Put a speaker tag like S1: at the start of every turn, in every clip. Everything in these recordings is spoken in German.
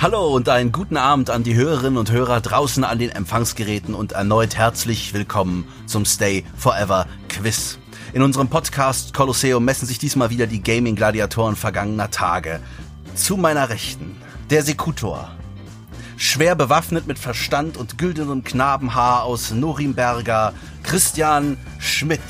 S1: Hallo und einen guten Abend an die Hörerinnen und Hörer draußen an den Empfangsgeräten und erneut herzlich willkommen zum Stay Forever Quiz. In unserem Podcast Kolosseum messen sich diesmal wieder die Gaming-Gladiatoren vergangener Tage. Zu meiner Rechten der Sekutor. Schwer bewaffnet mit Verstand und güldenem Knabenhaar aus Norimberger, Christian Schmidt.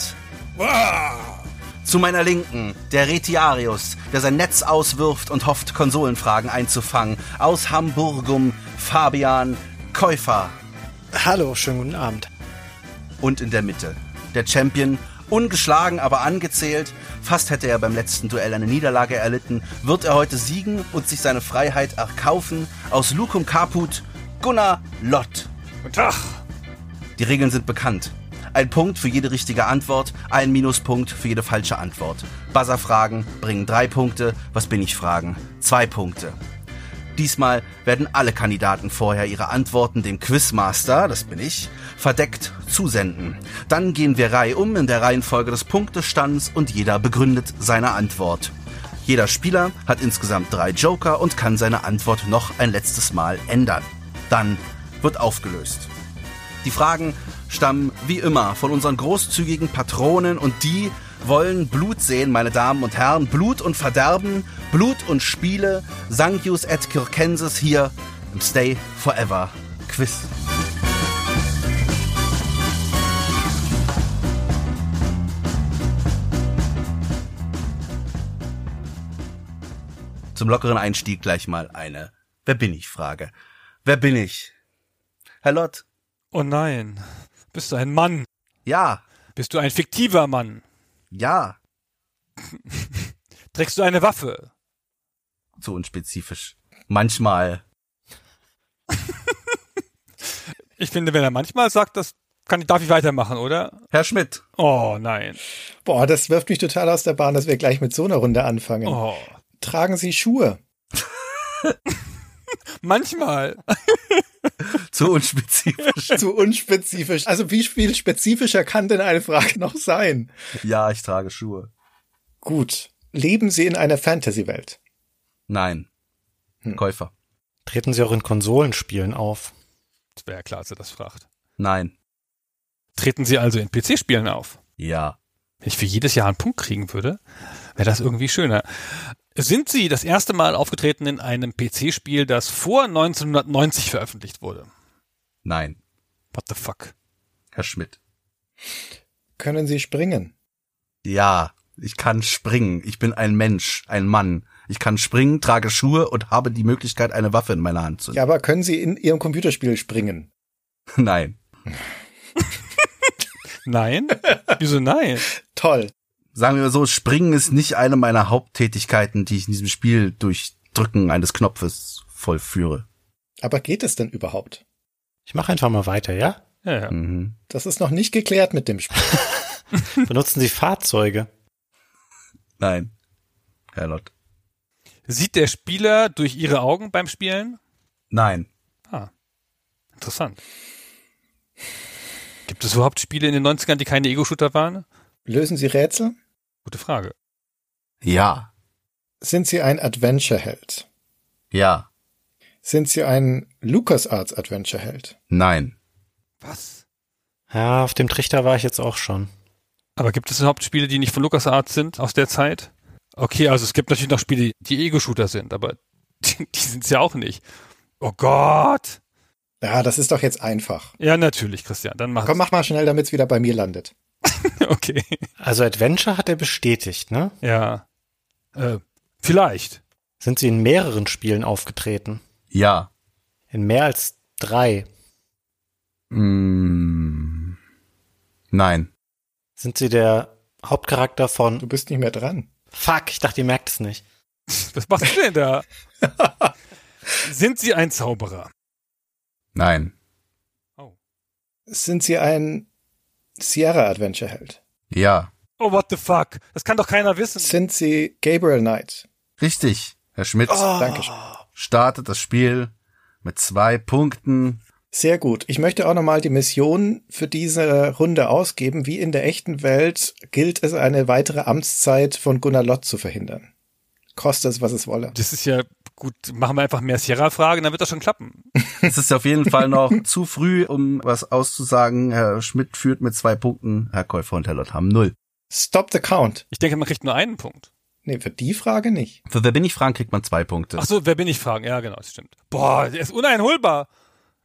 S1: Zu meiner Linken, der Retiarius, der sein Netz auswirft und hofft, Konsolenfragen einzufangen. Aus Hamburgum, Fabian Käufer.
S2: Hallo, schönen guten Abend.
S1: Und in der Mitte, der Champion, ungeschlagen, aber angezählt. Fast hätte er beim letzten Duell eine Niederlage erlitten. Wird er heute siegen und sich seine Freiheit erkaufen? Aus Lucum Caput, Gunnar Lott.
S3: Guten Tag.
S1: Die Regeln sind bekannt. Ein Punkt für jede richtige Antwort, ein Minuspunkt für jede falsche Antwort. Buzzer-Fragen bringen drei Punkte, was bin ich Fragen? Zwei Punkte. Diesmal werden alle Kandidaten vorher ihre Antworten dem Quizmaster, das bin ich, verdeckt zusenden. Dann gehen wir Reihe um in der Reihenfolge des Punktestands und jeder begründet seine Antwort. Jeder Spieler hat insgesamt drei Joker und kann seine Antwort noch ein letztes Mal ändern. Dann wird aufgelöst. Die Fragen stammen wie immer von unseren großzügigen Patronen und die wollen Blut sehen, meine Damen und Herren. Blut und Verderben, Blut und Spiele. Sankius et Kirkensis hier im Stay Forever Quiz. Zum lockeren Einstieg gleich mal eine Wer bin ich Frage. Wer bin ich? Herr Lott,
S3: Oh nein. Bist du ein Mann?
S1: ja,
S3: Bist du ein fiktiver Mann?
S1: ja,
S3: Trägst du eine Waffe?
S1: zu unspezifisch. Manchmal.
S3: Ich finde, wenn er manchmal sagt, das kann ich, darf ich weitermachen, oder?
S1: Herr Schmidt,
S3: Oh nein.
S2: Boah, das wirft mich total aus der Bahn, dass wir gleich mit so einer Runde anfangen.
S3: Oh.
S2: Tragen Sie Schuhe.
S3: Manchmal.
S1: zu unspezifisch.
S2: Zu unspezifisch. Also wie viel spezifischer kann denn eine Frage noch sein?
S1: ja, ich trage Schuhe.
S2: Gut. Leben Sie in einer Fantasy-Welt?
S1: Nein. Käufer.
S4: Treten sie auch in Konsolenspielen auf?
S3: Das wäre ja klar, als er das fragt.
S1: Nein.
S3: Treten sie also in PC-Spielen auf?
S1: Ja.
S3: Wenn ich für jedes Jahr einen Punkt kriegen würde, wäre das irgendwie schöner. Sind sie das erste Mal aufgetreten in einem PC-Spiel, das vor 1990 veröffentlicht wurde?
S1: Nein.
S3: What the fuck?
S1: Herr Schmidt.
S2: Können Sie springen?
S1: Ja. Ich kann springen. Ich bin ein Mensch, ein Mann. Ich kann springen, trage Schuhe und habe die Möglichkeit, eine Waffe in meiner Hand zu
S2: Ja,
S1: nehmen.
S2: aber können Sie in Ihrem Computerspiel springen?
S1: Nein.
S3: Nein? Wieso nein?
S2: Toll.
S1: Sagen wir mal so, Springen ist nicht eine meiner Haupttätigkeiten, die ich in diesem Spiel durch Drücken eines Knopfes vollführe.
S2: Aber geht es denn überhaupt?
S4: Ich mache einfach mal weiter, ja?
S3: Ja, ja.
S1: Mhm.
S2: Das ist noch nicht geklärt mit dem Spiel. Hm.
S4: Benutzen sie Fahrzeuge?
S1: Nein. Herr Lott.
S3: Sieht der Spieler durch ihre Augen beim Spielen?
S1: Nein.
S3: Ah, interessant. Gibt es überhaupt Spiele in den 90ern, die keine Ego-Shooter waren?
S2: Lösen Sie Rätsel?
S3: Gute Frage.
S1: Ja.
S2: Sind Sie ein Adventure-Held?
S1: Ja.
S2: Sind Sie ein LucasArts-Adventure-Held?
S1: Nein.
S3: Was?
S4: Ja, auf dem Trichter war ich jetzt auch schon.
S3: Aber gibt es überhaupt Spiele, die nicht von LucasArts sind aus der Zeit? Okay, also es gibt natürlich noch Spiele, die Ego-Shooter sind, aber die, die sind es ja auch nicht. Oh Gott!
S2: Ja, das ist doch jetzt einfach.
S3: Ja, natürlich, Christian. Dann mach
S2: Komm, mach mal schnell, damit es wieder bei mir landet.
S3: Okay.
S4: Also Adventure hat er bestätigt, ne?
S3: Ja. Äh, vielleicht.
S4: Sind sie in mehreren Spielen aufgetreten?
S1: Ja.
S4: In mehr als drei?
S1: Mm. Nein.
S4: Sind sie der Hauptcharakter
S2: Du
S4: von...
S2: bist nicht mehr dran.
S4: Fuck, ich dachte, ihr merkt es nicht.
S3: Was machst du denn da? Sind Sie ein Zauberer?
S1: Nein.
S2: Sind Sie ein Sierra-Adventure-Held?
S1: Ja.
S3: Oh, what the fuck? Das kann doch keiner wissen.
S2: Sind Sie Gabriel Knight?
S1: Richtig. Herr Schmidt
S2: Dankeschön.
S1: startet das Spiel mit zwei Punkten.
S2: Sehr gut. Ich möchte auch nochmal die Mission für diese Runde ausgeben. Wie in der echten Welt gilt es, eine weitere Amtszeit von Gunnar Lott zu verhindern. Koste es, was es wolle.
S3: Das ist ja Gut, machen wir einfach mehr Sierra-Fragen, dann wird das schon klappen.
S1: Es ist auf jeden Fall noch zu früh, um was auszusagen. Herr Schmidt führt mit zwei Punkten, Herr Käufer und Herr Lott haben null.
S2: Stop the count.
S3: Ich denke, man kriegt nur einen Punkt.
S2: Nee, für die Frage nicht.
S1: Für Wer bin ich fragen, kriegt man zwei Punkte.
S3: Ach so, wer bin ich fragen? Ja, genau, das stimmt. Boah, der ist uneinholbar.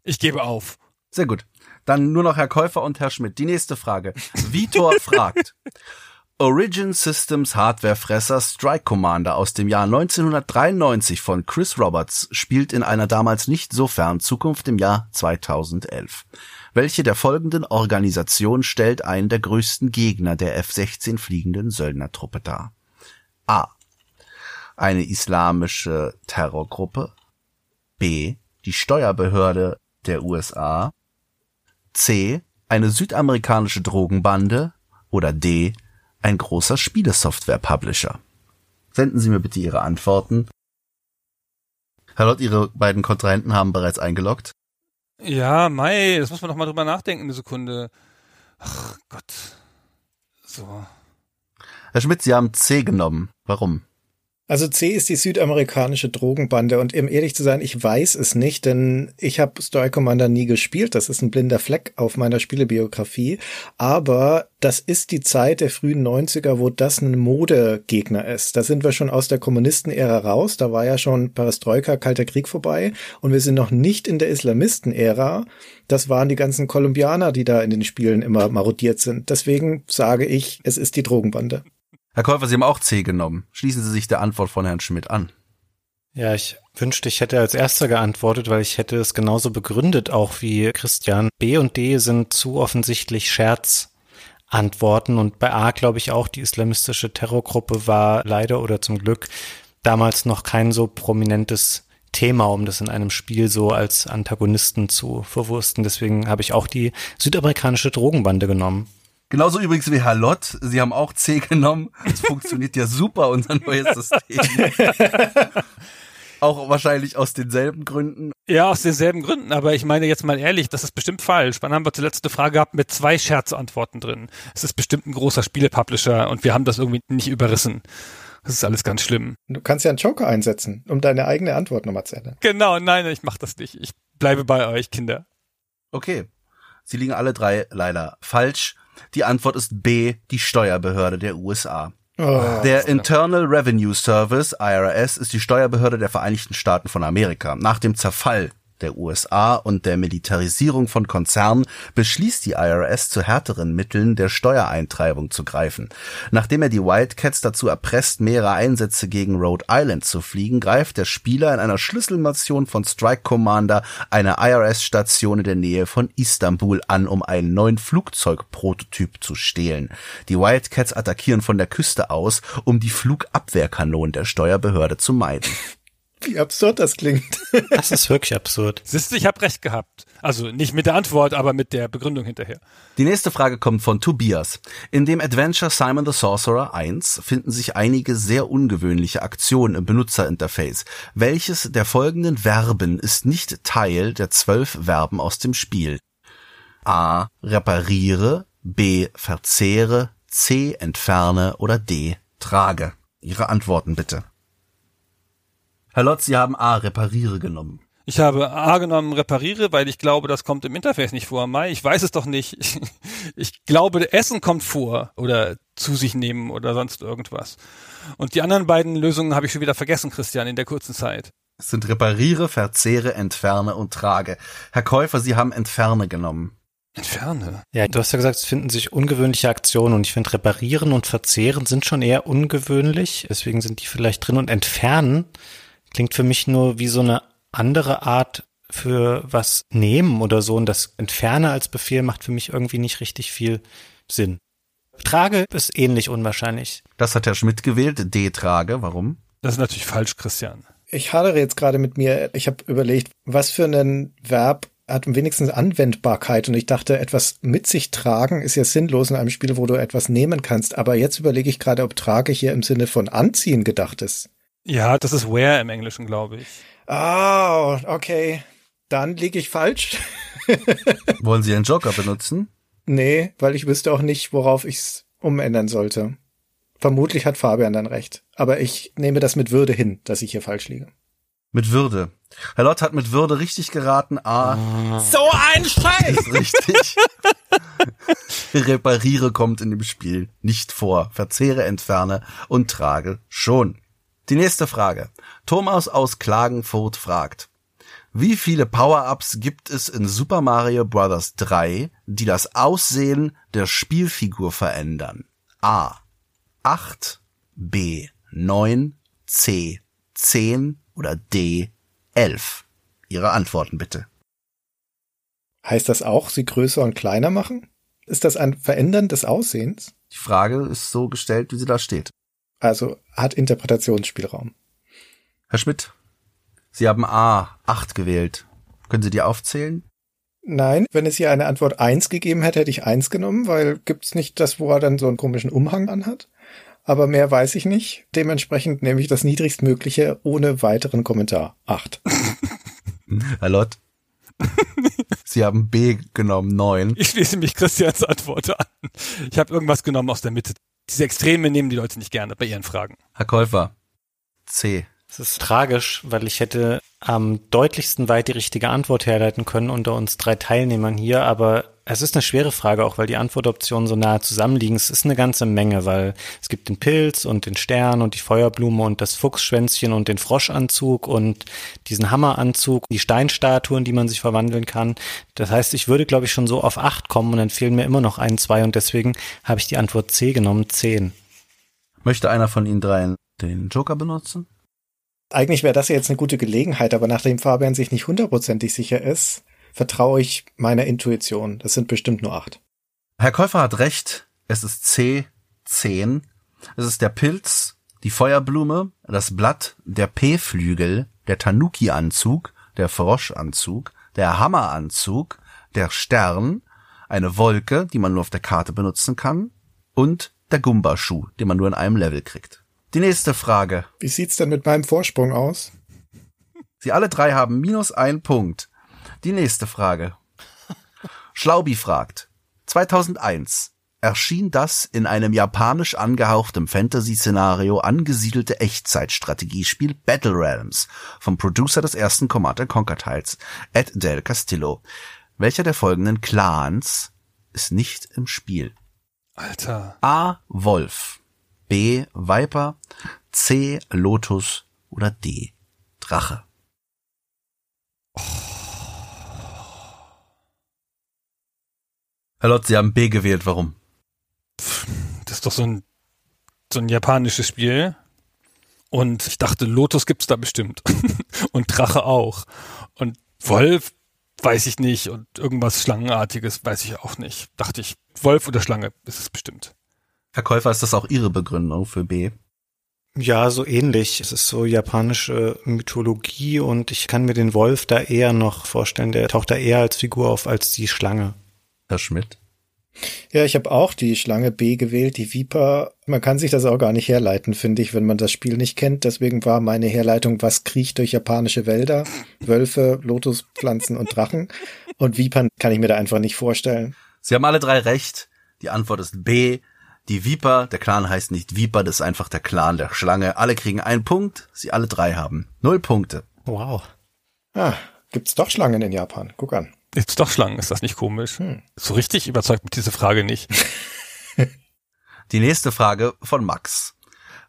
S3: Ich gebe auf.
S1: Sehr gut. Dann nur noch Herr Käufer und Herr Schmidt. Die nächste Frage. Vitor fragt. Origin Systems Hardwarefresser Strike Commander aus dem Jahr 1993 von Chris Roberts spielt in einer damals nicht so fernen Zukunft im Jahr 2011. Welche der folgenden Organisationen stellt einen der größten Gegner der F-16 fliegenden Söldnertruppe dar? A. Eine islamische Terrorgruppe. B. Die Steuerbehörde der USA. C. Eine südamerikanische Drogenbande. Oder D. Ein großer Spielesoftware-Publisher. Senden Sie mir bitte Ihre Antworten. Herr Lott, Ihre beiden Kontrahenten haben bereits eingeloggt.
S3: Ja, Mai, das muss man doch mal drüber nachdenken, eine Sekunde. Ach Gott. So.
S1: Herr Schmidt, Sie haben C genommen. Warum?
S2: Also C ist die südamerikanische Drogenbande und um ehrlich zu sein, ich weiß es nicht, denn ich habe Story Commander nie gespielt. Das ist ein blinder Fleck auf meiner Spielebiografie. Aber das ist die Zeit der frühen 90er, wo das ein Modegegner ist. Da sind wir schon aus der Kommunistenära raus. Da war ja schon Perestroika, Kalter Krieg vorbei. Und wir sind noch nicht in der Islamistenära. Das waren die ganzen Kolumbianer, die da in den Spielen immer marodiert sind. Deswegen sage ich, es ist die Drogenbande.
S1: Herr Käufer, Sie haben auch C genommen. Schließen Sie sich der Antwort von Herrn Schmidt an.
S4: Ja, ich wünschte, ich hätte als erster geantwortet, weil ich hätte es genauso begründet, auch wie Christian. B und D sind zu offensichtlich Scherzantworten und bei A glaube ich auch, die islamistische Terrorgruppe war leider oder zum Glück damals noch kein so prominentes Thema, um das in einem Spiel so als Antagonisten zu verwursten. Deswegen habe ich auch die südamerikanische Drogenbande genommen.
S1: Genauso übrigens wie Herr Lott. Sie haben auch C genommen. Es funktioniert ja super, unser neues System. auch wahrscheinlich aus denselben Gründen.
S3: Ja, aus denselben Gründen, aber ich meine jetzt mal ehrlich, das ist bestimmt falsch. Wann haben wir zuletzt eine Frage gehabt mit zwei Scherzantworten drin? Es ist bestimmt ein großer Spielepublisher und wir haben das irgendwie nicht überrissen. Das ist alles ganz schlimm.
S2: Du kannst ja einen Joker einsetzen, um deine eigene Antwort nochmal zu ändern.
S3: Genau, nein, ich mach das nicht. Ich bleibe bei euch, Kinder.
S1: Okay. Sie liegen alle drei leider falsch. Die Antwort ist B, die Steuerbehörde der USA.
S2: Oh.
S1: Der Internal Revenue Service, IRS, ist die Steuerbehörde der Vereinigten Staaten von Amerika. Nach dem Zerfall der USA und der Militarisierung von Konzernen beschließt die IRS zu härteren Mitteln der Steuereintreibung zu greifen. Nachdem er die Wildcats dazu erpresst, mehrere Einsätze gegen Rhode Island zu fliegen, greift der Spieler in einer Schlüsselmission von Strike Commander eine IRS-Station in der Nähe von Istanbul an, um einen neuen Flugzeugprototyp zu stehlen. Die Wildcats attackieren von der Küste aus, um die Flugabwehrkanonen der Steuerbehörde zu meiden.
S2: Wie absurd das klingt.
S4: Das ist wirklich absurd.
S3: Siehst du, ich habe recht gehabt. Also nicht mit der Antwort, aber mit der Begründung hinterher.
S1: Die nächste Frage kommt von Tobias. In dem Adventure Simon the Sorcerer 1 finden sich einige sehr ungewöhnliche Aktionen im Benutzerinterface. Welches der folgenden Verben ist nicht Teil der zwölf Verben aus dem Spiel? A. Repariere, B. Verzehre, C. Entferne oder D. Trage. Ihre Antworten bitte. Herr Lotz, Sie haben A. Repariere genommen.
S3: Ich habe A genommen, repariere, weil ich glaube, das kommt im Interface nicht vor. Mai, ich weiß es doch nicht. Ich glaube, Essen kommt vor oder zu sich nehmen oder sonst irgendwas. Und die anderen beiden Lösungen habe ich schon wieder vergessen, Christian, in der kurzen Zeit.
S1: Es sind Repariere, Verzehre, Entferne und Trage. Herr Käufer, Sie haben Entferne genommen.
S3: Entferne.
S4: Ja, du hast ja gesagt, es finden sich ungewöhnliche Aktionen und ich finde, reparieren und verzehren sind schon eher ungewöhnlich. Deswegen sind die vielleicht drin und entfernen klingt für mich nur wie so eine andere Art für was nehmen oder so. Und das Entferne als Befehl macht für mich irgendwie nicht richtig viel Sinn. Trage ist ähnlich unwahrscheinlich.
S1: Das hat Herr Schmidt gewählt. D. Trage. Warum?
S3: Das ist natürlich falsch, Christian.
S2: Ich hadere jetzt gerade mit mir. Ich habe überlegt, was für ein Verb hat wenigstens Anwendbarkeit. Und ich dachte, etwas mit sich tragen ist ja sinnlos in einem Spiel, wo du etwas nehmen kannst. Aber jetzt überlege ich gerade, ob Trage hier im Sinne von Anziehen gedacht ist.
S3: Ja, das ist where im Englischen, glaube ich.
S2: Ah, okay. Dann liege ich falsch.
S1: Wollen Sie einen Joker benutzen?
S2: nee, weil ich wüsste auch nicht, worauf ich's umändern sollte. Vermutlich hat Fabian dann recht. Aber ich nehme das mit Würde hin, dass ich hier falsch liege.
S1: Mit Würde. Herr Lott hat mit Würde richtig geraten. A
S3: So ein Scheiß!
S1: ist richtig. Repariere kommt in dem Spiel nicht vor. Verzehre, entferne und trage schon. Die nächste Frage. Thomas aus Klagenfurt fragt. Wie viele Power-Ups gibt es in Super Mario Bros. 3, die das Aussehen der Spielfigur verändern? A. 8, B. 9, C. 10 oder D. 11? Ihre Antworten bitte.
S2: Heißt das auch, sie größer und kleiner machen? Ist das ein Verändern des Aussehens?
S1: Die Frage ist so gestellt, wie sie da steht.
S2: Also hat Interpretationsspielraum.
S1: Herr Schmidt, Sie haben A, 8 gewählt. Können Sie die aufzählen?
S2: Nein, wenn es hier eine Antwort eins gegeben hätte, hätte ich eins genommen, weil gibt's nicht das, wo er dann so einen komischen Umhang anhat. Aber mehr weiß ich nicht. Dementsprechend nehme ich das niedrigstmögliche ohne weiteren Kommentar. Acht.
S1: Herr Lott, Sie haben B genommen, 9.
S3: Ich schließe mich Christians Antwort an. Ich habe irgendwas genommen aus der Mitte. Diese Extreme nehmen die Leute nicht gerne bei ihren Fragen.
S1: Herr Käufer, C.
S4: Es ist tragisch, weil ich hätte am deutlichsten weit die richtige Antwort herleiten können unter uns drei Teilnehmern hier, aber es ist eine schwere Frage auch, weil die Antwortoptionen so nahe zusammenliegen. Es ist eine ganze Menge, weil es gibt den Pilz und den Stern und die Feuerblume und das Fuchsschwänzchen und den Froschanzug und diesen Hammeranzug, die Steinstatuen, die man sich verwandeln kann. Das heißt, ich würde, glaube ich, schon so auf acht kommen und dann fehlen mir immer noch ein, zwei und deswegen habe ich die Antwort C genommen, zehn.
S1: Möchte einer von Ihnen dreien den Joker benutzen?
S2: Eigentlich wäre das ja jetzt eine gute Gelegenheit, aber nachdem Fabian sich nicht hundertprozentig sicher ist, vertraue ich meiner Intuition. Das sind bestimmt nur acht.
S1: Herr Käufer hat recht. Es ist C, 10. Es ist der Pilz, die Feuerblume, das Blatt, der P-Flügel, der Tanuki-Anzug, der Froschanzug, der Hammeranzug, der Stern, eine Wolke, die man nur auf der Karte benutzen kann, und der Gumba-Schuh, den man nur in einem Level kriegt. Die nächste Frage.
S2: Wie sieht's denn mit meinem Vorsprung aus?
S1: Sie alle drei haben minus ein Punkt. Die nächste Frage. Schlaubi fragt. 2001 erschien das in einem japanisch angehauchtem Fantasy-Szenario angesiedelte Echtzeitstrategiespiel Battle Realms vom Producer des ersten Command Conquer Teils, Ed Del Castillo. Welcher der folgenden Clans ist nicht im Spiel?
S3: Alter.
S1: A. Wolf. B. Viper. C. Lotus. Oder D. Drache. Herr Lott, Sie haben B gewählt. Warum?
S3: Das ist doch so ein, so ein japanisches Spiel. Und ich dachte, Lotus gibt's da bestimmt. und Drache auch. Und Wolf weiß ich nicht. Und irgendwas Schlangenartiges weiß ich auch nicht. Dachte ich, Wolf oder Schlange ist es bestimmt.
S1: Herr Käufer, ist das auch Ihre Begründung für B?
S4: Ja, so ähnlich. Es ist so japanische Mythologie und ich kann mir den Wolf da eher noch vorstellen. Der taucht da eher als Figur auf als die Schlange.
S1: Herr Schmidt?
S2: Ja, ich habe auch die Schlange B gewählt, die Viper. Man kann sich das auch gar nicht herleiten, finde ich, wenn man das Spiel nicht kennt. Deswegen war meine Herleitung, was kriecht durch japanische Wälder? Wölfe, Lotuspflanzen und Drachen. Und Vipern kann ich mir da einfach nicht vorstellen.
S1: Sie haben alle drei recht. Die Antwort ist B. Die Viper, der Clan heißt nicht Viper, das ist einfach der Clan der Schlange. Alle kriegen einen Punkt, Sie alle drei haben null Punkte.
S4: Wow.
S2: Ah, gibt's doch Schlangen in Japan. Guck an.
S3: Jetzt doch Schlangen, ist das nicht komisch?
S2: Hm.
S3: So richtig überzeugt mich diese Frage nicht.
S1: Die nächste Frage von Max.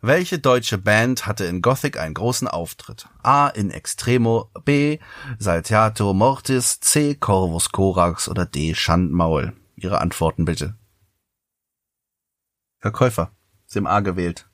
S1: Welche deutsche Band hatte in Gothic einen großen Auftritt? A. In Extremo, B. Salteato Mortis, C. Corvus Corax oder D. Schandmaul? Ihre Antworten bitte. Herr Käufer, Sie haben A gewählt.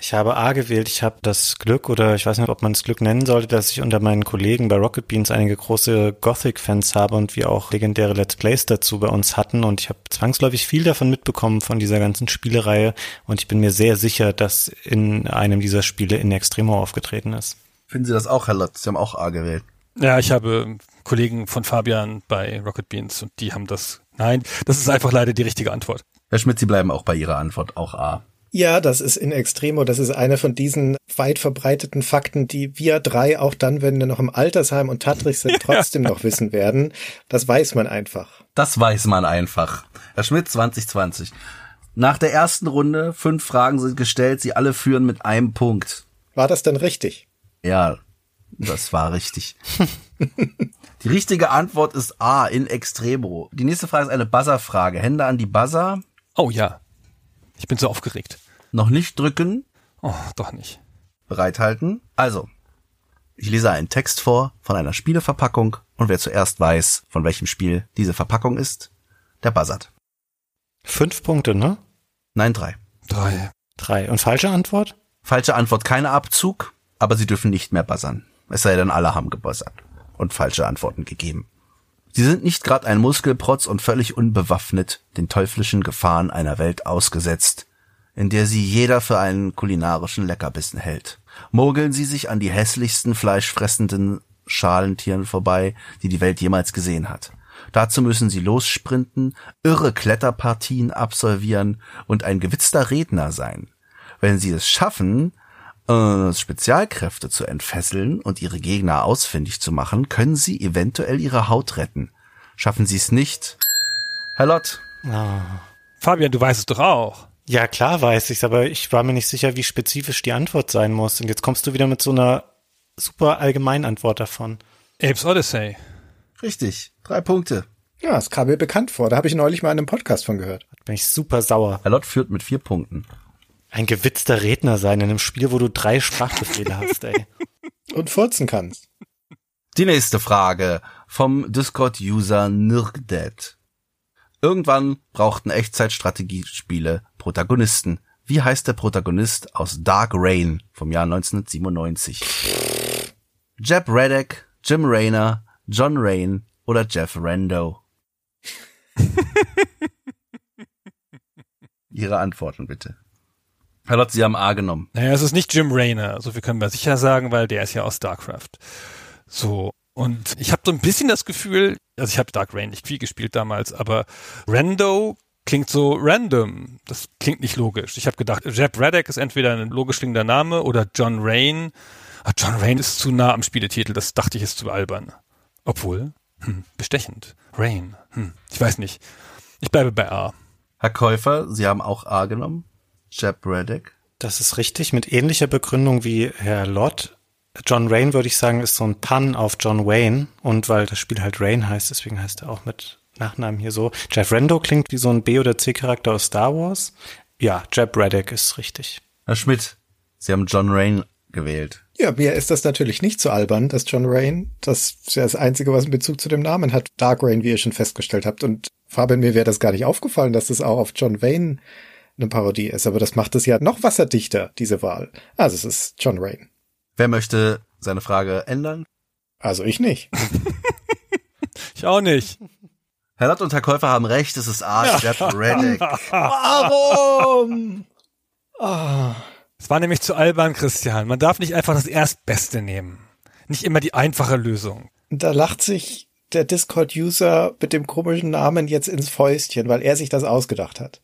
S4: Ich habe A gewählt. Ich habe das Glück oder ich weiß nicht, ob man es Glück nennen sollte, dass ich unter meinen Kollegen bei Rocket Beans einige große Gothic-Fans habe und wir auch legendäre Let's Plays dazu bei uns hatten und ich habe zwangsläufig viel davon mitbekommen von dieser ganzen Spielereihe und ich bin mir sehr sicher, dass in einem dieser Spiele in Extremo aufgetreten ist.
S1: Finden Sie das auch, Herr Lotz? Sie haben auch A gewählt.
S3: Ja, ich habe Kollegen von Fabian bei Rocket Beans und die haben das. Nein, das ist einfach leider die richtige Antwort.
S1: Herr Schmidt, Sie bleiben auch bei Ihrer Antwort, auch A.
S2: Ja, das ist in Extremo. Das ist einer von diesen weit verbreiteten Fakten, die wir drei auch dann, wenn wir noch im Altersheim und Tatrich sind, trotzdem noch wissen werden. Das weiß man einfach.
S1: Das weiß man einfach. Herr Schmidt 2020. Nach der ersten Runde, fünf Fragen sind gestellt, Sie alle führen mit einem Punkt.
S2: War das denn richtig?
S1: Ja, Das war richtig. die richtige Antwort ist A in Extremo. Die nächste Frage ist eine Buzzer-Frage. Hände an die Buzzer.
S3: Oh ja. Ich bin so aufgeregt.
S1: Noch nicht drücken.
S3: Oh, doch nicht.
S1: Bereithalten. Also, ich lese einen Text vor von einer Spieleverpackung und wer zuerst weiß, von welchem Spiel diese Verpackung ist, der buzzert.
S4: Fünf Punkte, ne?
S1: Nein, drei.
S3: Drei.
S4: Drei. Und falsche Antwort?
S1: Falsche Antwort, keine Abzug, aber sie dürfen nicht mehr buzzern. Es sei denn, alle haben gebuzzert und falsche Antworten gegeben. Sie sind nicht gerade ein Muskelprotz und völlig unbewaffnet den teuflischen Gefahren einer Welt ausgesetzt, in der sie jeder für einen kulinarischen Leckerbissen hält. Mogeln sie sich an die hässlichsten fleischfressenden Schalentieren vorbei, die die Welt jemals gesehen hat. Dazu müssen sie lossprinten, irre Kletterpartien absolvieren und ein gewitzter Redner sein. Wenn sie es schaffen, äh, Spezialkräfte zu entfesseln und ihre Gegner ausfindig zu machen, können sie eventuell ihre Haut retten. Schaffen sie es nicht? Herr Lott,
S4: Ah.
S3: Fabian, du weißt es doch auch.
S4: Ja, klar weiß ich's, aber ich war mir nicht sicher, wie spezifisch die Antwort sein muss. Und jetzt kommst du wieder mit so einer super allgemeinen Antwort davon.
S3: Apes Odyssey.
S1: richtig. Drei Punkte.
S2: Ja, es kam mir bekannt vor. Da habe ich neulich mal in einem Podcast von gehört.
S4: Bin ich super sauer.
S1: Herr Lott führt mit vier Punkten.
S4: Ein gewitzter Redner sein in einem Spiel, wo du drei Sprachbefehle hast, ey.
S2: Und furzen kannst.
S1: Die nächste Frage vom Discord-User Nirgdet. Irgendwann brauchten Echtzeitstrategiespiele Protagonisten. Wie heißt der Protagonist aus Dark Rain vom Jahr 1997? Jeb Reddick, Jim Raynor, John Rain oder Jeff Rando? Ihre Antworten bitte. Herr Lott, Sie haben A genommen.
S3: Naja, es ist nicht Jim Raynor, so viel können wir sicher sagen, weil der ist ja aus StarCraft. So. Und ich habe so ein bisschen das Gefühl, also ich habe Dark Rain nicht viel gespielt damals, aber Rando klingt so random. Das klingt nicht logisch. Ich habe gedacht, Jeb Radek ist entweder ein logisch klingender Name oder John Rain. Ah, John Rain ist zu nah am Spieletitel, das dachte ich ist zu albern. Obwohl, hm, bestechend. Rain. Hm, ich weiß nicht. Ich bleibe bei A.
S1: Herr Käufer, Sie haben auch A genommen. Jeb Reddick.
S4: Das ist richtig, mit ähnlicher Begründung wie Herr Lott. John Rain, würde ich sagen, ist so ein Pun auf John Wayne. Und weil das Spiel halt Rain heißt, deswegen heißt er auch mit Nachnamen hier so. Jeff Rando klingt wie so ein B- oder C-Charakter aus Star Wars. Ja, Jeb Reddick ist richtig.
S1: Herr Schmidt, Sie haben John Rain gewählt.
S2: Ja, mir ist das natürlich nicht so albern, dass John Rain, das ist ja das Einzige, was einen Bezug zu dem Namen hat. Dark Rain, wie ihr schon festgestellt habt. Und Fabian, mir wäre das gar nicht aufgefallen, dass das auch auf John Wayne eine Parodie ist. Aber das macht es ja noch wasserdichter, diese Wahl. Also es ist John Rain.
S1: Wer möchte seine Frage ändern?
S2: Also ich nicht.
S3: Ich auch nicht.
S1: Herr Lott und Herr Käufer haben recht, es ist A, Jeff Reddick.
S2: Warum? Ah.
S3: Es war nämlich zu albern, Christian. Man darf nicht einfach das Erstbeste nehmen. Nicht immer die einfache Lösung.
S2: Da lacht sich der Discord-User mit dem komischen Namen jetzt ins Fäustchen, weil er sich das ausgedacht hat.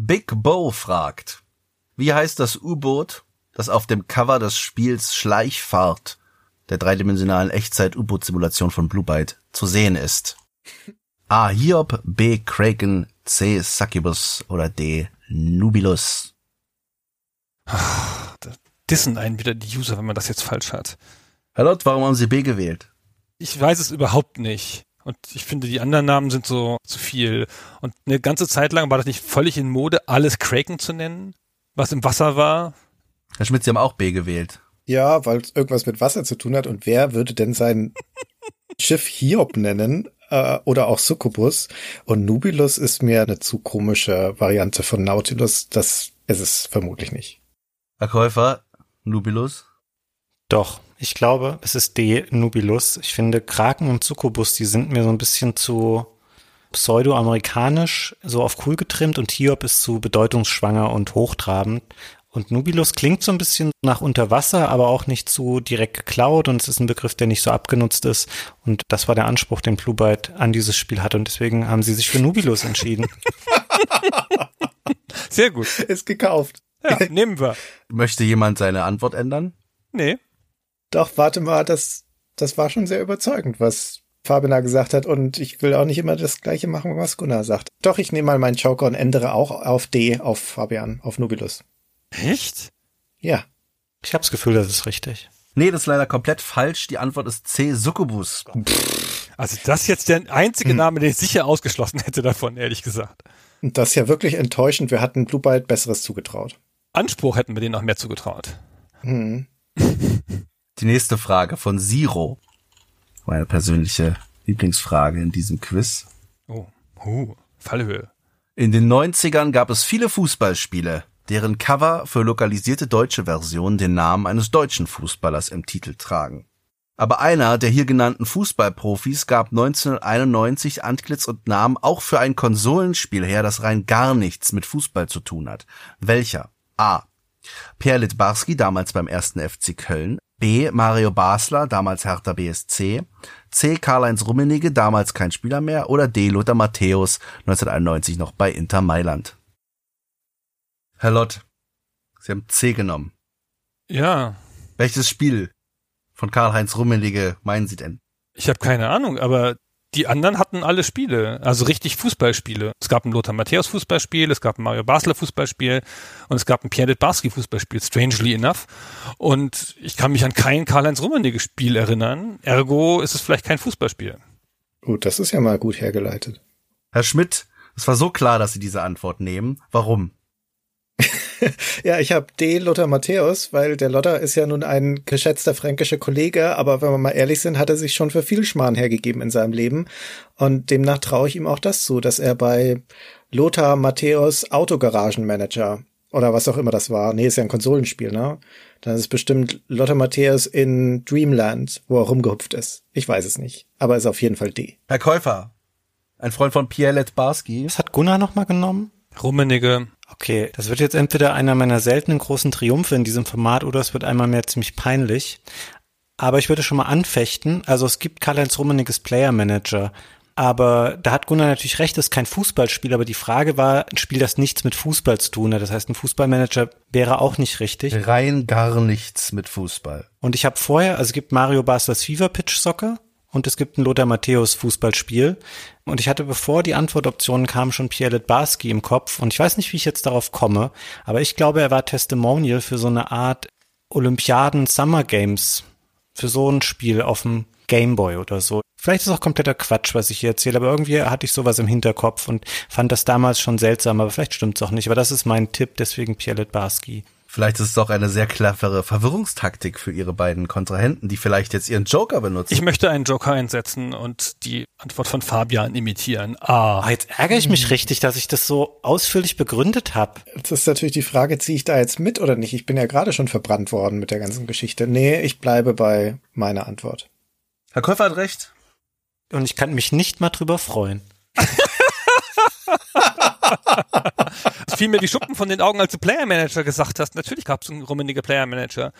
S1: Big Bo fragt, wie heißt das U-Boot, das auf dem Cover des Spiels Schleichfahrt der dreidimensionalen Echtzeit-U-Boot-Simulation von Blue Byte zu sehen ist? A. Hiob, B. Kraken, C. Succubus oder D. Nubilus.
S3: Da dissen einen wieder die User, wenn man das jetzt falsch hat.
S1: Herr Lott, warum haben Sie B gewählt?
S3: Ich weiß es überhaupt nicht. Und ich finde, die anderen Namen sind so zu viel. Und eine ganze Zeit lang war das nicht völlig in Mode, alles Kraken zu nennen, was im Wasser war.
S1: Herr Schmidt, Sie haben auch B gewählt.
S2: Ja, weil es irgendwas mit Wasser zu tun hat. Und wer würde denn sein Schiff Hiob nennen? Äh, oder auch Succubus? Und Nubilus ist mir eine zu komische Variante von Nautilus. Das ist es vermutlich nicht.
S1: Herr Käufer, Nubilus.
S4: Doch, ich glaube, es ist D. Nubilus. Ich finde, Kraken und Succubus, die sind mir so ein bisschen zu pseudo-amerikanisch, so auf cool getrimmt und Hiob ist zu bedeutungsschwanger und hochtrabend. Und Nubilus klingt so ein bisschen nach Unterwasser, aber auch nicht zu direkt geklaut und es ist ein Begriff, der nicht so abgenutzt ist. Und das war der Anspruch, den Blue Byte an dieses Spiel hatte und deswegen haben sie sich für Nubilus entschieden.
S3: Sehr gut.
S2: Ist gekauft.
S3: Ja, nehmen wir.
S1: Möchte jemand seine Antwort ändern?
S3: Nee.
S2: Doch, warte mal, das, das war schon sehr überzeugend, was Fabian da gesagt hat. Und ich will auch nicht immer das Gleiche machen, was Gunnar sagt. Doch, ich nehme mal meinen Joker und ändere auch auf D, auf Fabian, auf Nubilus.
S3: Echt?
S2: Ja.
S4: Ich habe das Gefühl, das ist richtig.
S1: Nee, das ist leider komplett falsch. Die Antwort ist C, Succubus.
S3: Also das ist jetzt der einzige Name, den ich sicher ausgeschlossen hätte davon, ehrlich gesagt.
S2: Und Das ist ja wirklich enttäuschend. Wir hatten Blue Byte Besseres zugetraut.
S3: Anspruch hätten wir denen noch mehr zugetraut.
S2: Hm.
S1: Die nächste Frage von Zero. Meine persönliche Lieblingsfrage in diesem Quiz.
S3: Oh, huh, Fallhöhe.
S1: In den 90ern gab es viele Fußballspiele, deren Cover für lokalisierte deutsche Versionen den Namen eines deutschen Fußballers im Titel tragen. Aber einer der hier genannten Fußballprofis gab 1991 Antlitz und Namen auch für ein Konsolenspiel her, das rein gar nichts mit Fußball zu tun hat. Welcher? A. Pierre Litbarski, damals beim ersten FC Köln. B. Mario Basler, damals Hertha BSC. C. Karl-Heinz Rummenigge, damals kein Spieler mehr. Oder D. Lothar Matthäus, 1991 noch bei Inter Mailand. Herr Lott, Sie haben C genommen.
S3: Ja,
S1: Welches Spiel von Karl-Heinz Rummenigge meinen Sie denn?
S3: Ich habe keine Ahnung, aber die anderen hatten alle Spiele, also richtig Fußballspiele. Es gab ein Lothar Matthäus Fußballspiel, es gab ein Mario Basler Fußballspiel und es gab ein Pierre Barski Fußballspiel, strangely enough. Und ich kann mich an kein Karl-Heinz Rummenigge Spiel erinnern, ergo ist es vielleicht kein Fußballspiel.
S2: Gut, das ist ja mal gut hergeleitet.
S1: Herr Schmidt, es war so klar, dass Sie diese Antwort nehmen. Warum?
S2: Ja, ich habe D. Lothar Matthäus, weil der Lothar ist ja nun ein geschätzter fränkischer Kollege, aber wenn wir mal ehrlich sind, hat er sich schon für viel Schmarrn hergegeben in seinem Leben. Und demnach traue ich ihm auch das zu, dass er bei Lothar Matthäus Autogaragenmanager oder was auch immer das war, nee, ist ja ein Konsolenspiel, ne? Dann ist es bestimmt Lothar Matthäus in Dreamland, wo er rumgehupft ist. Ich weiß es nicht, aber ist auf jeden Fall D.
S1: Herr Käufer, ein Freund von Pierre Letbarski.
S4: Was hat Gunnar nochmal genommen?
S3: Rummenigge,
S4: Okay, das wird jetzt entweder einer meiner seltenen großen Triumphe in diesem Format oder es wird einmal mehr ziemlich peinlich. Aber ich würde schon mal anfechten, also es gibt Karl-Heinz Rummeniges Player Manager. Aber da hat Gunnar natürlich recht, das ist kein Fußballspiel, aber die Frage war, ein Spiel, das nichts mit Fußball zu tun hat. Das heißt, ein Fußballmanager wäre auch nicht richtig.
S1: Rein gar nichts mit Fußball.
S4: Und ich habe vorher, also es gibt Mario Baslers Fever Pitch Soccer und es gibt ein Lothar Matthäus Fußballspiel. Und ich hatte, bevor die Antwortoptionen kamen, schon Pierre Litbarski im Kopf. Und ich weiß nicht, wie ich jetzt darauf komme, aber ich glaube, er war Testimonial für so eine Art Olympiaden Summer Games. Für so ein Spiel auf dem Gameboy oder so. Vielleicht ist auch kompletter Quatsch, was ich hier erzähle, aber irgendwie hatte ich sowas im Hinterkopf und fand das damals schon seltsam, aber vielleicht stimmt's auch nicht. Aber das ist mein Tipp, deswegen Pierre Litbarski.
S1: Vielleicht ist es auch eine sehr clevere Verwirrungstaktik für Ihre beiden Kontrahenten, die vielleicht jetzt ihren Joker benutzen.
S3: ich möchte einen Joker einsetzen und die Antwort von Fabian imitieren.
S4: Ah,
S3: Ah,
S4: jetzt ärgere ich mich richtig, dass ich das so ausführlich begründet habe.
S2: Das ist natürlich die Frage, ziehe ich da jetzt mit oder nicht? Ich bin ja gerade schon verbrannt worden mit der ganzen Geschichte. Nee, ich bleibe bei meiner Antwort.
S1: Herr Käufer hat recht.
S4: Und ich kann mich nicht mal drüber freuen.
S3: es fiel mir die Schuppen von den Augen, als du Player Manager gesagt hast. Natürlich gab es einen Rummenigge Player Manager.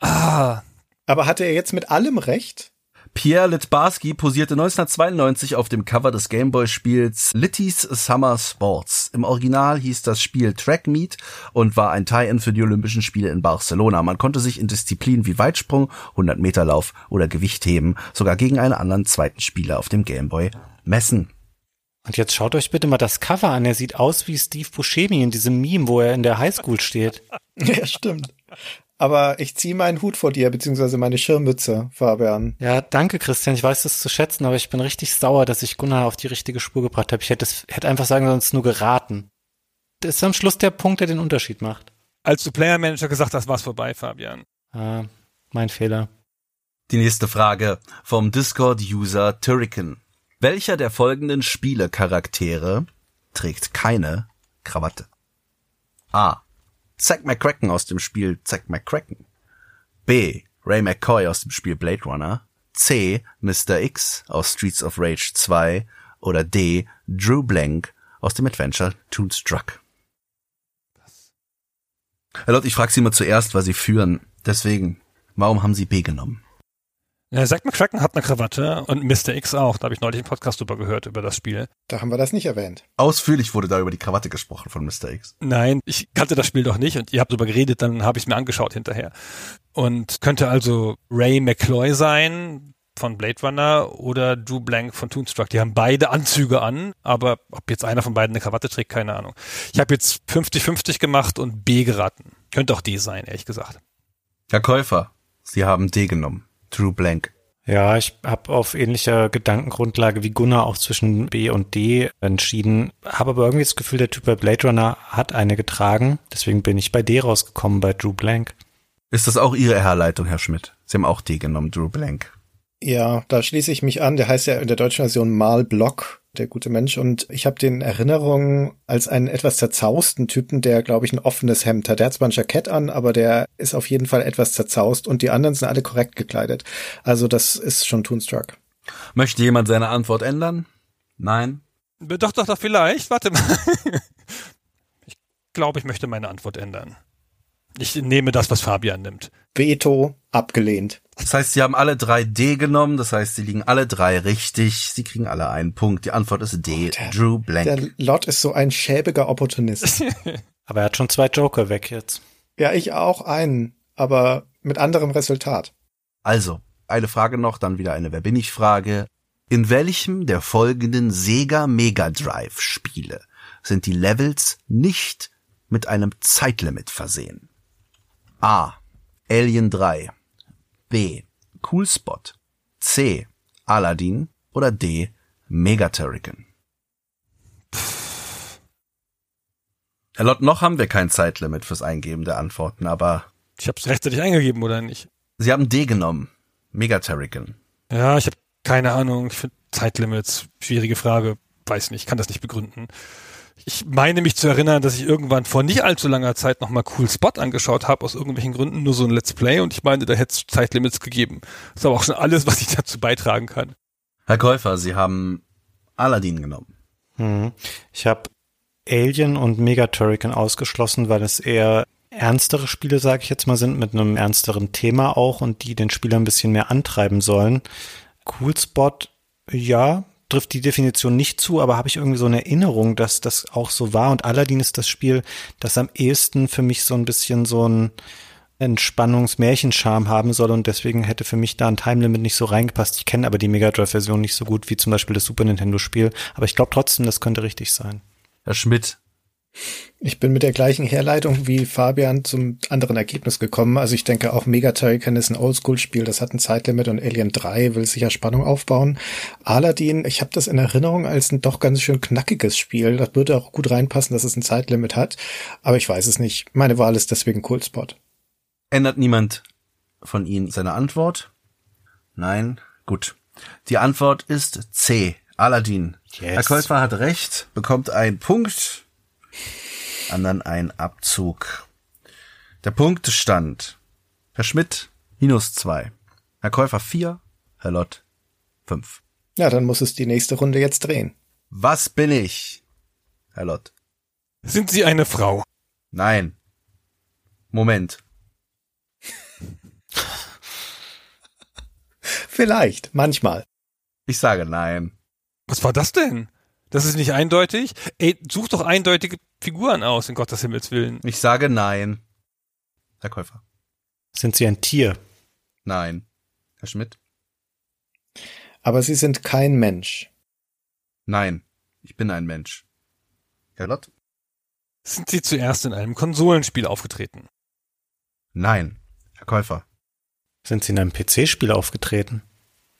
S3: Ah,
S2: Aber hatte er jetzt mit allem recht?
S1: Pierre Litbarski posierte 1992 auf dem Cover des Gameboy-Spiels Litty's Summer Sports. Im Original hieß das Spiel Track Meet und war ein Tie-In für die Olympischen Spiele in Barcelona. Man konnte sich in Disziplinen wie Weitsprung, 100-Meter-Lauf oder Gewichtheben sogar gegen einen anderen zweiten Spieler auf dem Gameboy messen.
S4: Und jetzt schaut euch bitte mal das Cover an. Er sieht aus wie Steve Buscemi in diesem Meme, wo er in der Highschool steht.
S2: Ja, stimmt. Aber ich ziehe meinen Hut vor dir, beziehungsweise meine Schirmmütze, Fabian.
S4: Ja, danke Christian. Ich weiß das zu schätzen, aber ich bin richtig sauer, dass ich Gunnar auf die richtige Spur gebracht habe. Ich hätte, es- hätte einfach sagen sollen, es ist nur geraten. Das ist am Schluss der Punkt, der den Unterschied macht.
S3: Als du Player Manager gesagt hast, war's vorbei, Fabian.
S4: Ah, mein Fehler.
S1: Die nächste Frage vom Discord-User Turrican. Welcher der folgenden Spielecharaktere trägt keine Krawatte? A. Zack McCracken aus dem Spiel Zack McCracken. B. Ray McCoy aus dem Spiel Blade Runner. C. Mr. X aus Streets of Rage 2. Oder D. Drew Blank aus dem Adventure Toonstruck. Herr Lott, ich frage Sie mal zuerst, weil Sie führen. Deswegen, warum haben Sie B genommen?
S3: Ja, Zack McCracken hat eine Krawatte und Mr. X auch. Da habe ich neulich einen Podcast drüber gehört, über das Spiel.
S2: Da haben wir das nicht erwähnt.
S1: Ausführlich wurde da über die Krawatte gesprochen von Mr. X.
S3: Nein, ich kannte das Spiel doch nicht und ihr habt drüber geredet, dann habe ich es mir angeschaut hinterher. Und könnte also Ray McCloy sein von Blade Runner oder Drew Blank von Toonstruck. Die haben beide Anzüge an, aber ob jetzt einer von beiden eine Krawatte trägt, keine Ahnung. Ich habe jetzt 50-50 gemacht und B geraten. Könnte auch D sein, ehrlich gesagt.
S1: Herr Käufer, Sie haben D genommen. Drew Blank.
S4: Ja, ich habe auf ähnlicher Gedankengrundlage wie Gunnar auch zwischen B und D entschieden, habe aber irgendwie das Gefühl, der Typ bei Blade Runner hat eine getragen. Deswegen bin ich bei D rausgekommen, bei Drew Blank.
S1: Ist das auch Ihre Herleitung, Herr Schmidt? Sie haben auch D genommen, Drew Blank.
S2: Ja, da schließe ich mich an. Der heißt ja in der deutschen Version Mal Block, der gute Mensch. Und ich habe den Erinnerungen als einen etwas zerzausten Typen, der, glaube ich, ein offenes Hemd hat. Der hat zwar ein Jackett an, aber der ist auf jeden Fall etwas zerzaust und die anderen sind alle korrekt gekleidet. Also das ist schon Toonstruck.
S1: Möchte jemand seine Antwort ändern? Nein.
S3: Doch, doch, doch, vielleicht. Warte mal. Ich glaube, ich möchte meine Antwort ändern. Ich nehme das, was Fabian nimmt.
S2: Veto abgelehnt.
S1: Das heißt, sie haben alle drei D genommen, das heißt, sie liegen alle drei richtig, sie kriegen alle einen Punkt. Die Antwort ist D,
S2: der-
S1: Drew Blank.
S2: Der Lott ist so ein schäbiger Opportunist.
S4: Aber er hat schon zwei Joker weg jetzt.
S2: ja, ich auch einen, aber mit anderem Resultat.
S1: Also, eine Frage noch, dann wieder eine Wer bin ich Frage. In welchem der folgenden Sega Mega Drive Spiele sind die Levels nicht mit einem Zeitlimit versehen? A. Alien 3. B. Cool Spot. C. Aladdin oder D. Mega Turrican. Herr Lott, noch haben wir kein Zeitlimit fürs Eingeben der Antworten, aber
S3: Ich habe es rechtzeitig eingegeben, oder nicht?
S1: Sie haben D genommen. Mega Turrican.
S3: Ja, ich habe keine Ahnung. Ich finde Zeitlimits, schwierige Frage. Weiß nicht, kann das nicht begründen. Ich meine mich zu erinnern, dass ich irgendwann vor nicht allzu langer Zeit nochmal Cool Spot angeschaut habe, aus irgendwelchen Gründen nur so ein Let's Play und ich meine, da hätte es Zeitlimits gegeben. Das ist aber auch schon alles, was ich dazu beitragen kann.
S1: Herr Käufer, Sie haben Aladdin genommen.
S4: Hm. Ich habe Alien und Mega Turrican ausgeschlossen, weil es eher ernstere Spiele, sage ich jetzt mal, sind, mit einem ernsteren Thema auch und die den Spieler ein bisschen mehr antreiben sollen. Cool Spot, ja, trifft die Definition nicht zu, aber habe ich irgendwie so eine Erinnerung, dass das auch so war. Und Aladdin ist das Spiel, das am ehesten für mich so ein bisschen so ein Entspannungsmärchenscharme haben soll und deswegen hätte für mich da ein Time Limit nicht so reingepasst. Ich kenne aber die Mega Drive-Version nicht so gut wie zum Beispiel das Super Nintendo-Spiel, aber ich glaube trotzdem, das könnte richtig sein.
S1: Herr Schmidt,
S2: Ich bin mit der gleichen Herleitung wie Fabian zum anderen Ergebnis gekommen. Also ich denke auch Mega Turrican ist ein Oldschool-Spiel, das hat ein Zeitlimit und Alien 3 will sicher Spannung aufbauen. Aladdin, ich habe das in Erinnerung als ein doch ganz schön knackiges Spiel. Das würde auch gut reinpassen, dass es ein Zeitlimit hat. Aber ich weiß es nicht. Meine Wahl ist deswegen Cool Spot.
S1: ändert niemand von Ihnen seine Antwort? Nein? Gut. Die Antwort ist C. Aladdin.
S4: Yes.
S1: Herr Käufer hat recht, bekommt einen Punkt, anderen einen Abzug. Der Punktestand. Herr Schmidt, minus zwei. Herr Käufer vier. Herr Lott fünf.
S2: Ja, dann muss es die nächste Runde jetzt drehen.
S1: Was bin ich? Herr Lott.
S3: Sind Sie eine Frau?
S1: Nein. Moment.
S2: Vielleicht, manchmal.
S1: Ich sage nein.
S3: Was war das denn? Das ist nicht eindeutig. Ey, such doch eindeutige Figuren aus, in Gottes Himmels Willen.
S1: Ich sage nein. Herr Käufer.
S4: Sind sie ein Tier?
S1: Nein. Herr Schmidt.
S2: Aber sie sind kein Mensch.
S1: Nein. Ich bin ein Mensch. Herr Lott.
S3: Sind Sie zuerst in einem Konsolenspiel aufgetreten?
S1: Nein. Herr Käufer.
S4: Sind sie in einem PC-Spiel aufgetreten?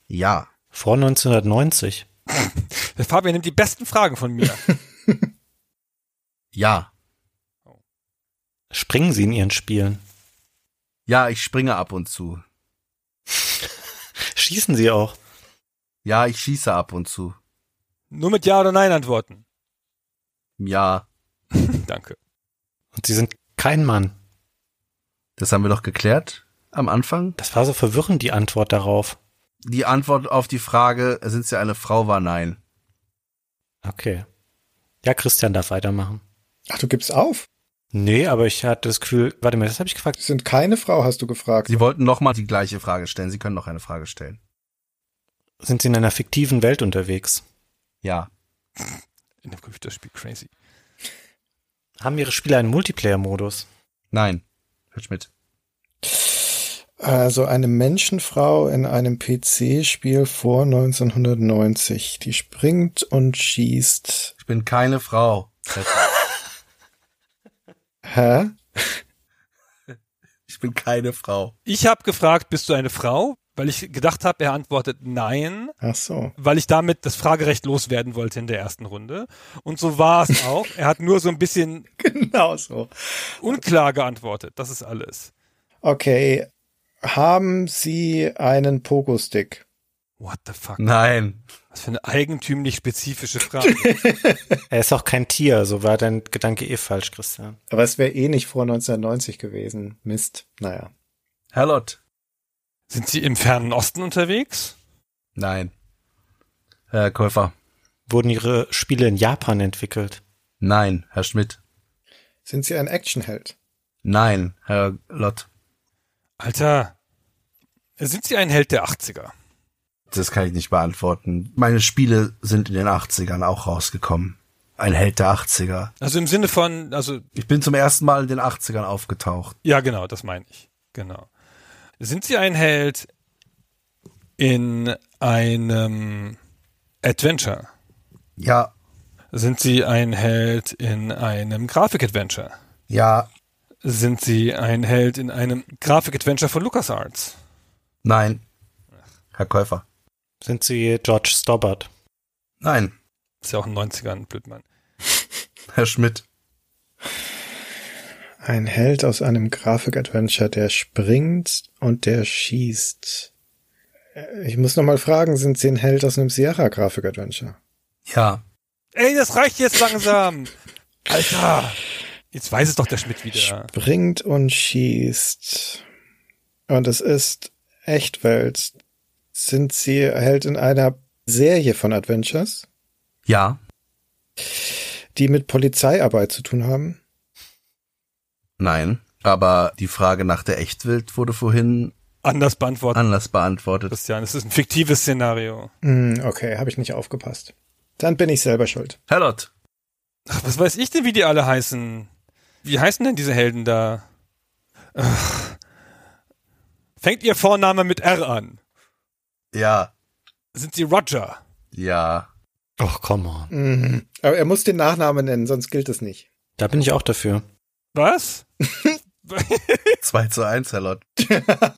S1: Ja.
S4: Vor 1990?
S3: Der Fabian nimmt die besten Fragen von mir.
S1: Ja.
S4: Springen sie in ihren Spielen?
S1: Ja, ich springe ab und zu.
S4: Schießen sie auch?
S1: Ja, ich schieße ab und zu.
S3: Nur mit Ja oder Nein antworten.
S1: Ja.
S3: Danke.
S4: Und sie sind kein Mann.
S1: Das haben wir doch geklärt am Anfang.
S4: Das war so verwirrend, die Antwort darauf.
S1: Die Antwort auf die Frage, sind Sie eine Frau, war nein.
S4: Okay. Ja, Christian darf weitermachen.
S2: Ach, du gibst auf.
S4: Nee, aber ich hatte das Gefühl, warte mal, das habe ich gefragt.
S2: Sie sind keine Frau, hast du gefragt.
S1: Sie wollten nochmal die gleiche Frage stellen. Sie können noch eine Frage stellen.
S4: Sind sie in einer fiktiven Welt unterwegs?
S1: Ja.
S3: In dem Computerspiel crazy.
S4: Haben ihre Spieler einen Multiplayer-Modus?
S1: Nein. Herr Schmidt.
S2: Also eine Menschenfrau in einem PC-Spiel vor 1990, die springt und schießt.
S1: Ich bin keine Frau. Herr
S2: Hä?
S1: Ich bin keine Frau.
S3: Ich habe gefragt, bist du eine Frau? Weil ich gedacht habe, er antwortet nein,
S2: Ach so.
S3: weil ich damit das Fragerecht loswerden wollte in der ersten Runde. Und so war es auch. Er hat nur so ein bisschen
S2: Genau so.
S3: unklar geantwortet. Das ist alles.
S2: Okay. Haben Sie einen Pogo-Stick?
S3: What the fuck?
S1: Nein.
S3: Was für eine eigentümlich spezifische Frage.
S4: Er ist auch kein Tier, so war dein Gedanke eh falsch, Christian.
S2: Aber es wäre eh nicht vor 1990 gewesen. Mist. Naja.
S1: Herr Lott.
S3: Sind Sie im fernen Osten unterwegs?
S1: Nein. Herr Käufer.
S4: Wurden ihre Spiele in Japan entwickelt?
S1: Nein. Herr Schmidt.
S2: Sind Sie ein Actionheld?
S1: Nein. Herr Lott.
S3: Alter, sind Sie ein Held der 80er?
S1: Das kann ich nicht beantworten. Meine Spiele sind in den 80ern auch rausgekommen. Ein Held der 80er.
S3: Also im Sinne von, also
S1: Ich bin zum ersten Mal in den 80ern aufgetaucht.
S3: Ja, genau, das meine ich. Genau. Sind Sie ein Held in einem Adventure?
S1: Ja.
S3: Sind Sie ein Held in einem Grafik-Adventure?
S1: Ja.
S3: Sind Sie ein Held in einem Grafik-Adventure von LucasArts?
S1: Nein. Herr Käufer.
S4: Sind sie George Stobbart?
S1: Nein.
S3: Ist ja auch in den 90ern, Blödmann.
S1: Herr Schmidt.
S2: Ein Held aus einem Grafik-Adventure, der springt und der schießt. Äh, Ich muss nochmal fragen, sind Sie ein Held aus einem Sierra-Grafik-Adventure?
S1: Ja.
S3: Ey, das reicht jetzt langsam! Alter! Jetzt weiß es doch der Schmidt wieder.
S2: Springt und schießt. Und es ist Echtwelt. Sind Sie Held in einer Serie von Adventures,
S1: Ja.
S2: die mit Polizeiarbeit zu tun haben?
S1: Nein. Aber die Frage nach der Echtwelt wurde vorhin
S3: Anders beantwortet,
S1: anders beantwortet.
S3: Christian. Es ist ein fiktives Szenario.
S2: Hm, okay, habe ich nicht aufgepasst. Dann bin ich selber schuld.
S1: Herr Lott.
S3: Ach, was weiß ich denn, wie die alle heißen? Wie heißen denn diese Helden da? Ach. Fängt ihr Vorname mit R an?
S1: Ja.
S3: Sind sie Roger?
S1: Ja.
S4: Och, Oh, come on.
S2: Mhm. Aber er muss den Nachnamen nennen, sonst gilt es nicht.
S4: Da bin ich auch dafür.
S3: Was?
S1: 2 zu 1, Herr Lott.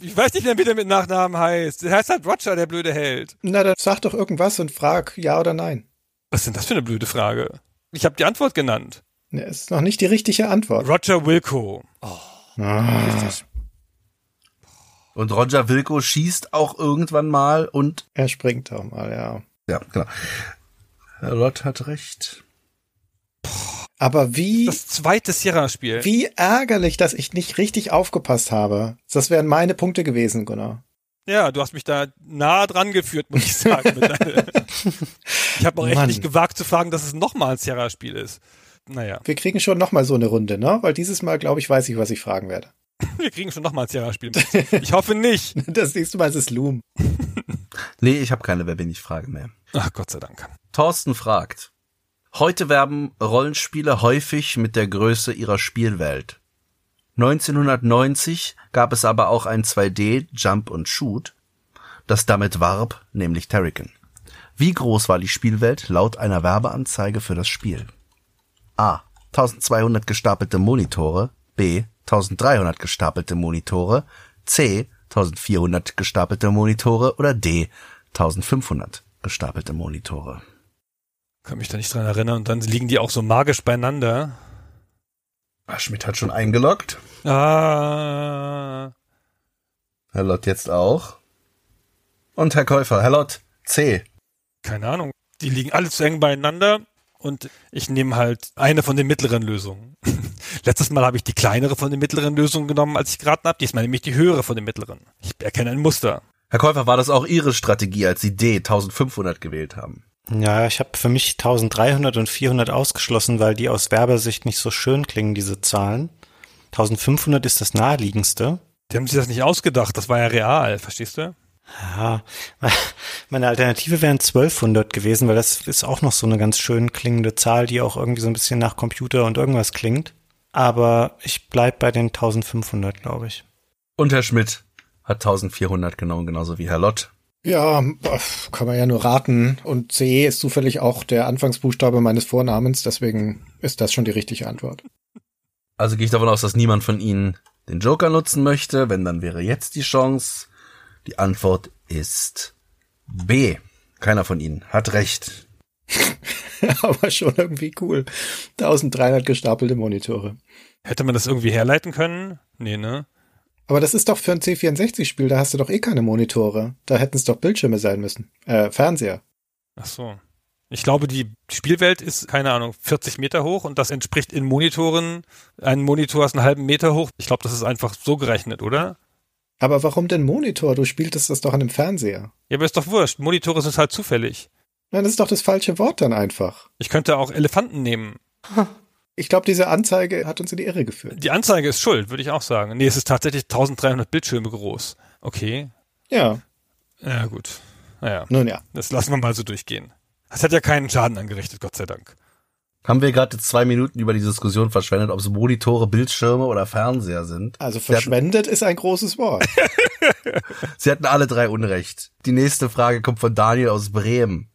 S3: Ich weiß nicht mehr, wie der mit Nachnamen heißt. Der heißt halt Roger, der blöde Held.
S2: Na, dann sag doch irgendwas und frag ja oder nein.
S3: Was ist denn das für eine blöde Frage? Ich habe die Antwort genannt.
S2: Ne, ist noch nicht die richtige Antwort.
S3: Roger Wilco.
S2: Ah,
S1: Und Roger Wilco schießt auch irgendwann mal und.
S2: er springt auch mal, ja.
S1: Ja, genau. Herr Lott hat recht.
S2: Aber wie,
S3: Das zweite Sierra-Spiel.
S2: wie ärgerlich, dass ich nicht richtig aufgepasst habe. Das wären meine Punkte gewesen, Gunnar.
S3: Ja, du hast mich da nah dran geführt, muss ich sagen. Mit deiner- ich habe auch echt
S2: Mann.
S3: nicht gewagt zu fragen, dass es nochmal ein Sierra-Spiel ist. Naja.
S2: Wir kriegen schon noch mal so eine Runde, ne? Weil dieses Mal, glaube ich, weiß ich, was ich fragen werde.
S3: Wir kriegen schon nochmal ein Sierra-Spiel. mit. Ich hoffe nicht.
S2: Das nächste Mal ist es Loom.
S1: Nee, ich habe keine Wer bin ich Frage mehr.
S3: Ach, Gott sei Dank.
S1: Thorsten fragt. Heute werben Rollenspiele häufig mit der Größe ihrer Spielwelt. 1990 gab es aber auch ein 2D Jump und Shoot, das damit warb, nämlich Terrican. Wie groß war die Spielwelt laut einer Werbeanzeige für das Spiel? A. 1200 gestapelte Monitore. B. 1300 gestapelte Monitore. C. 1400 gestapelte Monitore. Oder D. 1500 gestapelte Monitore.
S3: Kann mich da nicht dran erinnern. Und dann liegen die auch so magisch beieinander.
S1: Ah, Schmidt hat schon eingeloggt.
S3: Ah.
S1: Herr Lott jetzt auch. Und Herr Käufer, Herr Lott, C.
S3: Keine Ahnung. Die liegen alle zu eng beieinander. Und ich nehme halt eine von den mittleren Lösungen. Letztes Mal habe ich die kleinere von den mittleren Lösungen genommen, als ich geraten habe. Diesmal nehme ich die höhere von den mittleren. Ich erkenne ein Muster.
S1: Herr Käufer, war das auch Ihre Strategie, als Sie D 1500 gewählt haben?
S4: Ja, ich habe für mich 1300 und 400 ausgeschlossen, weil die aus Werbersicht nicht so schön klingen, diese Zahlen. 1500 ist das naheliegendste.
S3: Die haben sich das nicht ausgedacht. Das war ja real. Verstehst du?
S4: Ja, meine Alternative wären 1200 gewesen, weil das ist auch noch so eine ganz schön klingende Zahl, die auch irgendwie so ein bisschen nach Computer und irgendwas klingt. Aber ich bleib bei den 1500, glaube ich.
S1: Und Herr Schmidt hat 1400 genommen, genauso wie Herr Lott.
S2: Ja, pf, kann man ja nur raten. Und C ist zufällig auch der Anfangsbuchstabe meines Vornamens, deswegen ist das schon die richtige Antwort.
S1: Also gehe ich davon aus, dass niemand von Ihnen den Joker nutzen möchte. Wenn, dann wäre jetzt die Chance. Die Antwort ist B. Keiner von Ihnen hat recht.
S2: Aber schon irgendwie cool. 1300 gestapelte Monitore.
S3: Hätte man das irgendwie herleiten können? Nee, ne?
S2: Aber das ist doch für ein C64-Spiel, da hast du doch eh keine Monitore. Da hätten es doch Bildschirme sein müssen. Äh, Fernseher.
S3: Ach so. Ich glaube, die Spielwelt ist, keine Ahnung, 40 Meter hoch und das entspricht in Monitoren, ein Monitor ist einen halben Meter hoch. Ich glaube, das ist einfach so gerechnet, oder?
S2: Aber warum denn Monitor? Du spieltest das doch an dem Fernseher.
S3: Ja, aber ist doch wurscht. Monitore sind halt zufällig.
S2: Nein, das ist doch das falsche Wort dann einfach.
S3: Ich könnte auch Elefanten nehmen.
S2: Ich glaube, diese Anzeige hat uns in die Irre geführt.
S3: Die Anzeige ist schuld, würde ich auch sagen. Nee, es ist tatsächlich 1300 Bildschirme groß. Okay.
S2: Ja,
S3: Ja, gut. Naja,
S2: nun ja.
S3: das lassen wir mal so durchgehen. Das hat ja keinen Schaden angerichtet, Gott sei Dank.
S1: Haben wir gerade zwei Minuten über die Diskussion verschwendet, ob es Monitore, Bildschirme oder Fernseher sind?
S2: Also verschwendet ist ein großes Wort.
S1: Sie hatten alle drei Unrecht. Die nächste Frage kommt von Daniel aus Bremen.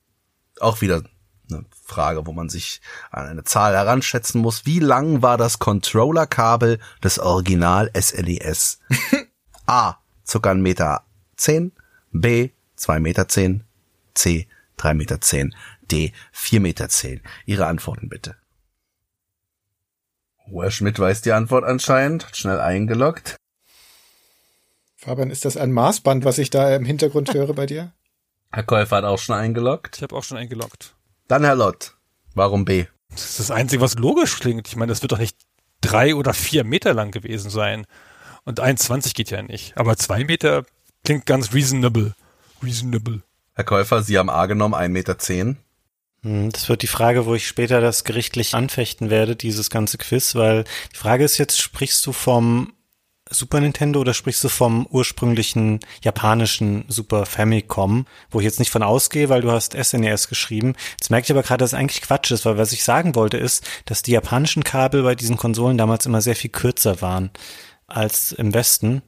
S1: Auch wieder eine Frage, wo man sich an eine Zahl heranschätzen muss. Wie lang war das Controllerkabel des Original SNES? A. Circa 1,10 Meter. 10, B. 2,10 Meter. 10, C. 3,10 Meter. 10, D. 4,10 Meter. 10. Ihre Antworten bitte. Herr Schmidt weiß die Antwort anscheinend, hat schnell eingeloggt.
S2: Fabian, ist das ein Maßband, was ich da im Hintergrund höre bei dir?
S1: Herr Käufer hat auch schon eingeloggt.
S3: Ich habe auch schon eingeloggt.
S1: Dann Herr Lott. Warum B?
S3: Das ist das Einzige, was logisch klingt. Ich meine, das wird doch nicht drei oder vier Meter lang gewesen sein. Und 1,20 geht ja nicht. Aber zwei Meter klingt ganz reasonable. Reasonable.
S1: Herr Käufer, Sie haben A genommen, 1,10 Meter.
S4: Hm, Das wird die Frage, wo ich später das gerichtlich anfechten werde, dieses ganze Quiz, weil die Frage ist jetzt, sprichst du vom Super Nintendo oder sprichst du vom ursprünglichen japanischen Super Famicom, wo ich jetzt nicht von ausgehe, weil du hast SNES geschrieben. Jetzt merke ich aber gerade, dass es eigentlich Quatsch ist, weil was ich sagen wollte ist, dass die japanischen Kabel bei diesen Konsolen damals immer sehr viel kürzer waren als im Westen.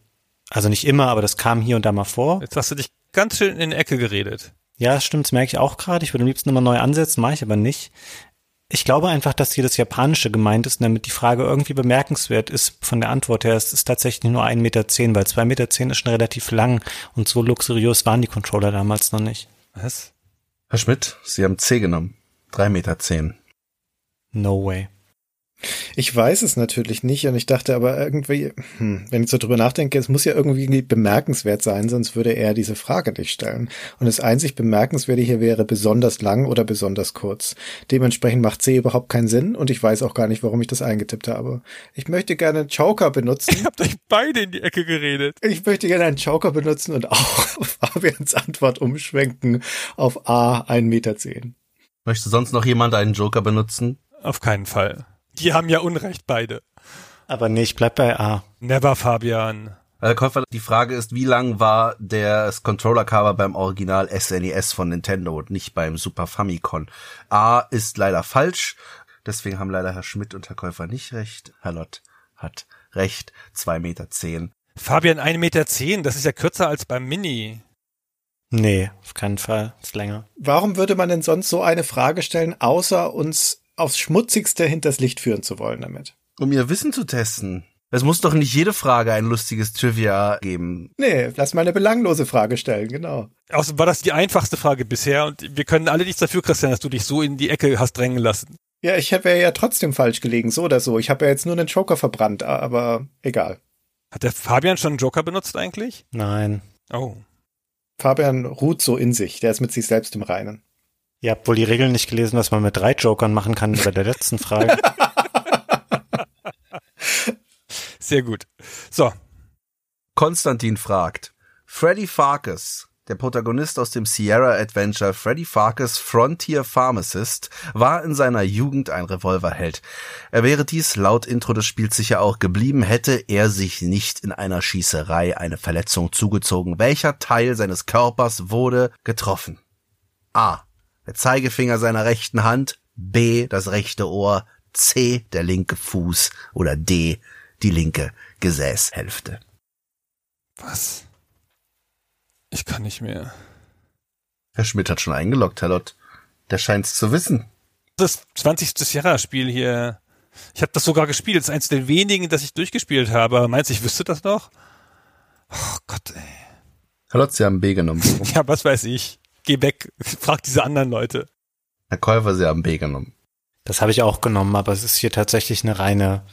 S4: Also nicht immer, aber das kam hier und da mal vor.
S3: Jetzt hast du dich ganz schön in die Ecke geredet.
S4: Ja, stimmt, das merke ich auch gerade. Ich würde am liebsten immer neu ansetzen, mache ich aber nicht. Ich glaube einfach, dass hier das Japanische gemeint ist, und damit die Frage irgendwie bemerkenswert ist von der Antwort her. Es ist tatsächlich nur 1,10 Meter, weil 2,10 Meter ist schon relativ lang und so luxuriös waren die Controller damals noch nicht.
S3: Was?
S1: Herr Schmidt, Sie haben C genommen, 3,10 Meter.
S4: No way.
S2: Ich weiß es natürlich nicht und ich dachte aber irgendwie, hm, wenn ich so drüber nachdenke, es muss ja irgendwie bemerkenswert sein, sonst würde er diese Frage nicht stellen. Und das einzig Bemerkenswerte hier wäre besonders lang oder besonders kurz. Dementsprechend macht C überhaupt keinen Sinn und ich weiß auch gar nicht, warum ich das eingetippt habe. Ich möchte gerne einen Joker benutzen.
S3: Ihr habt euch beide in die Ecke geredet.
S2: Ich möchte gerne einen Joker benutzen und auch auf Fabians Antwort umschwenken auf A 1,10 Meter.
S1: Möchte sonst noch jemand einen Joker benutzen?
S3: Auf keinen Fall. Die haben ja Unrecht, beide.
S4: Aber nee, ich bleib bei A.
S3: Never, Fabian.
S1: Herr Käufer, die Frage ist, wie lang war das Controller-Cover beim Original SNES von Nintendo und nicht beim Super Famicom? A ist leider falsch, deswegen haben leider Herr Schmidt und Herr Käufer nicht recht. Herr Lott hat recht, 2,10 Meter.
S3: Fabian 1,10 Meter, zehn, das ist ja kürzer als beim Mini.
S4: Nee, auf keinen Fall. Ist länger.
S2: Warum würde man denn sonst so eine Frage stellen, außer uns aufs Schmutzigste hinters Licht führen zu wollen damit?
S1: Um Ihr Wissen zu testen. Es muss doch nicht jede Frage ein lustiges Trivia geben.
S2: Nee, lass mal eine belanglose Frage stellen, genau.
S3: Außerdem war das die einfachste Frage bisher und wir können alle nichts dafür, Christian, dass du dich so in die Ecke hast drängen lassen.
S2: Ja, ich wäre ja trotzdem falsch gelegen, so oder so. Ich habe ja jetzt nur einen Joker verbrannt, aber egal.
S3: Hat der Fabian schon einen Joker benutzt eigentlich?
S4: Nein.
S3: Oh.
S2: Fabian ruht so in sich, der ist mit sich selbst im Reinen.
S4: Ihr habt wohl die Regeln nicht gelesen, was man mit drei Jokern machen kann bei der letzten Frage.
S3: Sehr gut. So,
S1: Konstantin fragt, Freddy Farkas, der Protagonist aus dem Sierra Adventure Freddy Farkas Frontier Pharmacist, war in seiner Jugend ein Revolverheld. Er wäre dies laut Intro des Spiels sicher auch geblieben, hätte er sich nicht in einer Schießerei eine Verletzung zugezogen. Welcher Teil seines Körpers wurde getroffen? A. Der Zeigefinger seiner rechten Hand, B. das rechte Ohr, C. der linke Fuß oder D. die linke Gesäßhälfte.
S3: was? Ich kann nicht mehr.
S1: Herr Schmidt hat schon eingeloggt, Herr Lott. Der scheint's zu wissen.
S3: Das 20. Sierra-Spiel hier Ich habe das sogar gespielt. Das ist eins der wenigen, das ich durchgespielt habe. Meinst du, ich wüsste das noch? Oh Gott, ey.
S5: Hallo, sie haben B genommen.
S3: Ja, was weiß ich. Geh weg. Frag diese anderen Leute.
S5: Herr Käufer, sie haben B genommen.
S4: Das habe ich auch genommen, aber es ist hier tatsächlich eine reine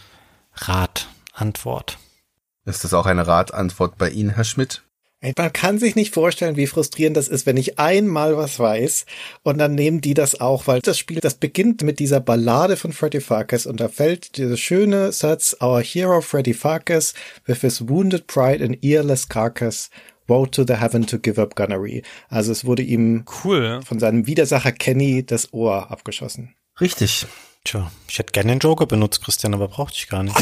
S4: Ratantwort.
S5: Ist das auch eine Ratantwort bei Ihnen, Herr Schmidt?
S2: Ey, Man kann sich nicht vorstellen, wie frustrierend das ist, wenn ich einmal was weiß und dann nehmen die das auch, weil das Spiel, das beginnt mit dieser Ballade von Freddy Farkas und da fällt dieser schöne Satz, Our hero Freddy Farkas with his wounded pride and earless carcass vowed to the heaven to give up gunnery. Also es wurde ihm
S3: Cool.
S2: von seinem Widersacher Kenny das Ohr abgeschossen.
S1: Richtig.
S4: Tja, ich hätte gerne den Joker benutzt, Christian, aber brauchte ich gar nicht.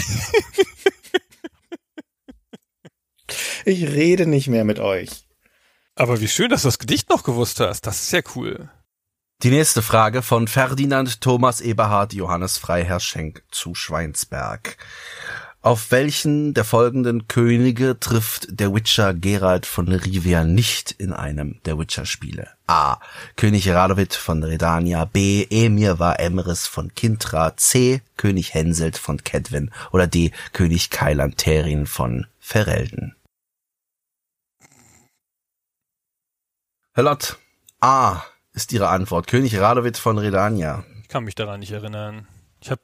S2: Ich rede nicht mehr mit euch.
S3: Aber wie schön, dass du das Gedicht noch gewusst hast. Das ist ja cool.
S1: Die nächste Frage von Ferdinand Thomas Eberhard Johannes Freiherr Schenk zu Schweinsberg. Auf welchen der folgenden Könige trifft der Witcher Geralt von Rivia nicht in einem der Witcher-Spiele? A. König Radovid von Redania. B. Emir war Emrys von Kintra. C. König Henselt von Kedwin. Oder D. König Kailan Terin von Ferelden. Herr Lott, A Ah, ist Ihre Antwort. König Radovid von Redania.
S3: Ich kann mich daran nicht erinnern. Ich habe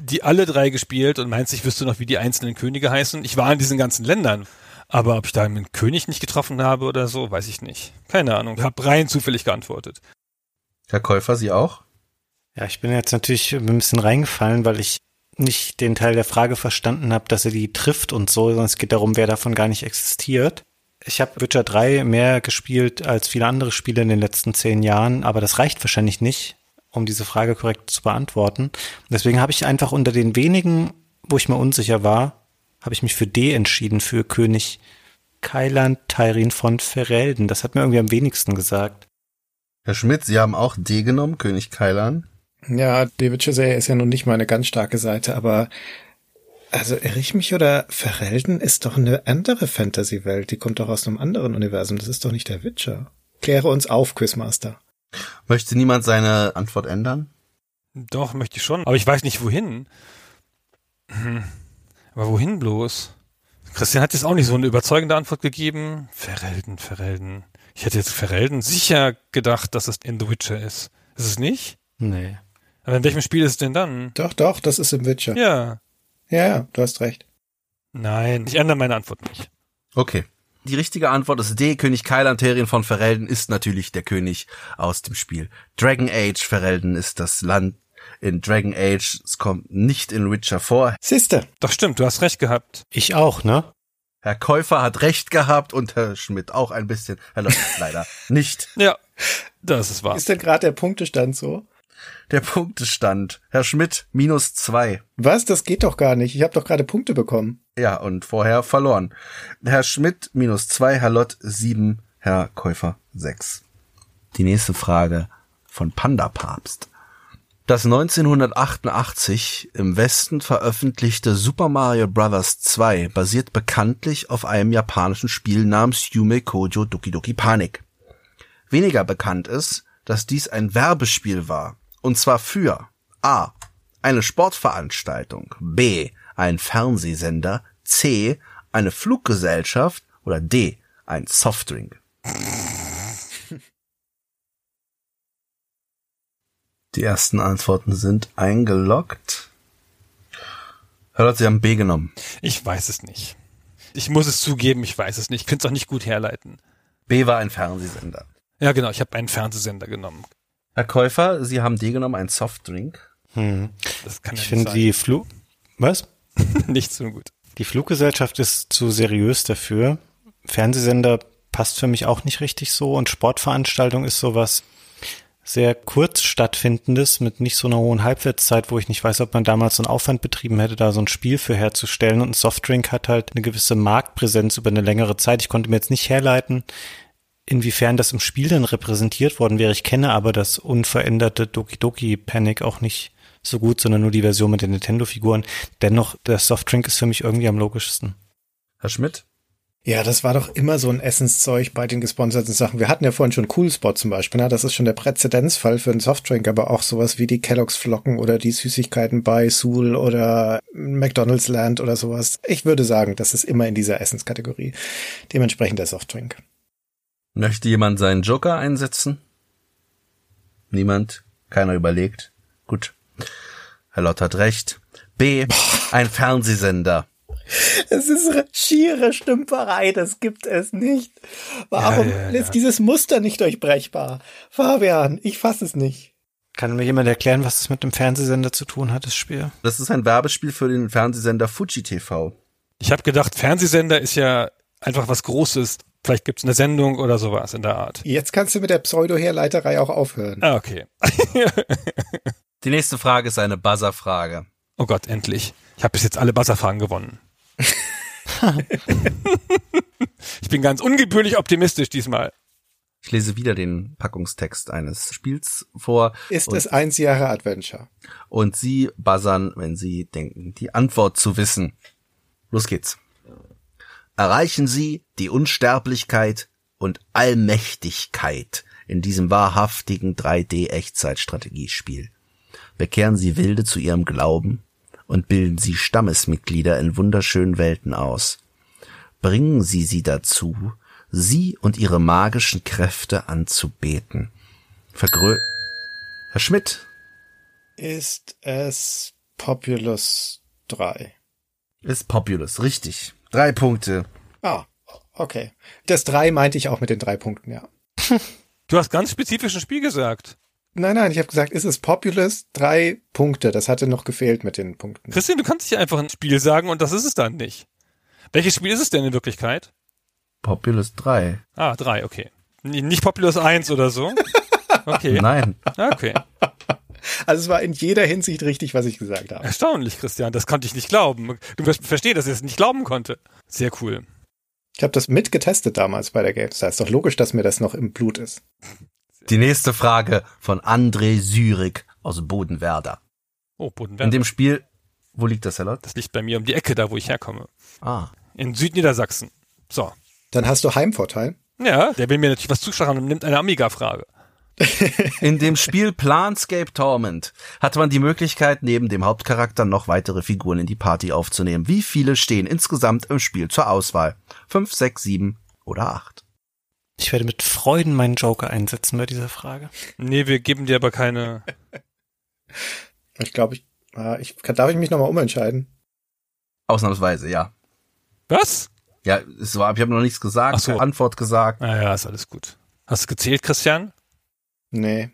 S3: die alle drei gespielt und meinst, ich wüsste noch, wie die einzelnen Könige heißen. Ich war in diesen ganzen Ländern. Aber ob ich da einen König nicht getroffen habe oder so, weiß ich nicht. Keine Ahnung. Ich habe rein zufällig geantwortet.
S5: Herr Käufer, Sie auch?
S4: Ja, ich bin jetzt natürlich ein bisschen reingefallen, weil ich nicht den Teil der Frage verstanden habe, dass er die trifft und so, sondern es geht darum, wer davon gar nicht existiert. Ich habe Witcher 3 mehr gespielt als viele andere Spiele in den letzten zehn Jahren, aber das reicht wahrscheinlich nicht, um diese Frage korrekt zu beantworten. Deswegen habe ich einfach unter den wenigen, wo ich mir unsicher war, habe ich mich für D entschieden, für König Kailan Tyrin von Ferelden. Das hat mir irgendwie am wenigsten gesagt.
S5: Herr Schmidt, Sie haben auch D genommen, König Kailan.
S2: Ja, David Chazelle ist ja nun nicht meine ganz starke Seite, aber also Erich mich oder Verhelden ist doch eine andere Fantasy-Welt. Die kommt doch aus einem anderen Universum. Das ist doch nicht der Witcher. Kläre uns auf, Quizmaster.
S5: Möchte niemand seine Antwort ändern?
S3: Doch, möchte ich schon. Aber ich weiß nicht, wohin. Hm. Aber wohin bloß? Christian hat jetzt auch nicht so eine überzeugende Antwort gegeben. Verhelden, Verhelden. Ich hätte jetzt Verhelden sicher gedacht, dass es in The Witcher ist. Ist es nicht?
S4: Nee.
S3: Aber in welchem Spiel ist es denn dann?
S2: Doch, doch, das ist im Witcher. Ja,
S3: Ja.
S2: ja, du hast recht.
S3: Nein, ich ändere meine Antwort nicht.
S5: Okay.
S1: Die richtige Antwort ist D. König Kailan Terin von Ferelden ist natürlich der König aus dem Spiel. Dragon Age Ferelden ist das Land in Dragon Age. Es kommt nicht in Witcher vor.
S2: Sister,
S3: Doch stimmt, du hast recht gehabt.
S4: Ich auch, ne?
S1: Herr Käufer hat recht gehabt und Herr Schmidt auch ein bisschen. Herr Lott leider nicht.
S3: Ja, das ist wahr.
S2: ist denn gerade der Punktestand so?
S1: Der Punktestand. Herr Schmidt minus zwei.
S2: Was? Das geht doch gar nicht. Ich habe doch gerade Punkte bekommen.
S1: Ja, und vorher verloren. Herr Schmidt minus zwei, Herr Lott sieben, Herr Käufer sechs. Die nächste Frage von Panda Papst. Das 1988 im Westen veröffentlichte Super Mario Bros. 2 basiert bekanntlich auf einem japanischen Spiel namens Yume Kojo Doki Doki Panic. Weniger bekannt ist, dass dies ein Werbespiel war. Und zwar für A. Eine Sportveranstaltung. B. Ein Fernsehsender. C. Eine Fluggesellschaft. Oder D. Ein Softdrink.
S5: Die ersten Antworten sind eingeloggt. Herr Lott, Sie haben B genommen.
S3: Ich weiß es nicht. Ich muss es zugeben, ich weiß es nicht. Ich könnte es auch nicht gut herleiten.
S1: B war ein Fernsehsender.
S3: Ja, genau, ich habe einen Fernsehsender genommen.
S1: Herr Käufer, Sie haben D genommen, ein Softdrink.
S4: Hm.
S3: Das kann ja
S4: Ich
S3: nicht
S4: finde
S3: sein.
S4: die Flug... Was?
S3: nicht so gut.
S4: Die Fluggesellschaft ist zu seriös dafür. Fernsehsender passt für mich auch nicht richtig so und Sportveranstaltung ist sowas sehr kurz stattfindendes mit nicht so einer hohen Halbwertszeit, wo ich nicht weiß, ob man damals so einen Aufwand betrieben hätte, da so ein Spiel für herzustellen. Und ein Softdrink hat halt eine gewisse Marktpräsenz über eine längere Zeit. Ich konnte mir jetzt nicht herleiten, inwiefern das im Spiel dann repräsentiert worden wäre. Ich kenne aber das unveränderte Doki Doki Panic auch nicht so gut, sondern nur die Version mit den Nintendo-Figuren. Dennoch, der Softdrink ist für mich irgendwie am logischsten.
S5: Herr Schmidt?
S2: Ja, das war doch immer so ein Essenszeug bei den gesponserten Sachen. Wir hatten ja vorhin schon Cool Spot zum Beispiel. Ne? Das ist schon der Präzedenzfall für einen Softdrink, aber auch sowas wie die Kellogg's Flocken oder die Süßigkeiten bei Soul oder McDonald's Land oder sowas. Ich würde sagen, das ist immer in dieser Essenskategorie. Dementsprechend der Softdrink.
S1: Möchte jemand seinen Joker einsetzen? Niemand? Keiner überlegt? Gut. Herr Lott hat recht. B. Ein Fernsehsender.
S2: Es ist schiere Stümperei, das gibt es nicht. Warum
S4: ja, ja.
S2: ist dieses Muster nicht durchbrechbar? Fabian, ich fass es nicht.
S4: Kann mir jemand erklären, was es mit dem Fernsehsender zu tun hat, das Spiel?
S1: Das ist ein Werbespiel für den Fernsehsender Fuji TV.
S3: Ich habe gedacht, Fernsehsender ist ja einfach was Großes. Vielleicht gibt's eine Sendung oder sowas in der Art.
S2: Jetzt kannst du mit der Pseudo-Herleiterei auch aufhören.
S3: Ah, okay.
S6: Die nächste Frage ist eine Buzzer-Frage.
S3: Oh Gott, endlich. Ich habe bis jetzt alle Buzzerfragen gewonnen. ich bin ganz ungebührlich optimistisch diesmal.
S1: Ich lese wieder den Packungstext eines Spiels vor
S2: Ist
S1: und,
S2: es eins Jahre Adventure?
S1: und Sie buzzern, wenn Sie denken, die Antwort zu wissen. Los geht's. Erreichen Sie die Unsterblichkeit und Allmächtigkeit in diesem wahrhaftigen 3D-Echtzeitstrategiespiel. Bekehren Sie Wilde zu ihrem Glauben und bilden Sie Stammesmitglieder in wunderschönen Welten aus. bringen sie sie dazu, sie und ihre magischen Kräfte anzubeten. Vergrö... Herr Schmidt,
S2: Ist es Populous 3?
S1: ist Populous, richtig. Drei Punkte.
S2: Ah, okay. Das 3 meinte ich auch mit den drei Punkten, ja.
S3: Du hast ganz spezifisch ein Spiel gesagt.
S2: Nein, nein, ich habe gesagt, ist es Populous? Drei Punkte. Das hatte noch gefehlt mit den Punkten.
S3: Christian, du kannst dich einfach ein Spiel sagen und das ist es dann nicht. Welches Spiel ist es denn in Wirklichkeit?
S1: Populous drei.
S3: Ah, drei, okay. N- Nicht Populous 1 oder so. Okay.
S1: Nein,
S3: Ah, Okay.
S2: Also es war in jeder Hinsicht richtig, was ich gesagt habe.
S3: Erstaunlich, Christian. Das konnte ich nicht glauben. Du wirst verstehen, dass ich es nicht glauben konnte. Sehr cool.
S2: Ich habe das mitgetestet damals bei der GameStar. Ist doch logisch, dass mir das noch im Blut ist.
S1: die nächste Frage von André Syrik aus Bodenwerder.
S3: Oh, Bodenwerder.
S1: In dem Spiel... Wo liegt das, Herr Lott?
S3: das liegt bei mir um die Ecke, da wo ich herkomme.
S1: Ah,
S3: In Südniedersachsen. So.
S2: Dann hast du Heimvorteil.
S3: Ja, der will mir natürlich was zuschlagen und nimmt eine Amiga-Frage.
S1: In dem Spiel Planscape Torment hat man die Möglichkeit, neben dem Hauptcharakter noch weitere Figuren in die Party aufzunehmen. Wie viele stehen insgesamt im Spiel zur Auswahl? Fünf, sechs, sieben oder acht?
S4: Ich werde mit Freuden meinen Joker einsetzen bei dieser Frage.
S3: Nee, wir geben dir aber keine.
S2: Ich glaube, ich, äh, ich kann, darf ich mich nochmal umentscheiden?
S1: Ausnahmsweise, ja.
S3: Was?
S1: Ja, es war, ich habe noch nichts gesagt,
S3: Ach so.
S1: keine Antwort gesagt.
S3: Naja, Ah ist alles gut. Hast du gezählt, Christian?
S2: Nee.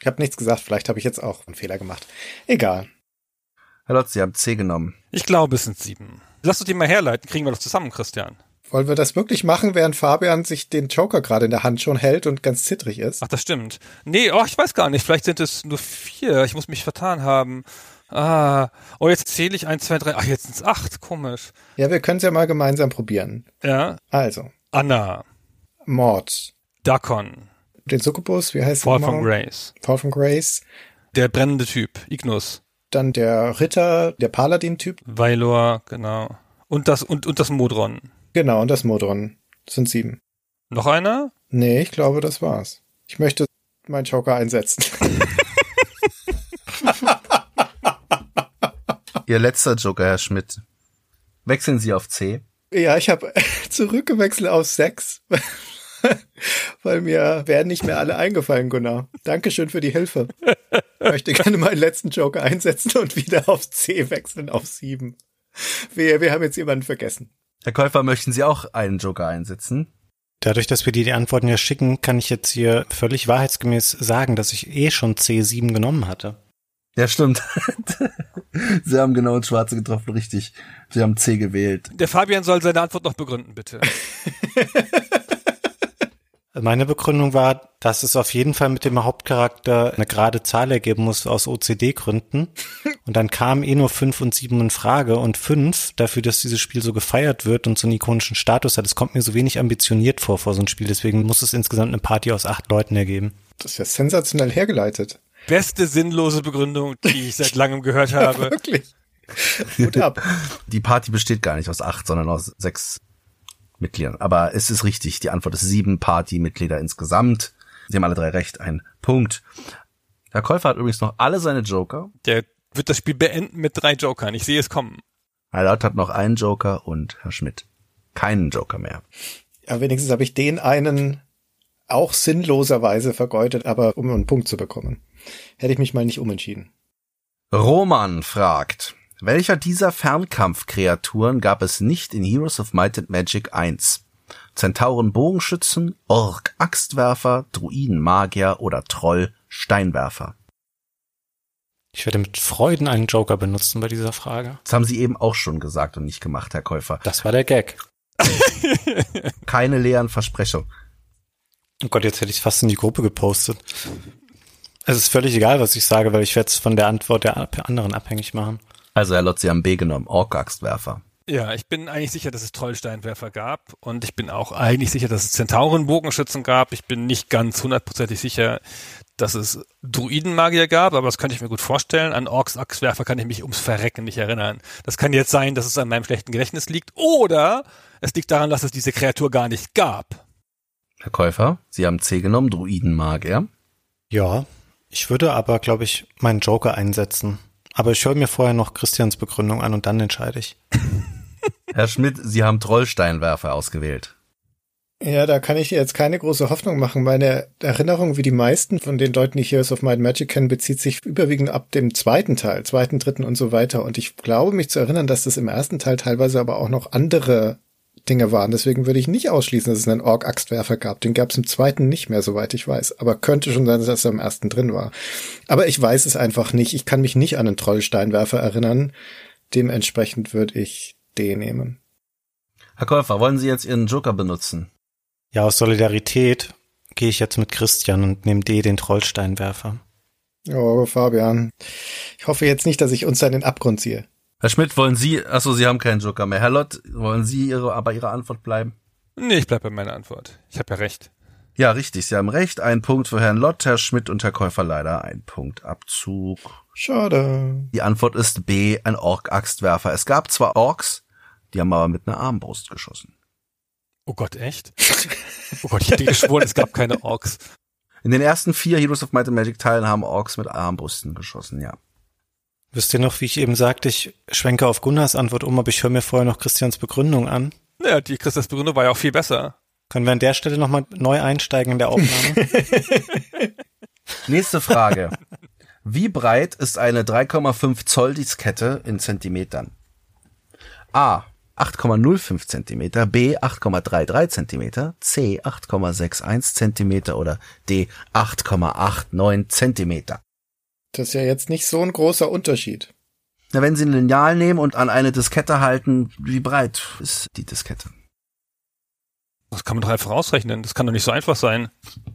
S2: Ich habe nichts gesagt. Vielleicht habe ich jetzt auch einen Fehler gemacht. Egal.
S1: Herr Lotz, Sie haben C genommen.
S3: Ich glaube, es sind sieben. Lass uns die mal herleiten, kriegen wir das zusammen, Christian.
S2: Wollen wir das wirklich machen, während Fabian sich den Joker gerade in der Hand schon hält und ganz zittrig ist?
S3: Ach, das stimmt. Nee, oh, ich weiß gar nicht. Vielleicht sind es nur vier. Ich muss mich vertan haben. Ah, oh, jetzt zähle ich eins, zwei, drei. Ach, jetzt sind es acht. Komisch.
S2: Ja, wir können es ja mal gemeinsam probieren.
S3: Ja.
S2: Also,
S3: Anna,
S2: Mord.
S3: Dakon,
S2: Den Succubus, wie heißt
S3: Paul
S2: der
S3: von
S2: genau?
S3: Grace,
S2: Paul von Grace.
S3: der brennende Typ, Ignus,
S2: Dann der Ritter, der Paladin-Typ.
S3: Vailor, genau. Und das, und, und das Modron.
S2: Genau, und das Modron. Das sind sieben.
S3: Noch einer?
S2: Nee, ich glaube, das war's. Ich möchte meinen Joker einsetzen.
S1: Ihr letzter Joker, Herr Schmidt. Wechseln Sie auf C.
S2: Ja, ich habe zurückgewechselt auf sechs, weil mir werden nicht mehr alle eingefallen, Gunnar. Dankeschön für die Hilfe. Ich möchte gerne meinen letzten Joker einsetzen und wieder auf C wechseln, auf sieben. Wir, wir haben jetzt jemanden vergessen.
S1: Herr Käufer, möchten Sie auch einen Joker einsetzen?
S4: Dadurch, dass wir dir die Antworten ja schicken, kann ich jetzt hier völlig wahrheitsgemäß sagen, dass ich eh schon C7 genommen hatte.
S1: Ja, stimmt. Sie haben genau ins Schwarze getroffen, richtig. Sie haben C gewählt.
S3: Der Fabian soll seine Antwort noch begründen, bitte.
S4: Meine Begründung war, dass es auf jeden Fall mit dem Hauptcharakter eine gerade Zahl ergeben muss aus OCD-Gründen. Und dann kamen eh nur fünf und sieben in Frage. Und fünf dafür, dass dieses Spiel so gefeiert wird und so einen ikonischen Status hat, das kommt mir so wenig ambitioniert vor, vor so einem Spiel. Deswegen muss es insgesamt eine Party aus acht Leuten ergeben.
S2: Das ist ja sensationell hergeleitet.
S3: Beste sinnlose Begründung, die ich seit langem gehört habe.
S2: Wirklich. Gut ab.
S1: Die Party besteht gar nicht aus acht, sondern aus sechs Mitgliedern. Aber es ist richtig, die Antwort ist sieben Partymitglieder insgesamt. Sie haben alle drei recht, ein Punkt. Herr Käufer hat übrigens noch alle seine Joker.
S3: Der wird das Spiel beenden mit drei Jokern. Ich sehe es kommen.
S1: Herr Laut hat noch einen Joker und Herr Schmidt keinen Joker mehr.
S2: Ja, wenigstens habe ich den einen auch sinnloserweise vergeudet, aber um einen Punkt zu bekommen. Hätte ich mich mal nicht umentschieden.
S1: Roman fragt, welcher dieser Fernkampfkreaturen gab es nicht in Heroes of Might and Magic 1? Zentauren Bogenschützen, Ork Axtwerfer, Druiden Magier oder Troll Steinwerfer?
S4: Ich werde mit Freuden einen Joker benutzen bei dieser Frage.
S1: Das haben Sie eben auch schon gesagt und nicht gemacht, Herr Käufer.
S4: Das war der Gag.
S1: Keine leeren Versprechungen.
S4: Oh Gott, jetzt hätte ich fast in die Gruppe gepostet. Es ist völlig egal, was ich sage, weil ich werde es von der Antwort der ab- anderen abhängig machen.
S1: Also Herr Lott, Sie haben B genommen, Ork-Axtwerfer.
S3: Ja, ich bin eigentlich sicher, dass es Trollsteinwerfer gab und ich bin auch eigentlich sicher, dass es Zentaurenbogenschützen gab. Ich bin nicht ganz hundertprozentig sicher, dass es Druidenmagier gab, aber das könnte ich mir gut vorstellen. An Orks Axtwerfer kann ich mich ums Verrecken nicht erinnern. Das kann jetzt sein, dass es an meinem schlechten Gedächtnis liegt oder es liegt daran, dass es diese Kreatur gar nicht gab.
S1: Herr Käufer, Sie haben C genommen, Druidenmagier.
S4: Ja, ich würde aber, glaube ich, meinen Joker einsetzen. Aber ich höre mir vorher noch Christians Begründung an und dann entscheide ich.
S1: Herr Schmidt, Sie haben Trollsteinwerfer ausgewählt.
S2: Ja, da kann ich dir jetzt keine große Hoffnung machen. Meine Erinnerung, wie die meisten von den Leuten, die Heroes of Might and Magic kennen, bezieht sich überwiegend ab dem zweiten Teil, zweiten, dritten und so weiter. Und ich glaube, mich zu erinnern, dass das im ersten Teil teilweise aber auch noch andere Dinge waren. Deswegen würde ich nicht ausschließen, dass es einen Ork-Axtwerfer gab. Den gab es im zweiten nicht mehr, soweit ich weiß. Aber könnte schon sein, dass das im ersten drin war. Aber ich weiß es einfach nicht. Ich kann mich nicht an einen Trollsteinwerfer erinnern. Dementsprechend würde ich D nehmen.
S1: Herr Käufer, wollen Sie jetzt Ihren Joker benutzen?
S4: Ja, aus Solidarität gehe ich jetzt mit Christian und nehme D den Trollsteinwerfer.
S2: Oh, Fabian. Ich hoffe jetzt nicht, dass ich uns da in den Abgrund ziehe.
S1: Herr Schmidt, wollen Sie, achso, Sie haben keinen Joker mehr. Herr Lott, wollen Sie Ihre, aber Ihre Antwort bleiben?
S3: Nee, ich bleib bei meiner Antwort. Ich habe ja recht.
S1: Ja, richtig, Sie haben recht. Ein Punkt für Herrn Lott, Herr Schmidt und Herr Käufer leider. Ein Punkt Abzug.
S2: Schade.
S1: Die Antwort ist B, ein Ork-Axtwerfer. Es gab zwar Orks, die haben aber mit einer Armbrust geschossen.
S3: Oh Gott, echt? Oh Gott, ich hätte geschworen, es gab keine Orks.
S1: In den ersten vier Heroes of Might and Magic Teilen haben Orks mit Armbrüsten geschossen, ja.
S4: Wisst ihr noch, wie ich eben sagte, ich schwenke auf Gunnars Antwort um, aber ich höre mir vorher noch Christians Begründung an.
S3: Naja, die Christus Begründung war ja auch viel besser.
S4: Können wir an der Stelle nochmal neu einsteigen in der Aufnahme?
S1: Nächste Frage. Wie breit ist eine 3,5 Zoll Diskette in Zentimetern? A. 8,05 Zentimeter, B. 8,33 Zentimeter, C. 8,61 Zentimeter oder D. 8,89 Zentimeter.
S2: Das ist ja jetzt nicht so ein großer Unterschied.
S1: Na, wenn Sie ein Lineal nehmen und an eine Diskette halten, wie breit ist die Diskette?
S3: Das kann man doch einfach ausrechnen. Das kann doch nicht so einfach sein.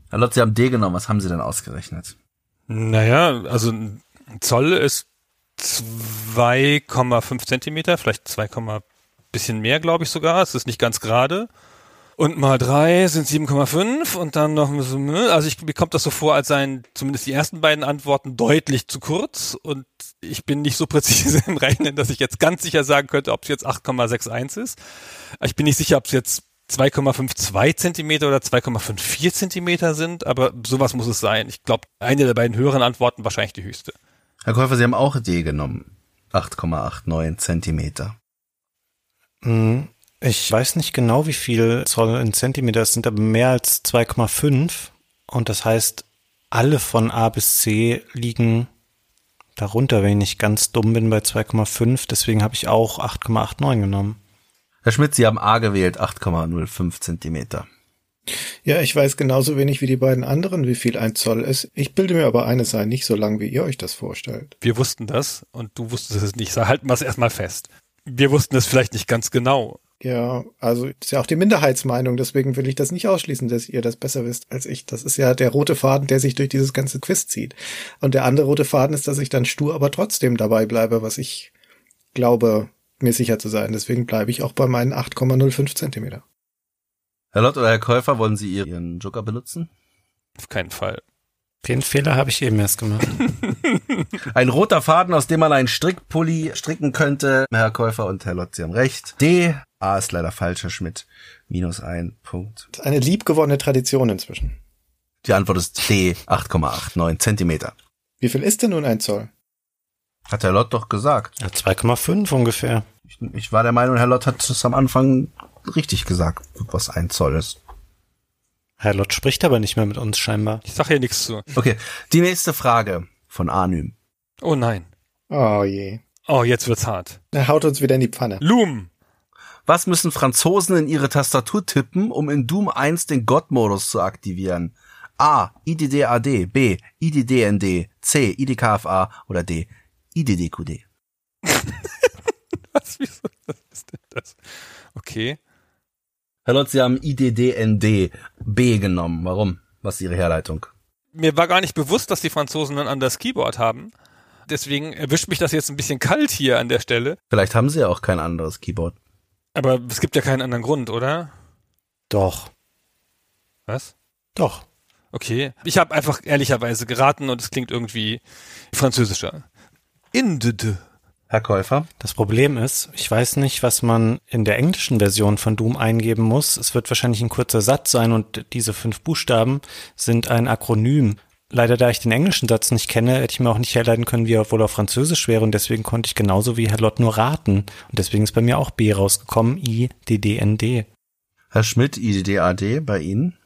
S1: Herr Lott, Sie haben D genommen. Was haben Sie denn ausgerechnet?
S3: Naja, also ein Zoll ist 2,5 Zentimeter, vielleicht 2, Komma- bisschen mehr, glaube ich sogar. Es ist nicht ganz gerade. Und mal 3 sind 7,5 und dann noch ein bisschen, ne? also ich, mir kommt das so vor, als seien zumindest die ersten beiden Antworten deutlich zu kurz und ich bin nicht so präzise im Rechnen, dass ich jetzt ganz sicher sagen könnte, ob es jetzt 8,61 ist. Ich bin nicht sicher, ob es jetzt 2,52 Zentimeter oder 2,54 Zentimeter sind, aber sowas muss es sein. Ich glaube, eine der beiden höheren Antworten wahrscheinlich die höchste.
S1: Herr Käufer, Sie haben auch D genommen. 8,89 Zentimeter.
S4: Hm, ich weiß nicht genau, wie viel Zoll in Zentimeter es sind, aber mehr als 2,5. Und das heißt, alle von A bis C liegen darunter, wenn ich nicht ganz dumm bin bei 2,5. Deswegen habe ich auch 8,89 genommen.
S1: Herr Schmidt, Sie haben A gewählt, 8,05 Zentimeter.
S2: Ja, ich weiß genauso wenig wie die beiden anderen, wie viel ein Zoll ist. Ich bilde mir aber eine sei nicht so lang, wie ihr euch das vorstellt.
S3: Wir wussten das und du wusstest es nicht. So, Halten wir es erstmal fest. Wir wussten es vielleicht nicht ganz genau.
S2: Ja, also ist ja auch die Minderheitsmeinung, deswegen will ich das nicht ausschließen, dass ihr das besser wisst als ich. Das ist ja der rote Faden, der sich durch dieses ganze Quiz zieht. Und der andere rote Faden ist, dass ich dann stur, aber trotzdem dabei bleibe, was ich glaube, mir sicher zu sein. Deswegen bleibe ich auch bei meinen 8,05 Zentimeter.
S1: Herr Lott oder Herr Käufer, wollen Sie Ihren Joker benutzen?
S3: Auf keinen Fall.
S4: Den Fehler habe ich eben erst gemacht.
S1: Ein roter Faden, aus dem man einen Strickpulli stricken könnte. Herr Käufer und Herr Lott, Sie haben recht. D. A ist leider falsch, Herr Schmidt. Minus ein Punkt.
S2: Das ist eine liebgewonnene Tradition inzwischen.
S1: Die Antwort ist D. 8,89 Zentimeter.
S2: Wie viel ist denn nun ein Zoll?
S1: Hat Herr Lott doch gesagt.
S4: Ja, 2,5 ungefähr.
S1: Ich, ich war der Meinung, Herr Lott hat es am Anfang richtig gesagt, was ein Zoll ist.
S4: Herr Lott spricht aber nicht mehr mit uns scheinbar.
S3: Ich sage hier nichts zu.
S1: Okay, die nächste Frage von Anym.
S3: Oh nein.
S2: Oh je.
S3: Oh, jetzt wird's hart.
S2: Er haut uns wieder in die Pfanne.
S3: Loom.
S1: Was müssen Franzosen in ihre Tastatur tippen, um in Doom 1 den God-Modus zu aktivieren? A. IDDAD. B. IDDND. C. IDKFA. Oder D. IDDQD.
S3: Was, wieso, was ist denn das? Okay.
S1: Herr Lott, Sie haben IDDND B genommen. Warum? Was ist Ihre Herleitung?
S3: Mir war gar nicht bewusst, dass die Franzosen ein anderes Keyboard haben. Deswegen erwischt mich das jetzt ein bisschen kalt hier an der Stelle.
S1: Vielleicht haben Sie ja auch kein anderes Keyboard.
S3: Aber es gibt ja keinen anderen Grund, oder?
S4: Doch,
S3: Was?
S4: doch.
S3: Okay. Ich habe einfach ehrlicherweise geraten und es klingt irgendwie französischer. Indede.
S1: Herr Käufer?
S4: Das Problem ist, ich weiß nicht, was man in der englischen Version von Doom eingeben muss. Es wird wahrscheinlich ein kurzer Satz sein und diese fünf Buchstaben sind ein Akronym. Leider, da ich den englischen Satz nicht kenne, hätte ich mir auch nicht herleiten können, wie er wohl auf Französisch wäre und deswegen konnte ich genauso wie Herr Lott nur raten. Und deswegen ist bei mir auch B rausgekommen, I, D, D, N, D.
S1: Herr Schmidt, IDDAD bei Ihnen?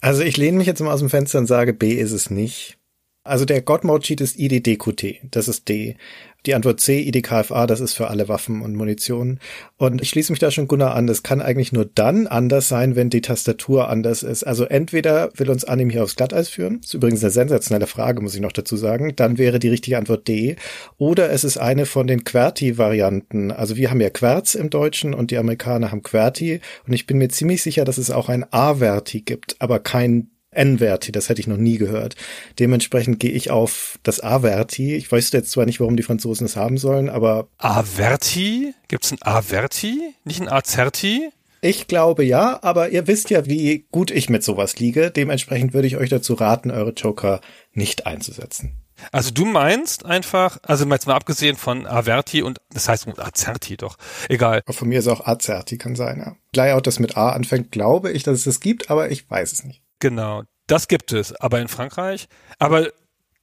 S2: Also ich lehne mich jetzt mal aus dem Fenster und sage, B ist es nicht. Also der God-Mode-Cheat ist IDDQT, das ist D. Die Antwort C, IDKFA, das ist für alle Waffen und Munition. Und ich schließe mich da schon Gunnar an, das kann eigentlich nur dann anders sein, wenn die Tastatur anders ist. Also entweder will uns Anim hier aufs Glatteis führen, ist übrigens eine sensationelle Frage, muss ich noch dazu sagen, dann wäre die richtige Antwort D. Oder es ist eine von den QWERTY-Varianten. Also wir haben ja Querz im Deutschen und die Amerikaner haben QWERTY. Und ich bin mir ziemlich sicher, dass es auch ein A-Verti gibt, aber kein N-Verti, das hätte ich noch nie gehört. Dementsprechend gehe ich auf das A-Verti. Ich weiß jetzt zwar nicht, warum die Franzosen es haben sollen, aber
S3: Averti? Gibt's ein Averti? Nicht ein Azerti?
S2: ich glaube ja, aber ihr wisst ja, wie gut ich mit sowas liege. Dementsprechend würde ich euch dazu raten, eure Joker nicht einzusetzen.
S3: Also du meinst einfach, also mal jetzt mal abgesehen von Averti und das heißt Azerti doch. Egal.
S2: Auch von mir ist auch Azerti, kann sein, ja. Layout, das mit A anfängt, glaube ich, dass es das gibt, aber ich weiß es nicht.
S3: Genau, das gibt es, aber in Frankreich. Aber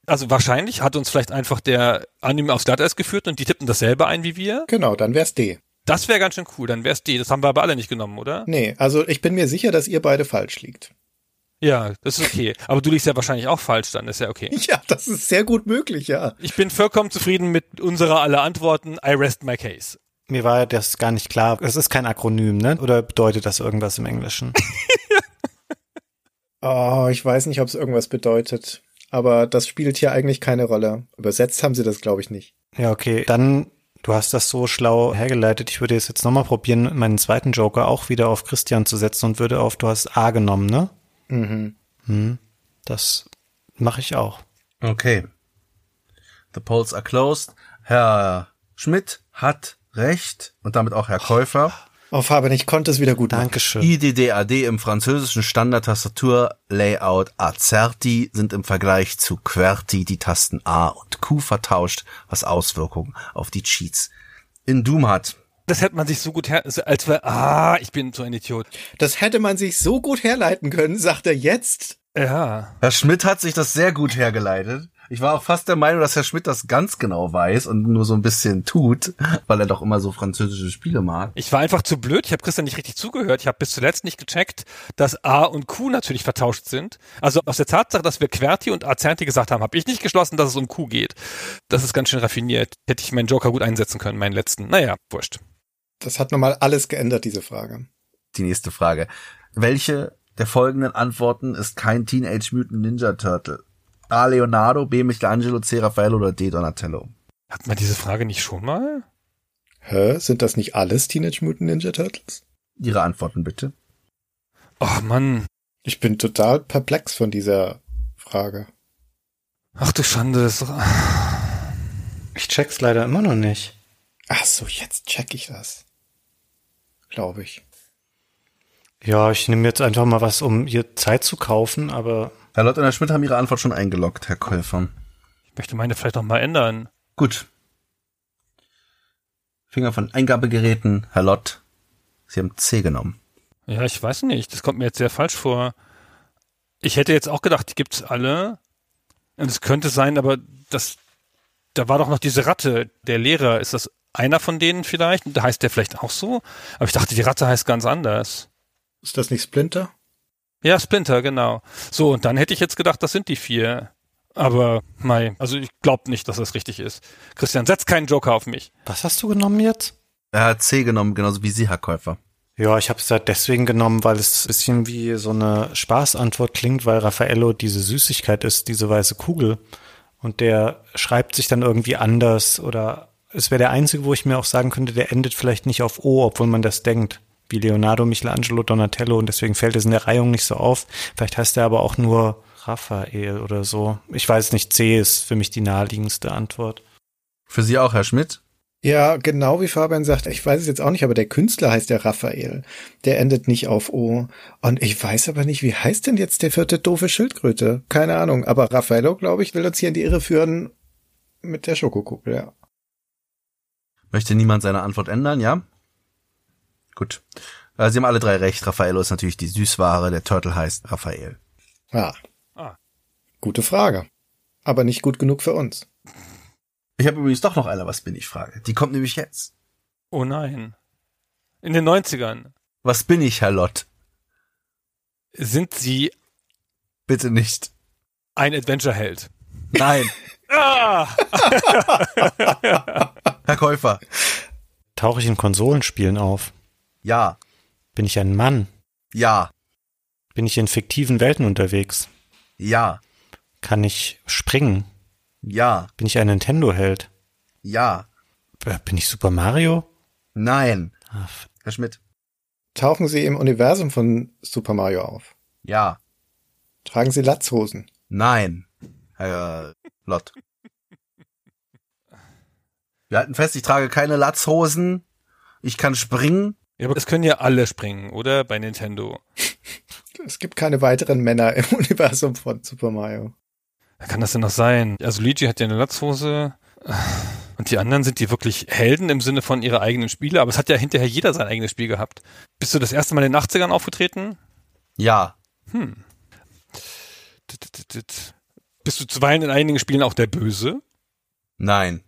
S3: also wahrscheinlich hat uns vielleicht einfach der Anime aufs Glatteis geführt und die tippen dasselbe ein wie wir.
S2: Genau, dann wär's D.
S3: Das wäre ganz schön cool, dann wär's die. Das haben wir aber alle nicht genommen, oder?
S2: Nee, also ich bin mir sicher, dass ihr beide falsch liegt.
S3: Ja, das ist okay. Aber du liegst ja wahrscheinlich auch falsch, dann ist ja okay.
S2: Ja, das ist sehr gut möglich, ja.
S3: Ich bin vollkommen zufrieden mit unserer aller Antworten. I rest my case.
S4: Mir war das gar nicht klar. Es ist kein Akronym, ne? Oder bedeutet das irgendwas im Englischen?
S2: Oh, ich weiß nicht, ob es irgendwas bedeutet. Aber das spielt hier eigentlich keine Rolle. Übersetzt haben sie das, glaube ich, nicht.
S4: Ja, okay. Dann, du hast das so schlau hergeleitet. Ich würde es jetzt nochmal probieren, meinen zweiten Joker auch wieder auf Christian zu setzen und würde auf, du hast A genommen, ne?
S2: Mhm.
S4: Hm. Das mache ich auch.
S1: Okay. The polls are closed. Herr Schmidt hat recht und damit auch Herr Käufer.
S2: Oh, Fabian, ich konnte es wieder gut machen.
S4: Dankeschön.
S1: IDDAD im französischen Standard-Tastatur-Layout Azerti sind im Vergleich zu QWERTY die Tasten A und Q vertauscht, was Auswirkungen auf die Cheats in Doom hat.
S3: Das hätte man sich so gut her, als wir, ah, ich bin so ein Idiot.
S2: Das hätte man sich so gut herleiten können, sagt er jetzt.
S3: Ja.
S1: Herr Schmidt hat sich das sehr gut hergeleitet. Ich war auch fast der Meinung, dass Herr Schmidt das ganz genau weiß und nur so ein bisschen tut, weil er doch immer so französische Spiele mag.
S3: Ich war einfach zu blöd. Ich habe Christian nicht richtig zugehört. Ich habe bis zuletzt nicht gecheckt, dass A und Q natürlich vertauscht sind. Also aus der Tatsache, dass wir QWERTY und Azerti gesagt haben, habe ich nicht geschlossen, dass es um Q geht. Das ist ganz schön raffiniert. Hätte ich meinen Joker gut einsetzen können, meinen letzten. Naja, wurscht.
S2: Das hat nochmal alles geändert, diese Frage.
S1: Die nächste Frage. Welche der folgenden Antworten ist kein Teenage Mutant Ninja Turtle? A. Leonardo, B. Michelangelo, C. Raffaello oder D. Donatello?
S3: Hat man diese Frage nicht schon mal?
S2: Hä? Sind das nicht alles Teenage Mutant Ninja Turtles?
S1: Ihre Antworten bitte.
S3: Ach Oh, Mann.
S2: Ich bin total perplex von dieser Frage.
S3: Ach du Schande, das ist doch.
S4: Ich check's leider immer noch nicht.
S2: Ach so, jetzt check ich das. Glaube ich.
S4: Ja, ich nehme jetzt einfach mal was, um ihr Zeit zu kaufen, aber
S1: Herr Lott und Herr Schmidt haben Ihre Antwort schon eingeloggt, Herr Käufer.
S3: Ich möchte meine vielleicht noch mal ändern.
S1: Gut. Finger von Eingabegeräten, Herr Lott. Sie haben C genommen.
S3: Ja, ich weiß nicht. Das kommt mir jetzt sehr falsch vor. Ich hätte jetzt auch gedacht, die gibt's alle. Und es könnte sein, aber das, da war doch noch diese Ratte, der Lehrer. Ist das einer von denen vielleicht? Und heißt der vielleicht auch so? Aber ich dachte, die Ratte heißt ganz anders.
S2: Ist das nicht Splinter?
S3: Ja, Splinter, genau. So, und dann hätte ich jetzt gedacht, das sind die vier. Aber, mei, also ich glaube nicht, dass das richtig ist. Christian, setz keinen Joker auf mich.
S4: Was hast du genommen jetzt?
S1: Er hat C genommen, genauso wie Sie, Herr Käufer.
S4: Ja, ich habe es halt deswegen genommen, weil es ein bisschen wie so eine Spaßantwort klingt, weil Raffaello diese Süßigkeit ist, diese weiße Kugel. Und der schreibt sich dann irgendwie anders oder es wäre der einzige, wo ich mir auch sagen könnte, der endet vielleicht nicht auf O, obwohl man das denkt. Wie Leonardo, Michelangelo, Donatello und deswegen fällt es in der Reihung nicht so auf. Vielleicht heißt er aber auch nur Raphael oder so. Ich weiß nicht, C ist für mich die naheliegendste Antwort.
S1: Für Sie auch, Herr Schmidt?
S2: Ja, genau wie Fabian sagt, ich weiß es jetzt auch nicht, aber der Künstler heißt ja Raphael. Der endet nicht auf O. Und ich weiß aber nicht, wie heißt denn jetzt der vierte doofe Schildkröte? Keine Ahnung. Aber Raffaello, glaube ich, will uns hier in die Irre führen mit der Schokokugel, ja.
S1: Möchte niemand seine Antwort ändern, ja? Gut. Äh, Sie haben alle drei recht. Raffaello ist natürlich die Süßware. Der Turtle heißt Raphael.
S2: Ja.
S3: Ah.
S2: Gute Frage. Aber nicht gut genug für uns.
S1: Ich habe übrigens doch noch eine Was bin ich Frage. Die kommt nämlich jetzt.
S3: Oh nein. In den 90ern.
S1: Was bin ich, Herr Lott?
S3: Sind sie
S1: Bitte nicht.
S3: ein Adventure-Held?
S1: Nein.
S3: Ah!
S1: Herr Käufer.
S4: Tauche ich in Konsolenspielen auf?
S1: Ja.
S4: Bin ich ein Mann?
S1: Ja.
S4: Bin ich in fiktiven Welten unterwegs?
S1: Ja.
S4: Kann ich springen?
S1: Ja.
S4: Bin ich ein Nintendo-Held?
S1: Ja.
S4: Äh, Bin ich Super Mario?
S1: Nein.
S4: Ah, f-
S1: Herr Schmidt.
S2: Tauchen Sie im Universum von Super Mario auf?
S1: Ja.
S2: Tragen Sie Latzhosen?
S1: Nein. Herr Lott. Wir halten fest, ich trage keine Latzhosen. Ich kann springen.
S3: Ja, aber es können ja alle springen, oder? Bei Nintendo.
S2: Es gibt keine weiteren Männer im Universum von Super Mario.
S3: Wer kann das denn noch sein? Also Luigi hat ja eine Latzhose. Und die anderen sind die wirklich Helden im Sinne von ihre eigenen Spiele, aber es hat ja hinterher jeder sein eigenes Spiel gehabt. Bist du das erste Mal in den 80ern aufgetreten?
S1: Ja.
S3: Hm. Tit, tit, tit. Bist du zuweilen in einigen Spielen auch der Böse?
S1: Nein.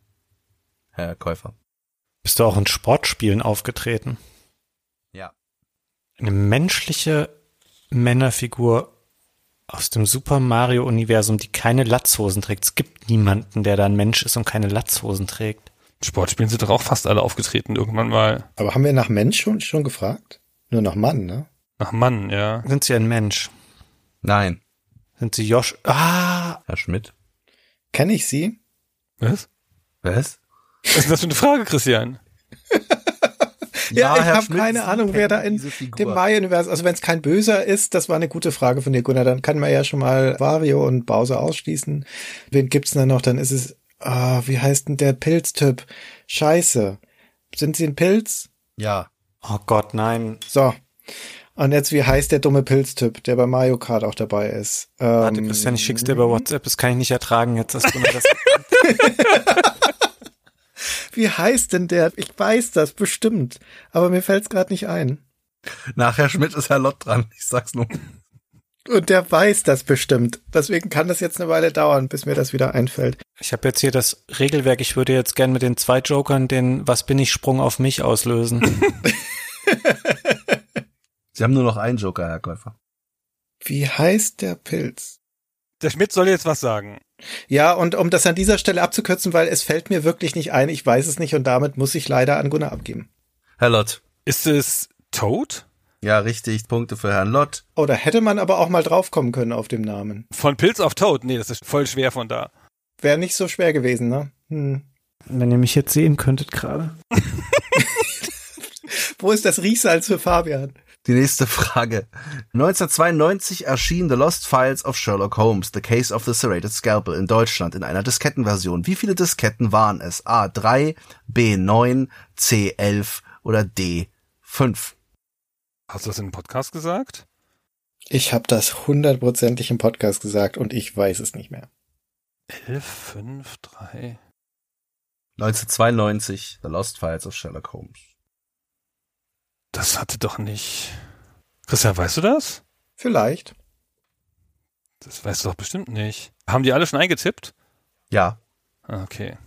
S1: Herr Käufer.
S4: Bist du auch in Sportspielen aufgetreten?
S1: Ja.
S4: Eine menschliche Männerfigur aus dem Super Mario-Universum, die keine Latzhosen trägt. Es gibt niemanden, der da ein Mensch ist und keine Latzhosen trägt.
S3: In Sportspielen sind doch auch fast alle aufgetreten irgendwann mal.
S2: Aber haben wir nach Mensch schon, schon gefragt? Nur nach Mann, ne?
S3: Nach Mann, ja.
S4: Sind sie ein Mensch?
S1: Nein.
S4: Sind sie Josh? Ah!
S1: Herr Schmidt.
S2: Kenne ich Sie?
S3: Was?
S1: Was?
S3: Was ist denn das für eine Frage, Christian?
S2: Ja, ich
S1: Herr
S2: habe
S1: Schmidt,
S2: keine
S1: Sie
S2: Ahnung, wer
S1: kennen
S2: da in
S1: diese Figur.
S2: dem Mario-Universum, also wenn es kein Böser ist, das war eine gute Frage von dir, Gunnar, dann kann man ja schon mal Wario und Bowser ausschließen. Wen gibt's denn da noch? Dann ist es, ah, wie heißt denn der Pilztyp? Scheiße. Sind Sie ein Pilz?
S1: Ja.
S4: Oh Gott, nein.
S2: So. Und jetzt, wie heißt der dumme Pilztyp, der bei Mario Kart auch dabei ist? Ähm,
S4: Warte, Christian, ich schick's dir über WhatsApp. Das kann ich nicht ertragen. Jetzt hast du mir das.
S2: Wie heißt denn der? Ich weiß das bestimmt, aber mir fällt's gerade nicht ein.
S1: Nach Herr Schmidt ist Herr Lott dran. Ich sag's nur.
S2: Und der weiß das bestimmt. Deswegen kann das jetzt eine Weile dauern, bis mir das wieder einfällt.
S4: Ich habe jetzt hier das Regelwerk. Ich würde jetzt gern mit den zwei Jokern den Was bin ich Sprung auf mich auslösen.
S1: Sie haben nur noch einen Joker, Herr Käufer.
S2: Wie heißt der Pilz?
S3: Der Schmidt soll jetzt was sagen.
S2: Ja, und um das an dieser Stelle abzukürzen, weil es fällt mir wirklich nicht ein, ich weiß es nicht und damit muss ich leider an Gunnar abgeben.
S1: Herr Lott.
S3: Ist es Toad?
S1: Ja, richtig. Punkte für Herrn Lott.
S2: Oder hätte man aber auch mal draufkommen können auf dem Namen.
S3: Von Pilz auf Toad? Nee, das ist voll schwer von da.
S2: Wäre nicht so schwer gewesen, ne? Hm.
S4: Wenn ihr mich jetzt sehen könntet gerade.
S2: Wo ist das Riechsalz für Fabian?
S1: Die nächste Frage. 1992 erschien The Lost Files of Sherlock Holmes, The Case of the Serrated Scalpel in Deutschland in einer Diskettenversion. Wie viele Disketten waren es? A3, B9, C11 oder D5?
S3: Hast du das in einem Podcast gesagt?
S2: Ich habe das hundertprozentig im Podcast gesagt und ich weiß es nicht mehr.
S3: 11, 5, 3.
S1: 1992, The Lost Files of Sherlock Holmes.
S3: Das hatte doch nicht. Christian, weißt du das?
S2: Vielleicht.
S3: Das weißt du doch bestimmt nicht. Haben die alle schon eingetippt?
S1: Ja.
S3: Ah, Okay.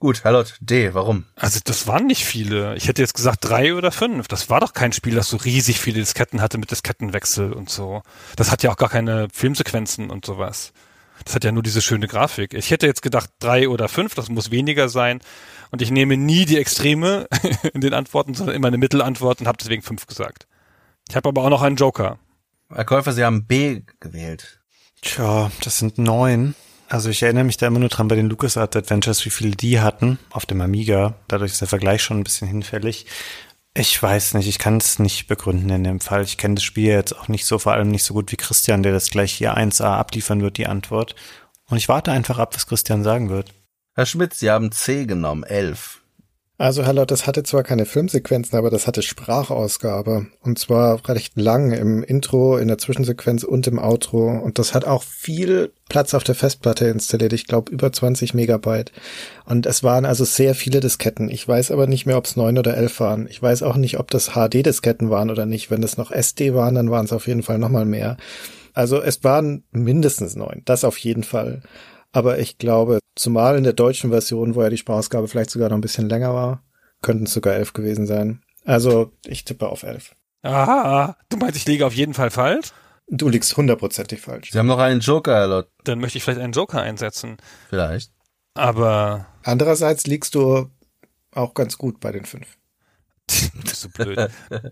S1: Gut, Herr D, warum?
S3: Also das waren nicht viele. Ich hätte jetzt gesagt drei oder fünf. Das war doch kein Spiel, das so riesig viele Disketten hatte mit Diskettenwechsel und so. Das hat ja auch gar keine Filmsequenzen und sowas. Das hat ja nur diese schöne Grafik. Ich hätte jetzt gedacht drei oder fünf, das muss weniger sein. Und ich nehme nie die Extreme in den Antworten, sondern immer eine Mittelantwort und habe deswegen fünf gesagt. Ich habe aber auch noch einen Joker.
S1: Herr Käufer, Sie haben B gewählt.
S4: Tja, das sind neun. Also ich erinnere mich da immer nur dran bei den LucasArts Adventures, wie viele die hatten auf dem Amiga. Dadurch ist der Vergleich schon ein bisschen hinfällig. Ich weiß nicht, ich kann es nicht begründen in dem Fall. Ich kenne das Spiel jetzt auch nicht so, vor allem nicht so gut wie Christian, der das gleich hier 1a abliefern wird, die Antwort. Und ich warte einfach ab, was Christian sagen wird.
S1: Herr Schmidt, Sie haben C genommen, 11.
S2: Also Herr Lott, das hatte zwar keine Filmsequenzen, aber das hatte Sprachausgabe. Und zwar recht lang im Intro, in der Zwischensequenz und im Outro. Und das hat auch viel Platz auf der Festplatte installiert. Ich glaube über 20 Megabyte. Und es waren also sehr viele Disketten. Ich weiß aber nicht mehr, ob es 9 oder 11 waren. Ich weiß auch nicht, ob das HD-Disketten waren oder nicht. Wenn das noch SD waren, dann waren es auf jeden Fall nochmal mehr. Also es waren mindestens neun. Das auf jeden Fall. Aber ich glaube, zumal in der deutschen Version, wo ja die Sprachausgabe vielleicht sogar noch ein bisschen länger war, könnten es sogar elf gewesen sein. Also ich tippe auf elf.
S3: Ah, du meinst, ich liege auf jeden Fall falsch?
S2: Du liegst hundertprozentig falsch.
S1: Sie haben noch einen Joker, Herr Lott.
S3: Dann möchte ich vielleicht einen Joker einsetzen.
S1: Vielleicht.
S3: Aber
S2: Andererseits liegst du auch ganz gut bei den fünf.
S3: Du bist so blöd.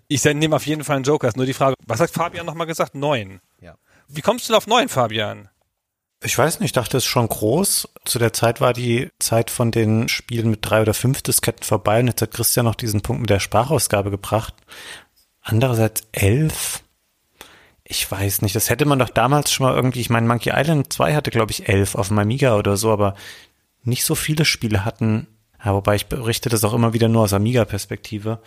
S3: Ich sag, nehme auf jeden Fall einen Joker. Ist nur die Frage, was hat Fabian nochmal gesagt? Neun.
S1: Ja.
S3: Wie kommst du denn auf neun, Fabian?
S4: Ich weiß nicht, ich dachte, es ist schon groß. Zu der Zeit war die Zeit von den Spielen mit drei oder fünf Disketten vorbei und jetzt hat Christian noch diesen Punkt mit der Sprachausgabe gebracht. Andererseits elf? Ich weiß nicht, das hätte man doch damals schon mal irgendwie, ich meine, Monkey Island 2 hatte, glaube ich, elf auf dem Amiga oder so, aber nicht so viele Spiele hatten. Ja, wobei ich berichte das auch immer wieder nur aus Amiga-Perspektive.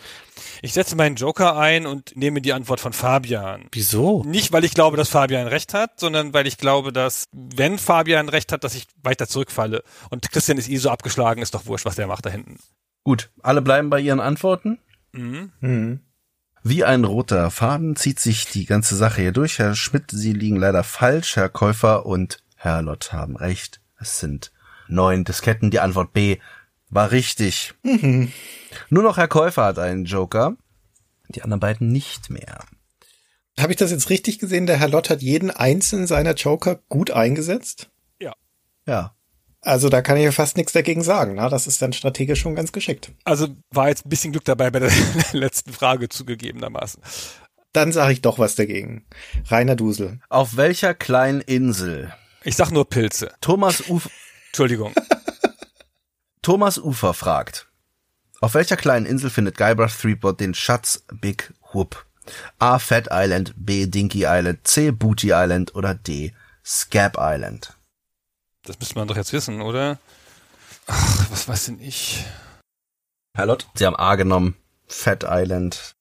S3: Ich setze meinen Joker ein und nehme die Antwort von Fabian.
S4: Wieso?
S3: Nicht, weil ich glaube, dass Fabian recht hat, sondern weil ich glaube, dass, wenn Fabian recht hat, dass ich weiter zurückfalle. Und Christian ist eh so abgeschlagen, ist doch wurscht, was der macht da hinten.
S1: Gut, alle bleiben bei Ihren Antworten.
S3: Mhm.
S2: Hm.
S1: Wie ein roter Faden zieht sich die ganze Sache hier durch. Herr Schmidt, Sie liegen leider falsch. Herr Käufer und Herr Lott haben recht. Es sind neun Disketten. Die Antwort B war richtig. Nur noch Herr Käufer hat einen Joker. Die anderen beiden nicht mehr.
S2: Habe ich das jetzt richtig gesehen? Der Herr Lott hat jeden einzelnen seiner Joker gut eingesetzt.
S1: Ja.
S2: Also da kann ich ja fast nichts dagegen sagen. Na, das ist dann strategisch schon ganz geschickt.
S3: Also war jetzt ein bisschen Glück dabei bei der letzten Frage zugegebenermaßen.
S2: Dann sage ich doch was dagegen. Rainer Dusel.
S1: Auf welcher kleinen Insel
S3: Ich sag nur Pilze.
S1: Thomas Uf
S3: Entschuldigung.
S1: Thomas Ufer fragt, auf welcher kleinen Insel findet Guybrush Threepwood den Schatz Big Whoop? A. Fat Island, B. Dinky Island, C. Booty Island oder D. Scab Island?
S3: Das müsste man doch jetzt wissen, oder? Ach, was weiß denn ich?
S1: Herr Lott, Sie haben A genommen. Fat Island.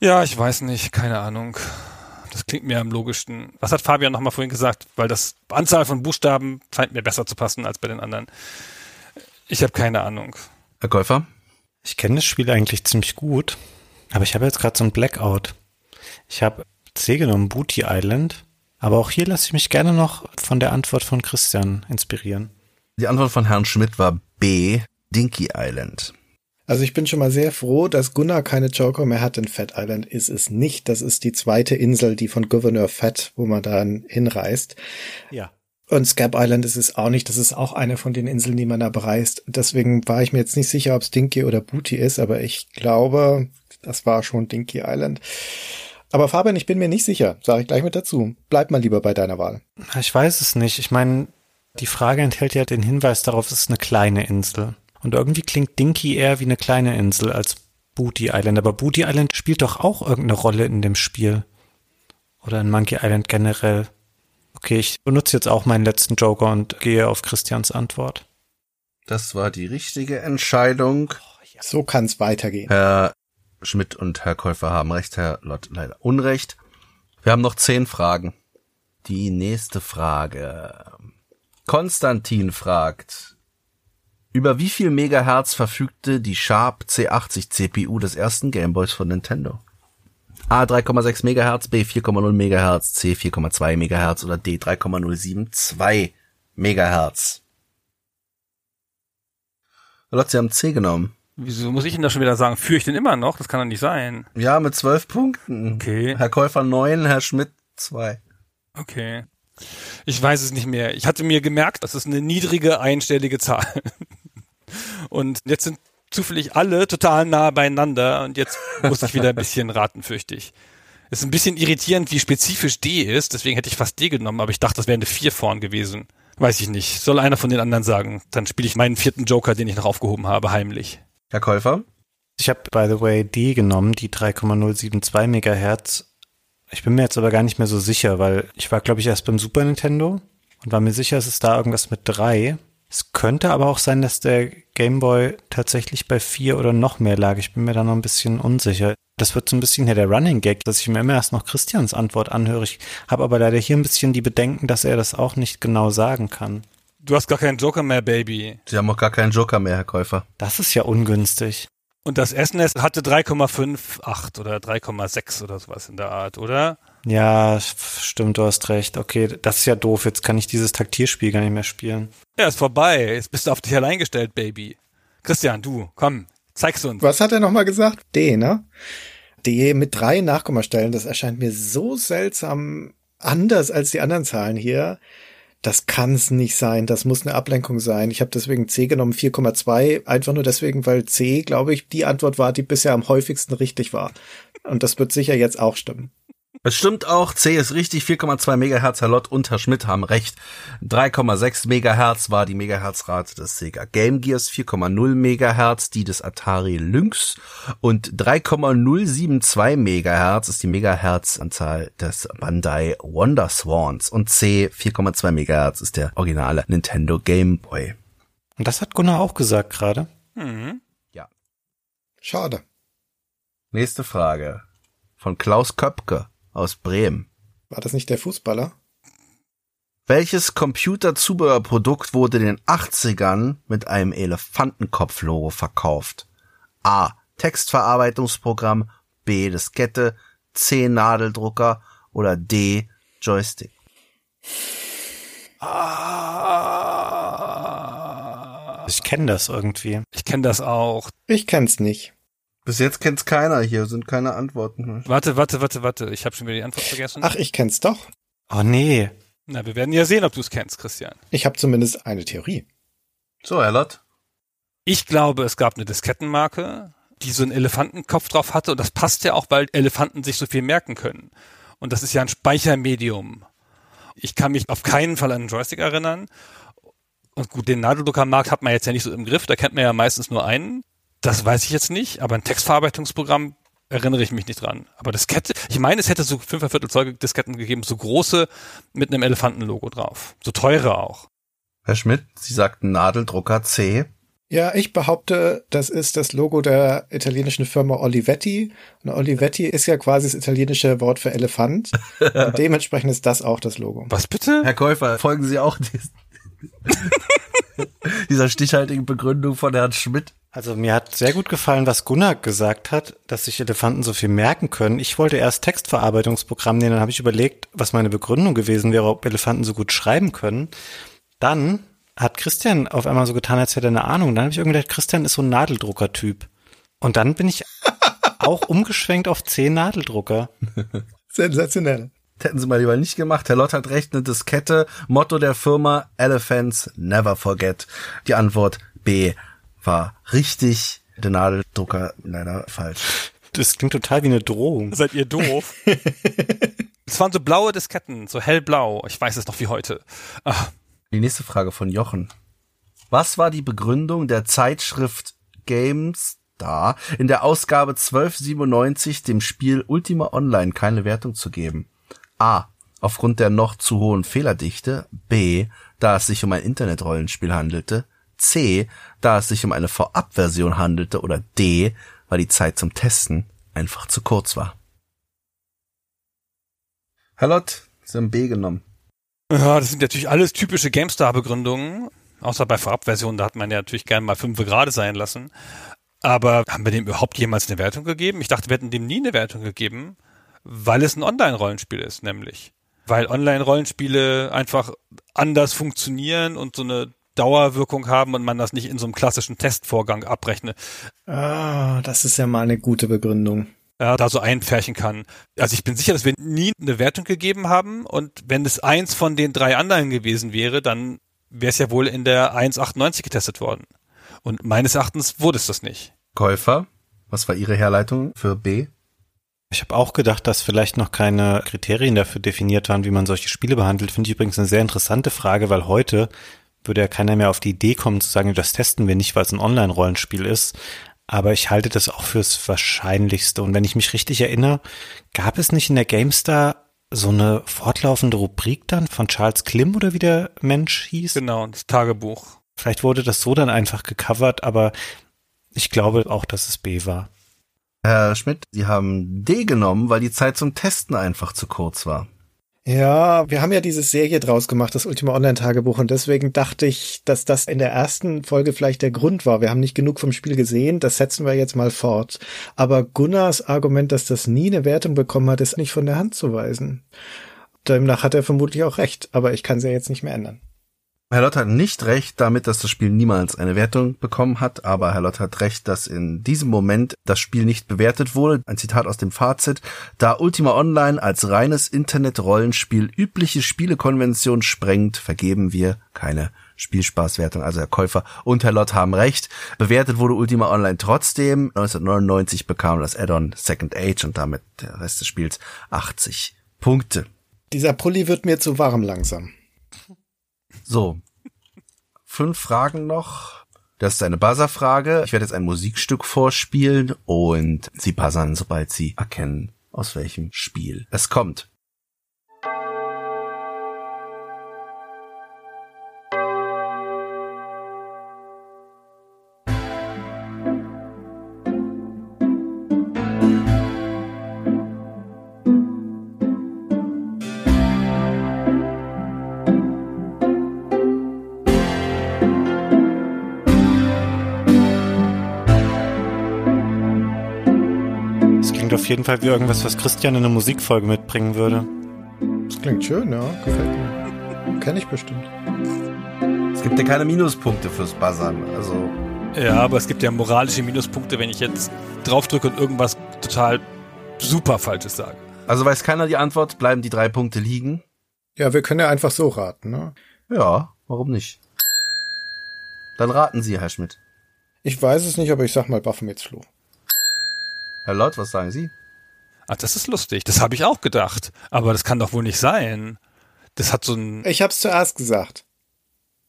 S3: Ja, ich weiß nicht, keine Ahnung. Das klingt mir am logischsten. Was hat Fabian nochmal vorhin gesagt? Weil das Anzahl von Buchstaben scheint mir besser zu passen als bei den anderen. Ich habe keine Ahnung.
S1: Herr Käufer?
S4: Ich kenne das Spiel eigentlich ziemlich gut, aber ich habe jetzt gerade so ein Blackout. Ich habe C genommen, Booty Island, aber auch hier lasse ich mich gerne noch von der Antwort von Christian inspirieren.
S1: Die Antwort von Herrn Schmidt war B. Dinky Island.
S2: Also ich bin schon mal sehr froh, dass Gunnar keine Joker mehr hat, denn Fat Island ist es nicht. Das ist die zweite Insel, die von Gouverneur Fett, wo man dann hinreist.
S4: Ja.
S2: Und Scab Island ist es auch nicht. Das ist auch eine von den Inseln, die man da bereist. Deswegen war ich mir jetzt nicht sicher, ob es Dinky oder Booty ist, aber ich glaube, das war schon Dinky Island. Aber Fabian, ich bin mir nicht sicher. Sage ich gleich mit dazu. Bleib mal lieber bei deiner Wahl.
S4: Ich weiß es nicht. Ich meine, die Frage enthält ja den Hinweis darauf, es ist eine kleine Insel. Und irgendwie klingt Dinky eher wie eine kleine Insel als Booty Island. Aber Booty Island spielt doch auch irgendeine Rolle in dem Spiel. Oder in Monkey Island generell. Okay, ich benutze jetzt auch meinen letzten Joker und gehe auf Christians Antwort.
S1: Das war die richtige Entscheidung.
S2: So kann es weitergehen.
S1: Herr Schmidt und Herr Käufer haben recht, Herr Lott leider Unrecht. Wir haben noch zehn Fragen. Die nächste Frage. Konstantin fragt, über wie viel Megahertz verfügte die Sharp C80 CPU des ersten Gameboys von Nintendo? A 3,6 Megahertz, B 4,0 Megahertz, C 4,2 Megahertz oder D 3,072 Megahertz. Leute, sie haben C genommen.
S3: Wieso muss ich denn da schon wieder sagen? Führe ich denn immer noch? Das kann doch nicht sein.
S1: Ja, mit zwölf Punkten.
S3: Okay.
S1: Herr Käufer 9, Herr Schmidt 2.
S3: Okay. Ich weiß es nicht mehr. Ich hatte mir gemerkt, das ist eine niedrige einstellige Zahl. Und jetzt sind zufällig alle total nah beieinander und jetzt muss ich wieder ein bisschen raten, fürchte ich. Ist ein bisschen irritierend, wie spezifisch D ist, deswegen hätte ich fast D genommen, aber ich dachte, das wäre eine 4 vorn gewesen. Weiß ich nicht. Soll einer von den anderen sagen, dann spiele ich meinen vierten Joker, den ich noch aufgehoben habe, heimlich.
S1: Herr Käufer?
S4: Ich habe, by the way, die genommen, die 3,072 Megahertz. Ich bin mir jetzt aber gar nicht mehr so sicher, weil ich war, glaube ich, erst beim Super Nintendo und war mir sicher, es ist da irgendwas mit 3. Es könnte aber auch sein, dass der Game Boy tatsächlich bei 4 oder noch mehr lag. Ich bin mir da noch ein bisschen unsicher. Das wird so ein bisschen hier der Running Gag, dass ich mir immer erst noch Christians Antwort anhöre. Ich habe aber leider hier ein bisschen die Bedenken, dass er das auch nicht genau sagen kann.
S3: Du hast gar keinen Joker mehr, Baby.
S1: Sie haben auch gar keinen Joker mehr, Herr Käufer.
S4: Das ist ja ungünstig.
S3: Und das SNES hatte 3,58 oder 3,6 oder sowas in der Art, oder?
S4: Ja, f- stimmt, du hast recht. Okay, das ist ja doof. Jetzt kann ich dieses Taktilspiel gar nicht mehr spielen.
S3: Ja, ist vorbei. Jetzt bist du auf dich allein gestellt, Baby. Christian, du, komm, zeig's uns.
S2: Was hat er nochmal gesagt? D, ne? D mit drei Nachkommastellen, das erscheint mir so seltsam anders als die anderen Zahlen hier. Das kann's nicht sein, das muss eine Ablenkung sein. Ich habe deswegen C genommen, 4,2, einfach nur deswegen, weil C, glaube ich, die Antwort war, die bisher am häufigsten richtig war. Und das wird sicher jetzt auch stimmen.
S1: Es stimmt auch, C ist richtig, 4,2 Megahertz, Herr Lott und Herr Schmidt haben recht. 3,6 Megahertz war die Megahertzrate des Sega Game Gears, 4,0 Megahertz die des Atari Lynx und 3,072 Megahertz ist die Megahertzanzahl des Bandai Wonder Swans und C 4,2 Megahertz ist der originale Nintendo Game Boy.
S4: Und das hat Gunnar auch gesagt gerade.
S3: Mhm.
S2: Schade.
S1: Nächste Frage von Klaus Köpke aus Bremen.
S2: War das nicht der Fußballer?
S1: Welches Computerzubehörprodukt wurde in den 80ern mit einem Elefantenkopflogo verkauft? A. Textverarbeitungsprogramm, B. Diskette, C. Nadeldrucker oder D. Joystick.
S3: Ah,
S4: Ich kenne das irgendwie.
S3: ich kenne das auch.
S2: Ich kenn's nicht.
S1: Bis jetzt kennt's keiner hier, sind keine Antworten.
S3: Warte, warte, warte, warte. Ich habe schon wieder die Antwort vergessen.
S2: Ach, ich kenn's doch.
S4: Oh nee.
S3: Na, wir werden ja sehen, ob du es kennst, Christian.
S2: Ich habe zumindest eine Theorie.
S1: So, Herr Lott.
S3: Ich glaube, es gab eine Diskettenmarke, die so einen Elefantenkopf drauf hatte. Und das passt ja auch, weil Elefanten sich so viel merken können. Und das ist ja ein Speichermedium. Ich kann mich auf keinen Fall an einen Joystick erinnern. Und gut, den Nadeldruckermarkt hat man jetzt ja nicht so im Griff. Da kennt man ja meistens nur einen. Das weiß ich jetzt nicht. Aber ein Textverarbeitungsprogramm erinnere ich mich nicht dran. Aber Diskette, ich meine, es hätte so fünf Viertel Zeuge Disketten gegeben, so große mit einem Elefantenlogo drauf. So teure auch.
S1: Herr Schmidt, Sie sagten Nadeldrucker C.
S2: Ja, ich behaupte, das ist das Logo der italienischen Firma Olivetti. Und Olivetti ist ja quasi das italienische Wort für Elefant. Und dementsprechend ist das auch das Logo.
S3: Was bitte?
S1: Herr Käufer, folgen Sie auch dies- dieser stichhaltigen Begründung von Herrn Schmidt?
S4: Also mir hat sehr gut gefallen, was Gunnar gesagt hat, dass sich Elefanten so viel merken können. Ich wollte erst Textverarbeitungsprogramm nehmen, dann habe ich überlegt, was meine Begründung gewesen wäre, ob Elefanten so gut schreiben können. Dann hat Christian auf einmal so getan, als hätte er eine Ahnung. Dann habe ich irgendwie gedacht, Christian ist so ein Nadeldrucker-Typ. Und dann bin ich auch umgeschwenkt auf zehn Nadeldrucker.
S2: Sensationell.
S1: Hätten sie mal lieber nicht gemacht. Herr Lott hat recht, eine Diskette. Motto der Firma Elephants never forget. Die Antwort B war richtig. Der Nadeldrucker leider falsch.
S4: Das klingt total wie eine Drohung.
S3: Seid ihr doof? Es waren so blaue Disketten, so hellblau. Ich weiß es noch wie heute. Ah,
S1: Die nächste Frage von Jochen. Was war die Begründung der Zeitschrift GameStar in der Ausgabe 1297 dem Spiel Ultima Online keine Wertung zu geben? A. Aufgrund der noch zu hohen Fehlerdichte. B. Da es sich um ein Internetrollenspiel handelte. C. Da es sich um eine Vorabversion handelte. Oder D. Weil die Zeit zum Testen einfach zu kurz war. Hallott, sie haben B genommen.
S3: Ja, das sind natürlich alles typische GameStar-Begründungen. Außer bei Vorabversionen, da hat man ja natürlich gerne mal fünf gerade sein lassen. Aber haben wir dem überhaupt jemals eine Wertung gegeben? Ich dachte, wir hätten dem nie eine Wertung gegeben, weil es ein Online-Rollenspiel ist, nämlich. Weil Online-Rollenspiele einfach anders funktionieren und so eine Dauerwirkung haben und man das nicht in so einem klassischen Testvorgang abrechne,
S2: Ah, das ist ja mal eine gute Begründung.
S3: ja, äh, da so einpferchen kann. Also ich bin sicher, dass wir nie eine Wertung gegeben haben und wenn es eins von den drei anderen gewesen wäre, dann wäre es ja wohl in der 1.98 getestet worden. Und meines Erachtens wurde es das nicht.
S1: Käufer, was war Ihre Herleitung für B?
S4: Ich habe auch gedacht, dass vielleicht noch keine Kriterien dafür definiert waren, wie man solche Spiele behandelt. Finde ich übrigens eine sehr interessante Frage, weil heute würde ja keiner mehr auf die Idee kommen zu sagen, das testen wir nicht, weil es ein Online-Rollenspiel ist. Aber ich halte das auch fürs Wahrscheinlichste. Und wenn ich mich richtig erinnere, gab es nicht in der GameStar so eine fortlaufende Rubrik dann von Charles Klim oder wie der Mensch hieß?
S3: Genau, das Tagebuch.
S4: Vielleicht wurde das so dann einfach gecovert, aber ich glaube auch, dass es B war.
S1: Herr Schmidt, Sie haben D genommen, weil die Zeit zum Testen einfach zu kurz war.
S2: Ja, wir haben ja diese Serie draus gemacht, das Ultima Online Tagebuch, und deswegen dachte ich, dass das in der ersten Folge vielleicht der Grund war. Wir haben nicht genug vom Spiel gesehen, das setzen wir jetzt mal fort. Aber Gunnars Argument, dass das nie eine Wertung bekommen hat, ist nicht von der Hand zu weisen. Demnach hat er vermutlich auch recht, aber ich kann es ja jetzt nicht mehr ändern.
S1: Herr Lott hat nicht recht damit, dass das Spiel niemals eine Wertung bekommen hat, aber Herr Lott hat recht, dass in diesem Moment das Spiel nicht bewertet wurde. Ein Zitat aus dem Fazit. Da Ultima Online als reines Internet-Rollenspiel übliche Spielekonvention sprengt, vergeben wir keine Spielspaßwertung. Also Herr Käufer und Herr Lott haben recht. Bewertet wurde Ultima Online trotzdem. 1999 bekam das Add-on Second Age und damit der Rest des Spiels 80 Punkte.
S2: Dieser Pulli wird mir zu warm langsam.
S1: So. Fünf Fragen noch. Das ist eine Buzzer-Frage. Ich werde jetzt ein Musikstück vorspielen und Sie buzzern, sobald Sie erkennen, aus welchem Spiel es kommt.
S4: Es klingt auf jeden Fall wie irgendwas, was Christian in eine Musikfolge mitbringen würde.
S2: Das klingt schön, ja, gefällt mir. Kenn ich bestimmt.
S1: Es gibt ja keine Minuspunkte fürs Buzzern. Also,
S3: Ja, aber es gibt ja moralische Minuspunkte, wenn ich jetzt draufdrücke und irgendwas total super Falsches sage.
S1: also weiß keiner die Antwort, bleiben die drei Punkte liegen?
S2: Ja, wir können ja einfach so raten, ne?
S1: Ja, warum nicht? Dann raten Sie, Herr Schmidt.
S2: Ich weiß es nicht, aber ich sag mal Baphomets Fluch.
S1: Herr Lott, was sagen Sie?
S3: Ach, Ah, das ist lustig. Das habe ich auch gedacht. Aber das kann doch wohl nicht sein. Das hat so ein.
S2: Ich hab's zuerst gesagt.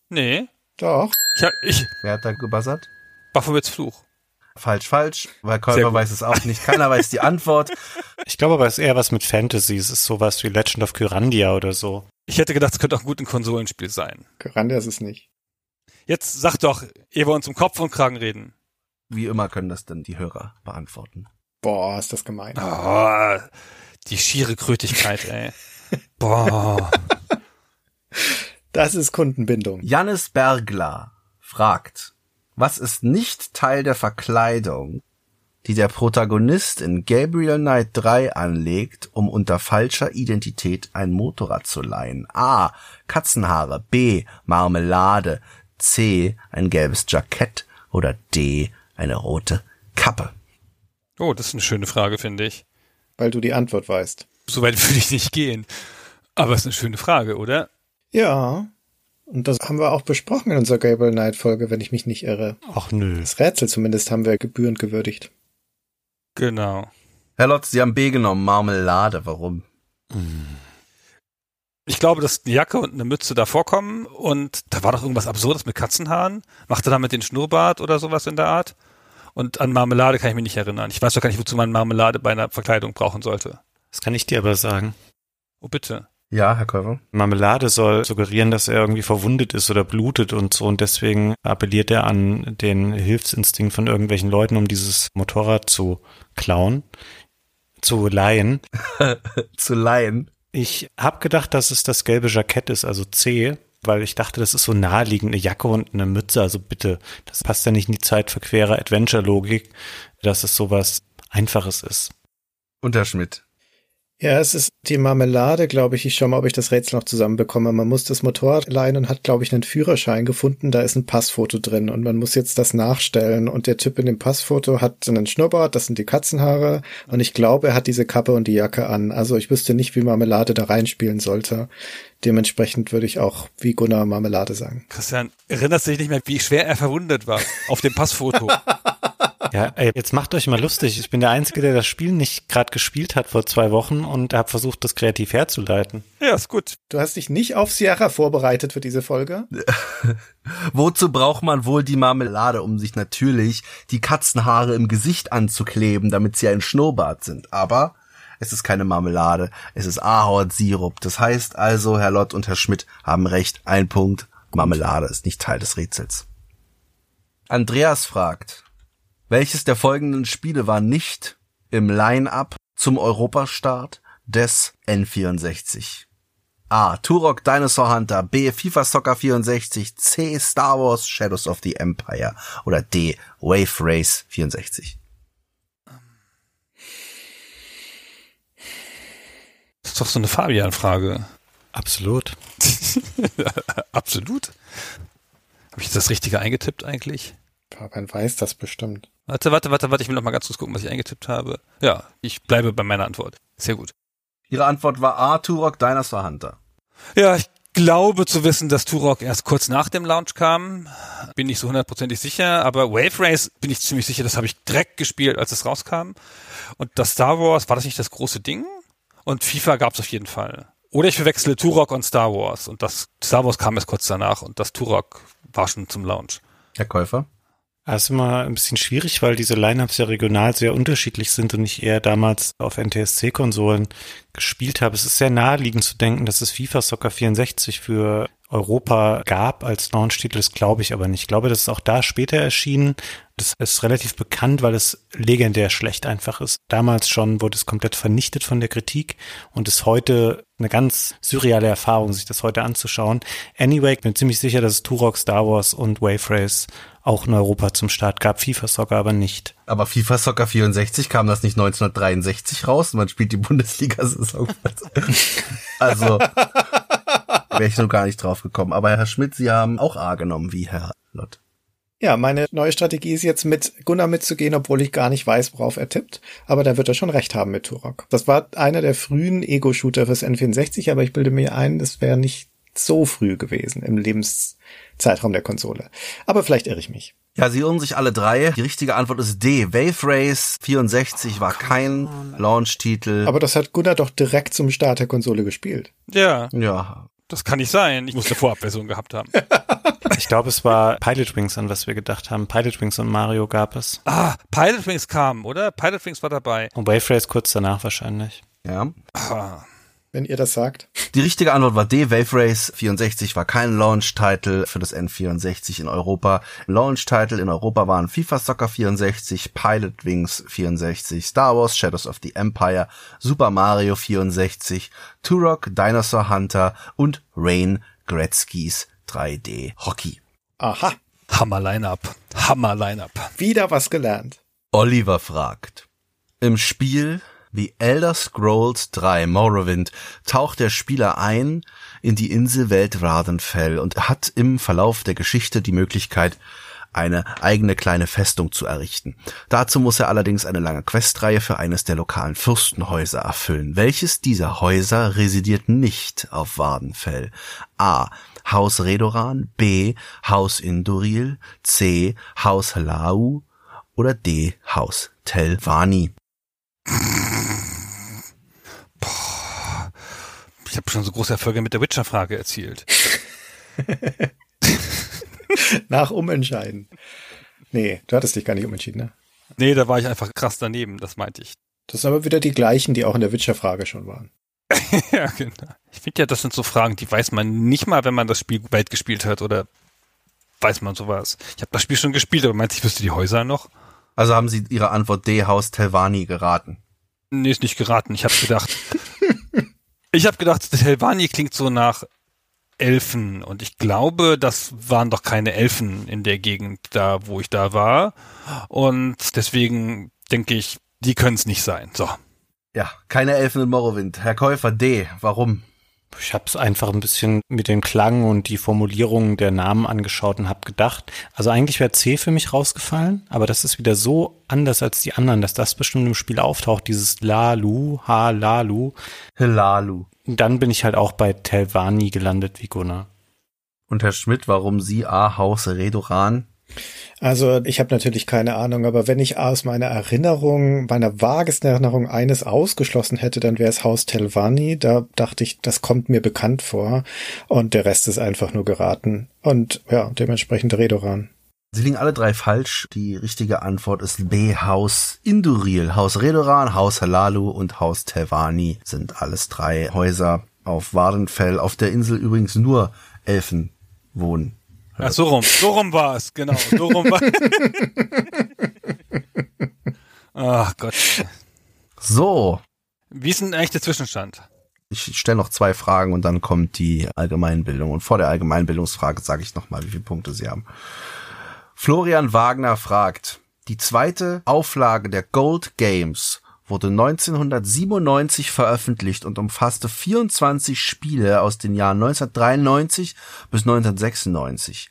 S3: Nee.
S2: Doch.
S3: Ich, hab- ich
S1: Wer hat da gebuzzert?
S3: Baphomets Fluch.
S1: Falsch, falsch, weil
S3: Sehr
S1: Käufer
S3: gut.
S1: weiß es auch nicht. Keiner weiß die Antwort.
S4: Ich glaube aber, es ist eher was mit Fantasy. Es ist sowas wie Legend of Kyrandia oder so.
S3: Ich hätte gedacht, es könnte auch gut ein Konsolenspiel sein.
S2: Grande ist es nicht.
S3: Jetzt sag doch, ehe wir uns um Kopf und Kragen reden.
S1: Wie immer können das dann die Hörer beantworten.
S2: Boah, ist das gemein.
S3: Oh, die schiere Krötigkeit, ey. Boah.
S2: Das ist Kundenbindung.
S1: Jannis Bergler fragt, was ist nicht Teil der Verkleidung, die der Protagonist in Gabriel Knight 3 anlegt, um unter falscher Identität ein Motorrad zu leihen? A. Katzenhaare. B. Marmelade. C. Ein gelbes Jackett. Oder D. Eine rote Kappe.
S3: Oh, das ist eine schöne Frage, finde ich.
S2: Weil du die Antwort weißt.
S3: So weit würde ich nicht gehen. Aber es ist eine schöne Frage, oder?
S2: Ja. Und das haben wir auch besprochen in unserer Gable Knight Folge, wenn ich mich nicht irre.
S4: Ach nö.
S2: Das Rätsel zumindest haben wir gebührend gewürdigt.
S3: Genau.
S1: Herr Lotz, Sie haben B genommen. Marmelade. Warum?
S4: Hm.
S3: Ich glaube, dass eine Jacke und eine Mütze davor kommen und da war doch irgendwas Absurdes mit Katzenhaaren. Machte damit den Schnurrbart oder sowas in der Art. Und an Marmelade kann ich mich nicht erinnern. Ich weiß doch gar nicht, wozu man Marmelade bei einer Verkleidung brauchen sollte.
S4: Das kann ich dir aber sagen.
S3: Oh, bitte.
S1: Ja, Herr Käufer.
S4: Marmelade soll suggerieren, dass er irgendwie verwundet ist oder blutet und so. Und deswegen appelliert er an den Hilfsinstinkt von irgendwelchen Leuten, um dieses Motorrad zu klauen, zu leihen.
S1: Zu leihen.
S4: Ich habe gedacht, dass es das gelbe Jackett ist, also C, weil ich dachte, das ist so naheliegend, eine Jacke und eine Mütze. Also bitte, das passt ja nicht in die Zeit für quere Adventure-Logik, dass es sowas Einfaches ist.
S1: Unterschmidt.
S2: Ja, es ist die Marmelade, glaube ich. Ich schaue mal, ob ich das Rätsel noch zusammenbekomme. Man muss das Motorrad leihen und hat, glaube ich, einen Führerschein gefunden. Da ist ein Passfoto drin und man muss jetzt das nachstellen. Und der Typ in dem Passfoto hat einen Schnurrbart, das sind die Katzenhaare. Und ich glaube, er hat diese Kappe und die Jacke an. Also ich wüsste nicht, wie Marmelade da reinspielen sollte. Dementsprechend würde ich auch wie Gunnar Marmelade sagen.
S3: Christian, erinnerst du dich nicht mehr, wie schwer er verwundet war auf dem Passfoto?
S4: Ja, ey, jetzt macht euch mal lustig. Ich bin der Einzige, der das Spiel nicht gerade gespielt hat vor zwei Wochen und habe versucht, das kreativ herzuleiten.
S3: ja, ist gut.
S2: Du hast dich nicht auf Sierra vorbereitet für diese Folge?
S1: Wozu braucht man wohl die Marmelade, um sich natürlich die Katzenhaare im Gesicht anzukleben, damit sie ein Schnurrbart sind? Aber es ist keine Marmelade, es ist Ahornsirup. Das heißt also, Herr Lott und Herr Schmidt haben recht. Ein Punkt. Marmelade ist nicht Teil des Rätsels. Andreas fragt, welches der folgenden Spiele war nicht im Line-up zum Europastart des N64? A. Turok Dinosaur Hunter, B. FIFA Soccer 64, C. Star Wars Shadows of the Empire oder D. Wave Race 64.
S3: Das ist doch so eine Fabian-Frage.
S4: Absolut.
S3: Absolut. Habe ich das Richtige eingetippt eigentlich?
S2: Fabian weiß das bestimmt.
S3: Warte, warte, warte, warte, ich will noch mal ganz kurz gucken, was ich eingetippt habe. Ja, ich bleibe bei meiner Antwort. Sehr gut.
S1: Ihre Antwort war A. Turok Dinosaur Hunter.
S3: Ja, ich glaube zu wissen, dass Turok erst kurz nach dem Launch kam. Bin nicht so hundertprozentig sicher, aber Wave Race bin ich ziemlich sicher, das habe ich direkt gespielt, als es rauskam. Und das Star Wars, war das nicht das große Ding? Und FIFA gab es auf jeden Fall. Oder ich verwechsle Turok und Star Wars. Und das Star Wars kam erst kurz danach und das Turok war schon zum Launch.
S1: Herr Käufer?
S4: Das Ah, ist immer ein bisschen schwierig, weil diese Lineups ja regional sehr unterschiedlich sind und ich eher damals auf NTSC-Konsolen gespielt habe. Es ist sehr naheliegend zu denken, dass es FIFA Soccer 64 für Europa gab als Launch-Titel, das glaube ich aber nicht. Ich glaube, das ist auch da später erschienen. Das ist relativ bekannt, weil es legendär schlecht einfach ist. Damals schon wurde es komplett vernichtet von der Kritik und ist heute eine ganz surreale Erfahrung, sich das heute anzuschauen. Anyway, ich bin ziemlich sicher, dass es Turok, Star Wars und Wave Race auch in Europa zum Start gab, FIFA Soccer aber nicht.
S1: Aber FIFA Soccer 64 kam das nicht 1963 raus? Man spielt die Bundesliga-Saison. also, wäre ich noch gar nicht drauf gekommen. Aber Herr Schmidt, Sie haben auch A genommen, wie Herr Lott.
S2: Ja, meine neue Strategie ist jetzt mit Gunnar mitzugehen, obwohl ich gar nicht weiß, worauf er tippt. Aber da wird er schon recht haben mit Turok. Das war einer der frühen Ego-Shooter fürs N64, aber ich bilde mir ein, das wäre nicht so früh gewesen im Lebenszeitraum der Konsole. Aber vielleicht irre ich mich.
S1: Ja, sie irren sich alle drei. Die richtige Antwort ist D. Wave Race 64 war kein Launch-Titel.
S2: Aber das hat Gunnar doch direkt zum Start der Konsole gespielt.
S3: Ja,
S1: Ja,
S3: das kann nicht sein. Ich muss eine Vorabversion gehabt haben.
S4: Ich glaube, es war Pilot Wings, an was wir gedacht haben. Pilot Wings und Mario gab es.
S3: Ah, Pilot Wings kam, oder? Pilot Wings war dabei.
S4: Und Wave Race kurz danach wahrscheinlich.
S1: ja.
S3: Ah,
S2: Wenn ihr das sagt.
S1: Die richtige Antwort war D. Wave Race 64 war kein Launch-Title für das N64 in Europa. Launch-Title in Europa waren FIFA Soccer 64, Pilot Wings 64, Star Wars Shadows of the Empire, Super Mario 64, Turok Dinosaur Hunter und Rain Gretzky's 3D Hockey.
S2: Aha,
S3: Hammer Lineup. Hammer Lineup.
S2: wieder was gelernt.
S1: Oliver fragt. Im Spiel The Elder Scrolls 3 Morrowind taucht der Spieler ein in die Inselwelt Ravenfell und hat im Verlauf der Geschichte die Möglichkeit, eine eigene kleine Festung zu errichten. Dazu muss er allerdings eine lange Questreihe für eines der lokalen Fürstenhäuser erfüllen. Welches dieser Häuser residiert nicht auf Wadenfell? A. Haus Redoran, B. Haus Induril, C. Haus Lau oder D. Haus Telvani.
S3: Ich habe schon so große Erfolge mit der Witcher-Frage erzielt.
S2: Nach Umentscheiden. Nee, du hattest dich gar nicht umentschieden, ne?
S3: Nee, da war ich einfach krass daneben, das meinte ich.
S2: Das sind aber wieder die gleichen, die auch in der Witcher-Frage schon waren.
S3: ja, genau. Ich finde ja, das sind so Fragen, die weiß man nicht mal, wenn man das Spiel weit gespielt hat oder weiß man sowas. Ich habe das Spiel schon gespielt, aber meinst du, ich wüsste die Häuser noch?
S1: Also haben Sie Ihre Antwort D. Haus Telvani geraten.
S3: Nee, ist nicht geraten. Ich habe gedacht, Ich habe gedacht, Telvanni klingt so nach Elfen und ich glaube, das waren doch keine Elfen in der Gegend da, wo ich da war. Und deswegen denke ich, die können es nicht sein. So.
S1: Ja, keine Elfen in Morrowind. Herr Käufer D, warum?
S4: Ich habe es einfach ein bisschen mit den Klang und die Formulierungen der Namen angeschaut und habe gedacht, also eigentlich wäre C für mich rausgefallen, aber das ist wieder so anders als die anderen, dass das bestimmt im Spiel auftaucht, dieses Lalu, Ha, Lalu.
S1: Helalu.
S4: Und Dann bin ich halt auch bei Telvani gelandet, wie Gunnar.
S1: Und Herr Schmidt, warum Sie A, Haus Redoran?
S2: Also ich habe natürlich keine Ahnung, aber wenn ich aus meiner Erinnerung, meiner vagesten Erinnerung eines ausgeschlossen hätte, dann wäre es Haus Telvani. Da dachte ich, das kommt mir bekannt vor und der Rest ist einfach nur geraten. Und ja, dementsprechend Redoran.
S1: Sie liegen alle drei falsch. Die richtige Antwort ist B, Haus Induril. Haus Redoran, Haus Halalu und Haus Telvani sind alles drei Häuser auf Warenfell, auf der Insel übrigens nur Elfen wohnen.
S3: Ach, so rum. So rum war es, genau. So rum war Ach Gott.
S1: So,
S3: Wie ist denn eigentlich der Zwischenstand?
S1: ich stelle noch zwei Fragen und dann kommt die Allgemeinbildung. Und vor der Allgemeinbildungsfrage sage ich nochmal, wie viele Punkte sie haben. Florian Wagner fragt, die zweite Auflage der Gold Games wurde 1997 veröffentlicht und umfasste 24 Spiele aus den Jahren 1993 bis 1996.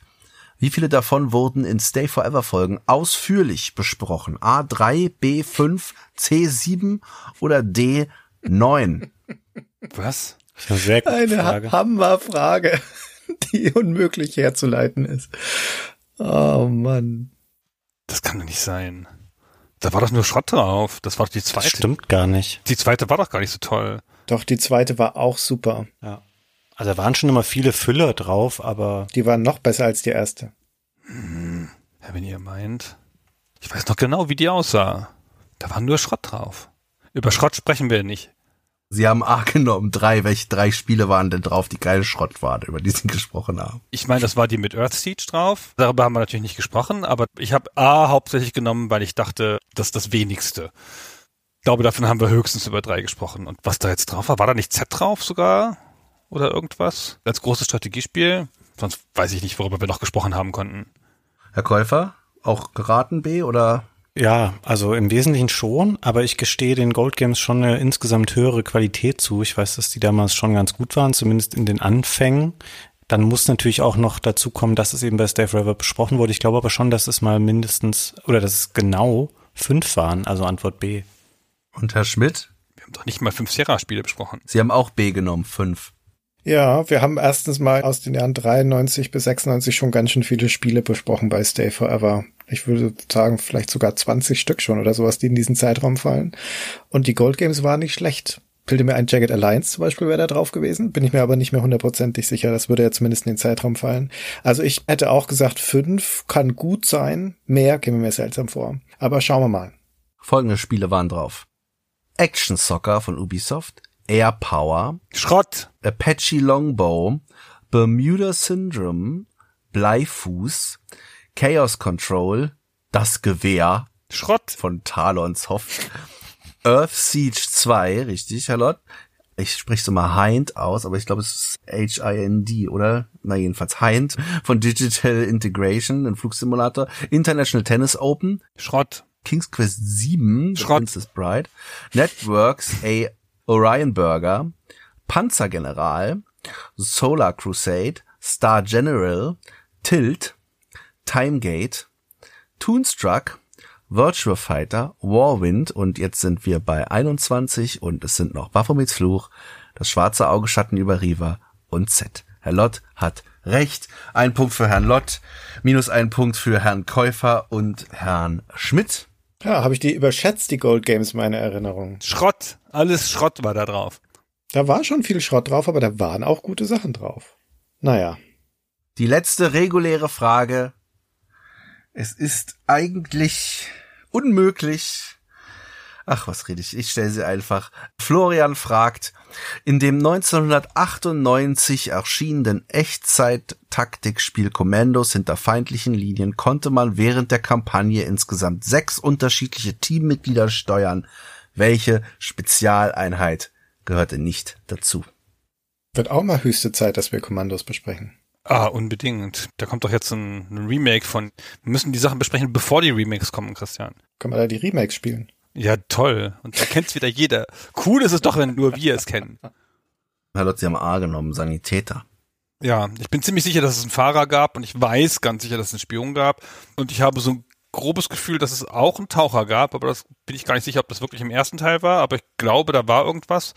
S1: Wie viele davon wurden in Stay Forever Folgen ausführlich besprochen? A3, B5, C7 oder D9?
S3: Was?
S4: Das ist eine sehr gute
S2: Eine
S4: Frage.
S2: Hammerfrage, die unmöglich herzuleiten ist. Oh Mann.
S3: Das kann doch nicht sein. Da war doch nur Schrott drauf. Das war doch die
S4: Das
S3: zweite.
S4: stimmt gar nicht.
S3: Die zweite war doch gar nicht so toll.
S2: Doch, die zweite war auch super.
S4: Ja. Also da waren schon immer viele Füller drauf, aber
S2: Die war noch besser als die erste.
S3: Ja, wenn ihr meint. Ich weiß noch genau, wie die aussah. Da war nur Schrott drauf. Über Schrott sprechen wir nicht.
S1: Sie haben A genommen, drei, welche drei Spiele waren denn drauf, die kein Schrott waren, über die sie gesprochen haben.
S3: Ich meine, das war die mit Earth Siege drauf. Darüber haben wir natürlich nicht gesprochen, aber ich habe A hauptsächlich genommen, weil ich dachte, das ist das wenigste. Ich glaube, davon haben wir höchstens über drei gesprochen. Und was da jetzt drauf war, war da nicht Z drauf sogar? Oder irgendwas? Als großes Strategiespiel? Sonst weiß ich nicht, worüber wir noch gesprochen haben konnten.
S1: Herr Käufer, auch geraten B oder?
S4: Ja, also im Wesentlichen schon, aber ich gestehe den Gold Games schon eine insgesamt höhere Qualität zu. Ich weiß, dass die damals schon ganz gut waren, zumindest in den Anfängen. Dann muss natürlich auch noch dazu kommen, dass es eben bei Stay Forever besprochen wurde. Ich glaube aber schon, dass es mal mindestens oder dass es genau fünf waren, also Antwort B.
S1: Und Herr Schmidt?
S3: Wir haben doch nicht mal fünf Sierra-Spiele besprochen.
S1: Sie haben auch B genommen, fünf.
S2: Ja, wir haben erstens mal aus den Jahren 93 bis 96 schon ganz schön viele Spiele besprochen bei Stay Forever. Ich würde sagen, vielleicht sogar 20 Stück schon oder sowas, die in diesen Zeitraum fallen. Und die Gold Games waren nicht schlecht. Bilde mir ein Jagged Alliance zum Beispiel wäre da drauf gewesen. Bin ich mir aber nicht mehr hundertprozentig sicher. Das würde ja zumindest in den Zeitraum fallen. Also ich hätte auch gesagt, fünf kann gut sein. Mehr käme mir seltsam vor. Aber schauen wir mal.
S1: Folgende Spiele waren drauf. Action Soccer von Ubisoft, Air Power,
S3: Schrott!
S1: Apache Longbow, Bermuda Syndrome, Bleifuß, Chaos Control, Das Gewehr,
S3: Schrott!
S1: von Talonshoff. Earth Siege 2, richtig, Charlotte? Ich spreche so mal Hind aus, aber ich glaube, es ist H-I-N-D, oder? Na, jedenfalls Hind von Digital Integration, ein Flugsimulator. International Tennis Open,
S3: Schrott!
S1: King's Quest 7, The
S3: Schrott.
S1: Princess Bride, Networks, A Orion Burger, Panzergeneral, Solar Crusade, Star General, Tilt, Timegate, Toonstruck, Virtua Fighter, Warwind und jetzt sind wir bei 21 und es sind noch Baphomets Fluch, das schwarze Auge Schatten über Riva und Z. Herr Lott hat recht. Ein Punkt für Herrn Lott, minus ein Punkt für Herrn Käufer und Herrn Schmidt.
S2: Ja, habe ich die überschätzt, die Gold Games, meine Erinnerung.
S3: Schrott! Alles Schrott war da drauf.
S2: Da war schon viel Schrott drauf, aber da waren auch gute Sachen drauf. Naja.
S1: Die letzte reguläre Frage. Es ist eigentlich unmöglich. Ach, was rede ich? Ich stelle sie einfach. Florian fragt, in dem 1998 erschienenen Echtzeit-Taktikspiel Kommandos hinter feindlichen Linien konnte man während der Kampagne insgesamt sechs unterschiedliche Teammitglieder steuern. Welche Spezialeinheit gehörte nicht dazu?
S2: Wird auch mal höchste Zeit, dass wir Kommandos besprechen.
S3: Ah, unbedingt. Da kommt doch jetzt ein, ein Remake von. Wir müssen die Sachen besprechen, bevor die Remakes kommen, Christian.
S2: Können wir da die Remakes spielen?
S3: Ja, toll. Und da kennt's wieder jeder. Cool ist es doch, wenn nur wir es kennen.
S1: Hat hat sie am A genommen, Sanitäter.
S3: Ja, ich bin ziemlich sicher, dass es einen Fahrer gab und ich weiß ganz sicher, dass es einen Spion gab. Und ich habe so ein grobes Gefühl, dass es auch einen Taucher gab, aber das bin ich gar nicht sicher, ob das wirklich im ersten Teil war, aber ich glaube, da war irgendwas.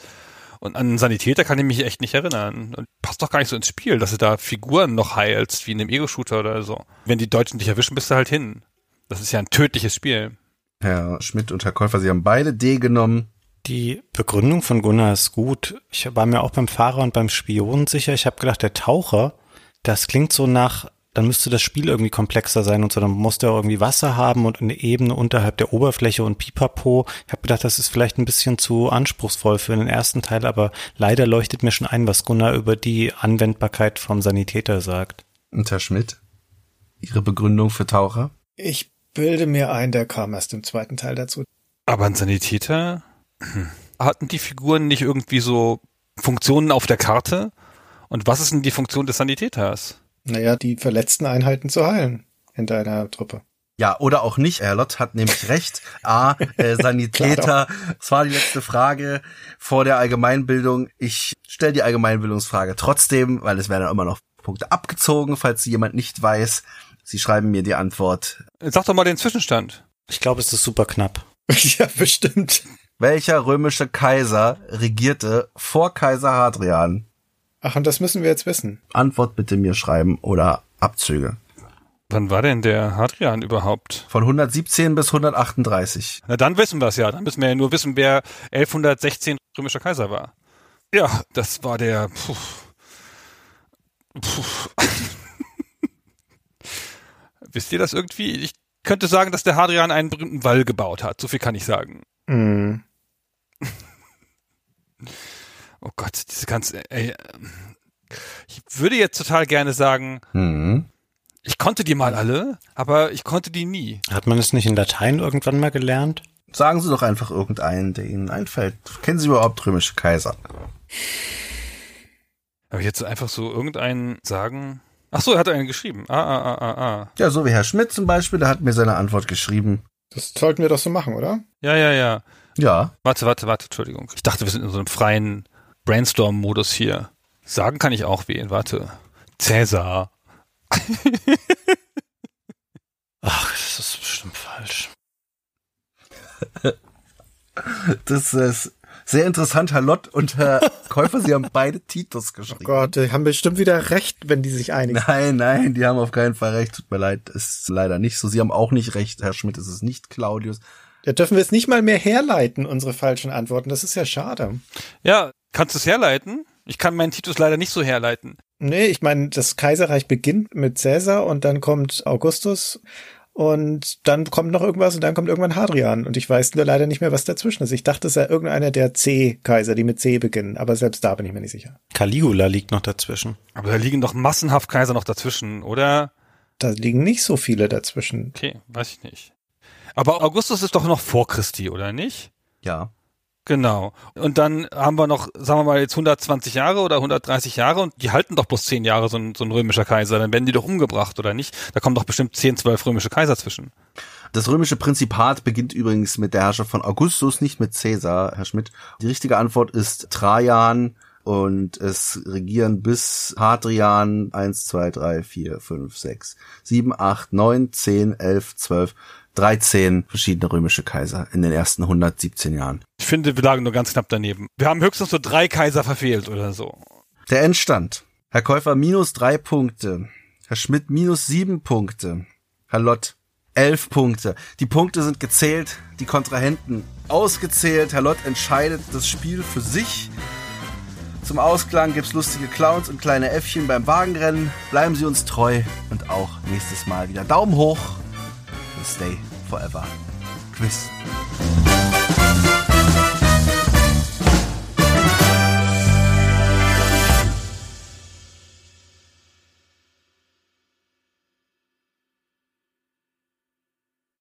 S3: Und an einen Sanitäter kann ich mich echt nicht erinnern. Und passt doch gar nicht so ins Spiel, dass du da Figuren noch heilst, wie in einem Ego-Shooter oder so. Wenn die Deutschen dich erwischen, bist du halt hin. Das ist ja ein tödliches Spiel.
S1: Herr Schmidt und Herr Käufer, Sie haben beide D genommen.
S4: Die Begründung von Gunnar ist gut. Ich war mir auch beim Fahrer und beim Spion sicher. Ich habe gedacht, der Taucher, das klingt so nach, dann müsste das Spiel irgendwie komplexer sein und so, dann muss der irgendwie Wasser haben und eine Ebene unterhalb der Oberfläche und pipapo. Ich habe gedacht, das ist vielleicht ein bisschen zu anspruchsvoll für den ersten Teil, aber leider leuchtet mir schon ein, was Gunnar über die Anwendbarkeit vom Sanitäter sagt.
S1: Und Herr Schmidt, Ihre Begründung für Taucher?
S2: Ich bilde mir ein, der kam erst im zweiten Teil dazu.
S3: Aber ein Sanitäter? Hm. Hatten die Figuren nicht irgendwie so Funktionen auf der Karte? Und was ist denn die Funktion des Sanitäters?
S2: Naja, die verletzten Einheiten zu heilen in deiner Truppe.
S1: Ja, oder auch nicht. Herr Lott hat nämlich recht. A, äh, Sanitäter. Das war die letzte Frage vor der Allgemeinbildung. Ich stelle die Allgemeinbildungsfrage trotzdem, weil es werden immer noch Punkte abgezogen, falls sie jemand nicht weiß. Sie schreiben mir die Antwort.
S3: Sag doch mal den Zwischenstand.
S4: Ich glaube, es ist super knapp.
S2: ja, bestimmt.
S1: Welcher römische Kaiser regierte vor Kaiser Hadrian?
S2: Ach, und das müssen wir jetzt wissen.
S1: Antwort bitte mir schreiben oder Abzüge.
S3: Wann war denn der Hadrian überhaupt?
S1: Von 117 bis 138.
S3: Na, dann wissen wir es ja. Dann müssen wir ja nur wissen, wer 1116 römischer Kaiser war. Ja, das war der. Puh. Puh. Wisst ihr das irgendwie? Ich könnte sagen, dass der Hadrian einen berühmten Wall gebaut hat. So viel kann ich sagen.
S2: Mm.
S3: Oh Gott, diese ganze. Ey, ähm, ich würde jetzt total gerne sagen,
S1: Mhm.
S3: ich konnte die mal alle, aber ich konnte die nie.
S4: Hat man es nicht in Latein irgendwann mal gelernt?
S1: Sagen Sie doch einfach irgendeinen, der Ihnen einfällt. Kennen Sie überhaupt römische Kaiser?
S3: Aber jetzt einfach so irgendeinen sagen. Ach so, er hat einen geschrieben. Ah, ah, ah, ah, ah.
S1: Ja, so wie Herr Schmidt zum Beispiel, der hat mir seine Antwort geschrieben.
S2: Das sollten wir doch so machen, oder?
S3: Ja, ja, ja.
S1: Ja,
S3: Warte, warte, warte, Entschuldigung. Ich dachte, wir sind in so einem freien Brainstorm-Modus hier. Sagen kann ich auch wen, warte. Cäsar.
S4: Ach, das ist bestimmt falsch.
S1: das ist sehr interessant, Herr Lott und Herr Käufer, Sie haben beide Titus
S2: Oh
S1: geschrieben.
S2: Gott, die haben bestimmt wieder recht, wenn die sich einigen.
S1: Nein, nein, die haben auf keinen Fall recht. Tut mir leid, ist leider nicht so. Sie haben auch nicht recht, Herr Schmidt, es ist nicht Claudius.
S2: Da dürfen wir es nicht mal mehr herleiten, unsere falschen Antworten. Das ist ja schade.
S3: Ja, kannst du es herleiten? Ich kann meinen Titus leider nicht so herleiten.
S2: Nee, ich meine, das Kaiserreich beginnt mit Cäsar und dann kommt Augustus und dann kommt noch irgendwas und dann kommt irgendwann Hadrian. Und ich weiß nur leider nicht mehr, was dazwischen ist. Ich dachte, es sei irgendeiner der C-Kaiser, die mit C beginnen. Aber selbst da bin ich mir nicht sicher.
S4: Caligula liegt noch dazwischen.
S3: Aber da liegen doch massenhaft Kaiser noch dazwischen, oder?
S2: Da liegen nicht so viele dazwischen.
S3: Okay, weiß ich nicht. Aber Augustus ist doch noch vor Christi, oder nicht?
S1: Ja,
S3: Genau. Und dann haben wir noch, sagen wir mal jetzt 120 Jahre oder 130 Jahre und die halten doch bloß 10 Jahre so ein, so ein römischer Kaiser. Dann werden die doch umgebracht, oder nicht? Da kommen doch bestimmt 10, 12 römische Kaiser zwischen.
S1: Das römische Prinzipat beginnt übrigens mit der Herrschaft von Augustus, nicht mit Caesar, Herr Schmidt. Die richtige Antwort ist Trajan und es regieren bis Hadrian 1, 2, 3, 4, 5, 6, 7, 8, 9, 10, 11, 12, 13 verschiedene römische Kaiser in den ersten 117 Jahren.
S3: Ich finde, wir lagen nur ganz knapp daneben. Wir haben höchstens so drei Kaiser verfehlt oder so.
S1: Der Endstand. Herr Käufer minus drei Punkte. Herr Schmidt minus sieben Punkte. Herr Lott elf Punkte. Die Punkte sind gezählt, die Kontrahenten ausgezählt. Herr Lott entscheidet das Spiel für sich. Zum Ausklang gibt's lustige Clowns und kleine Äffchen beim Wagenrennen. Bleiben Sie uns treu und auch nächstes Mal wieder Daumen hoch. And stay forever. Quiz.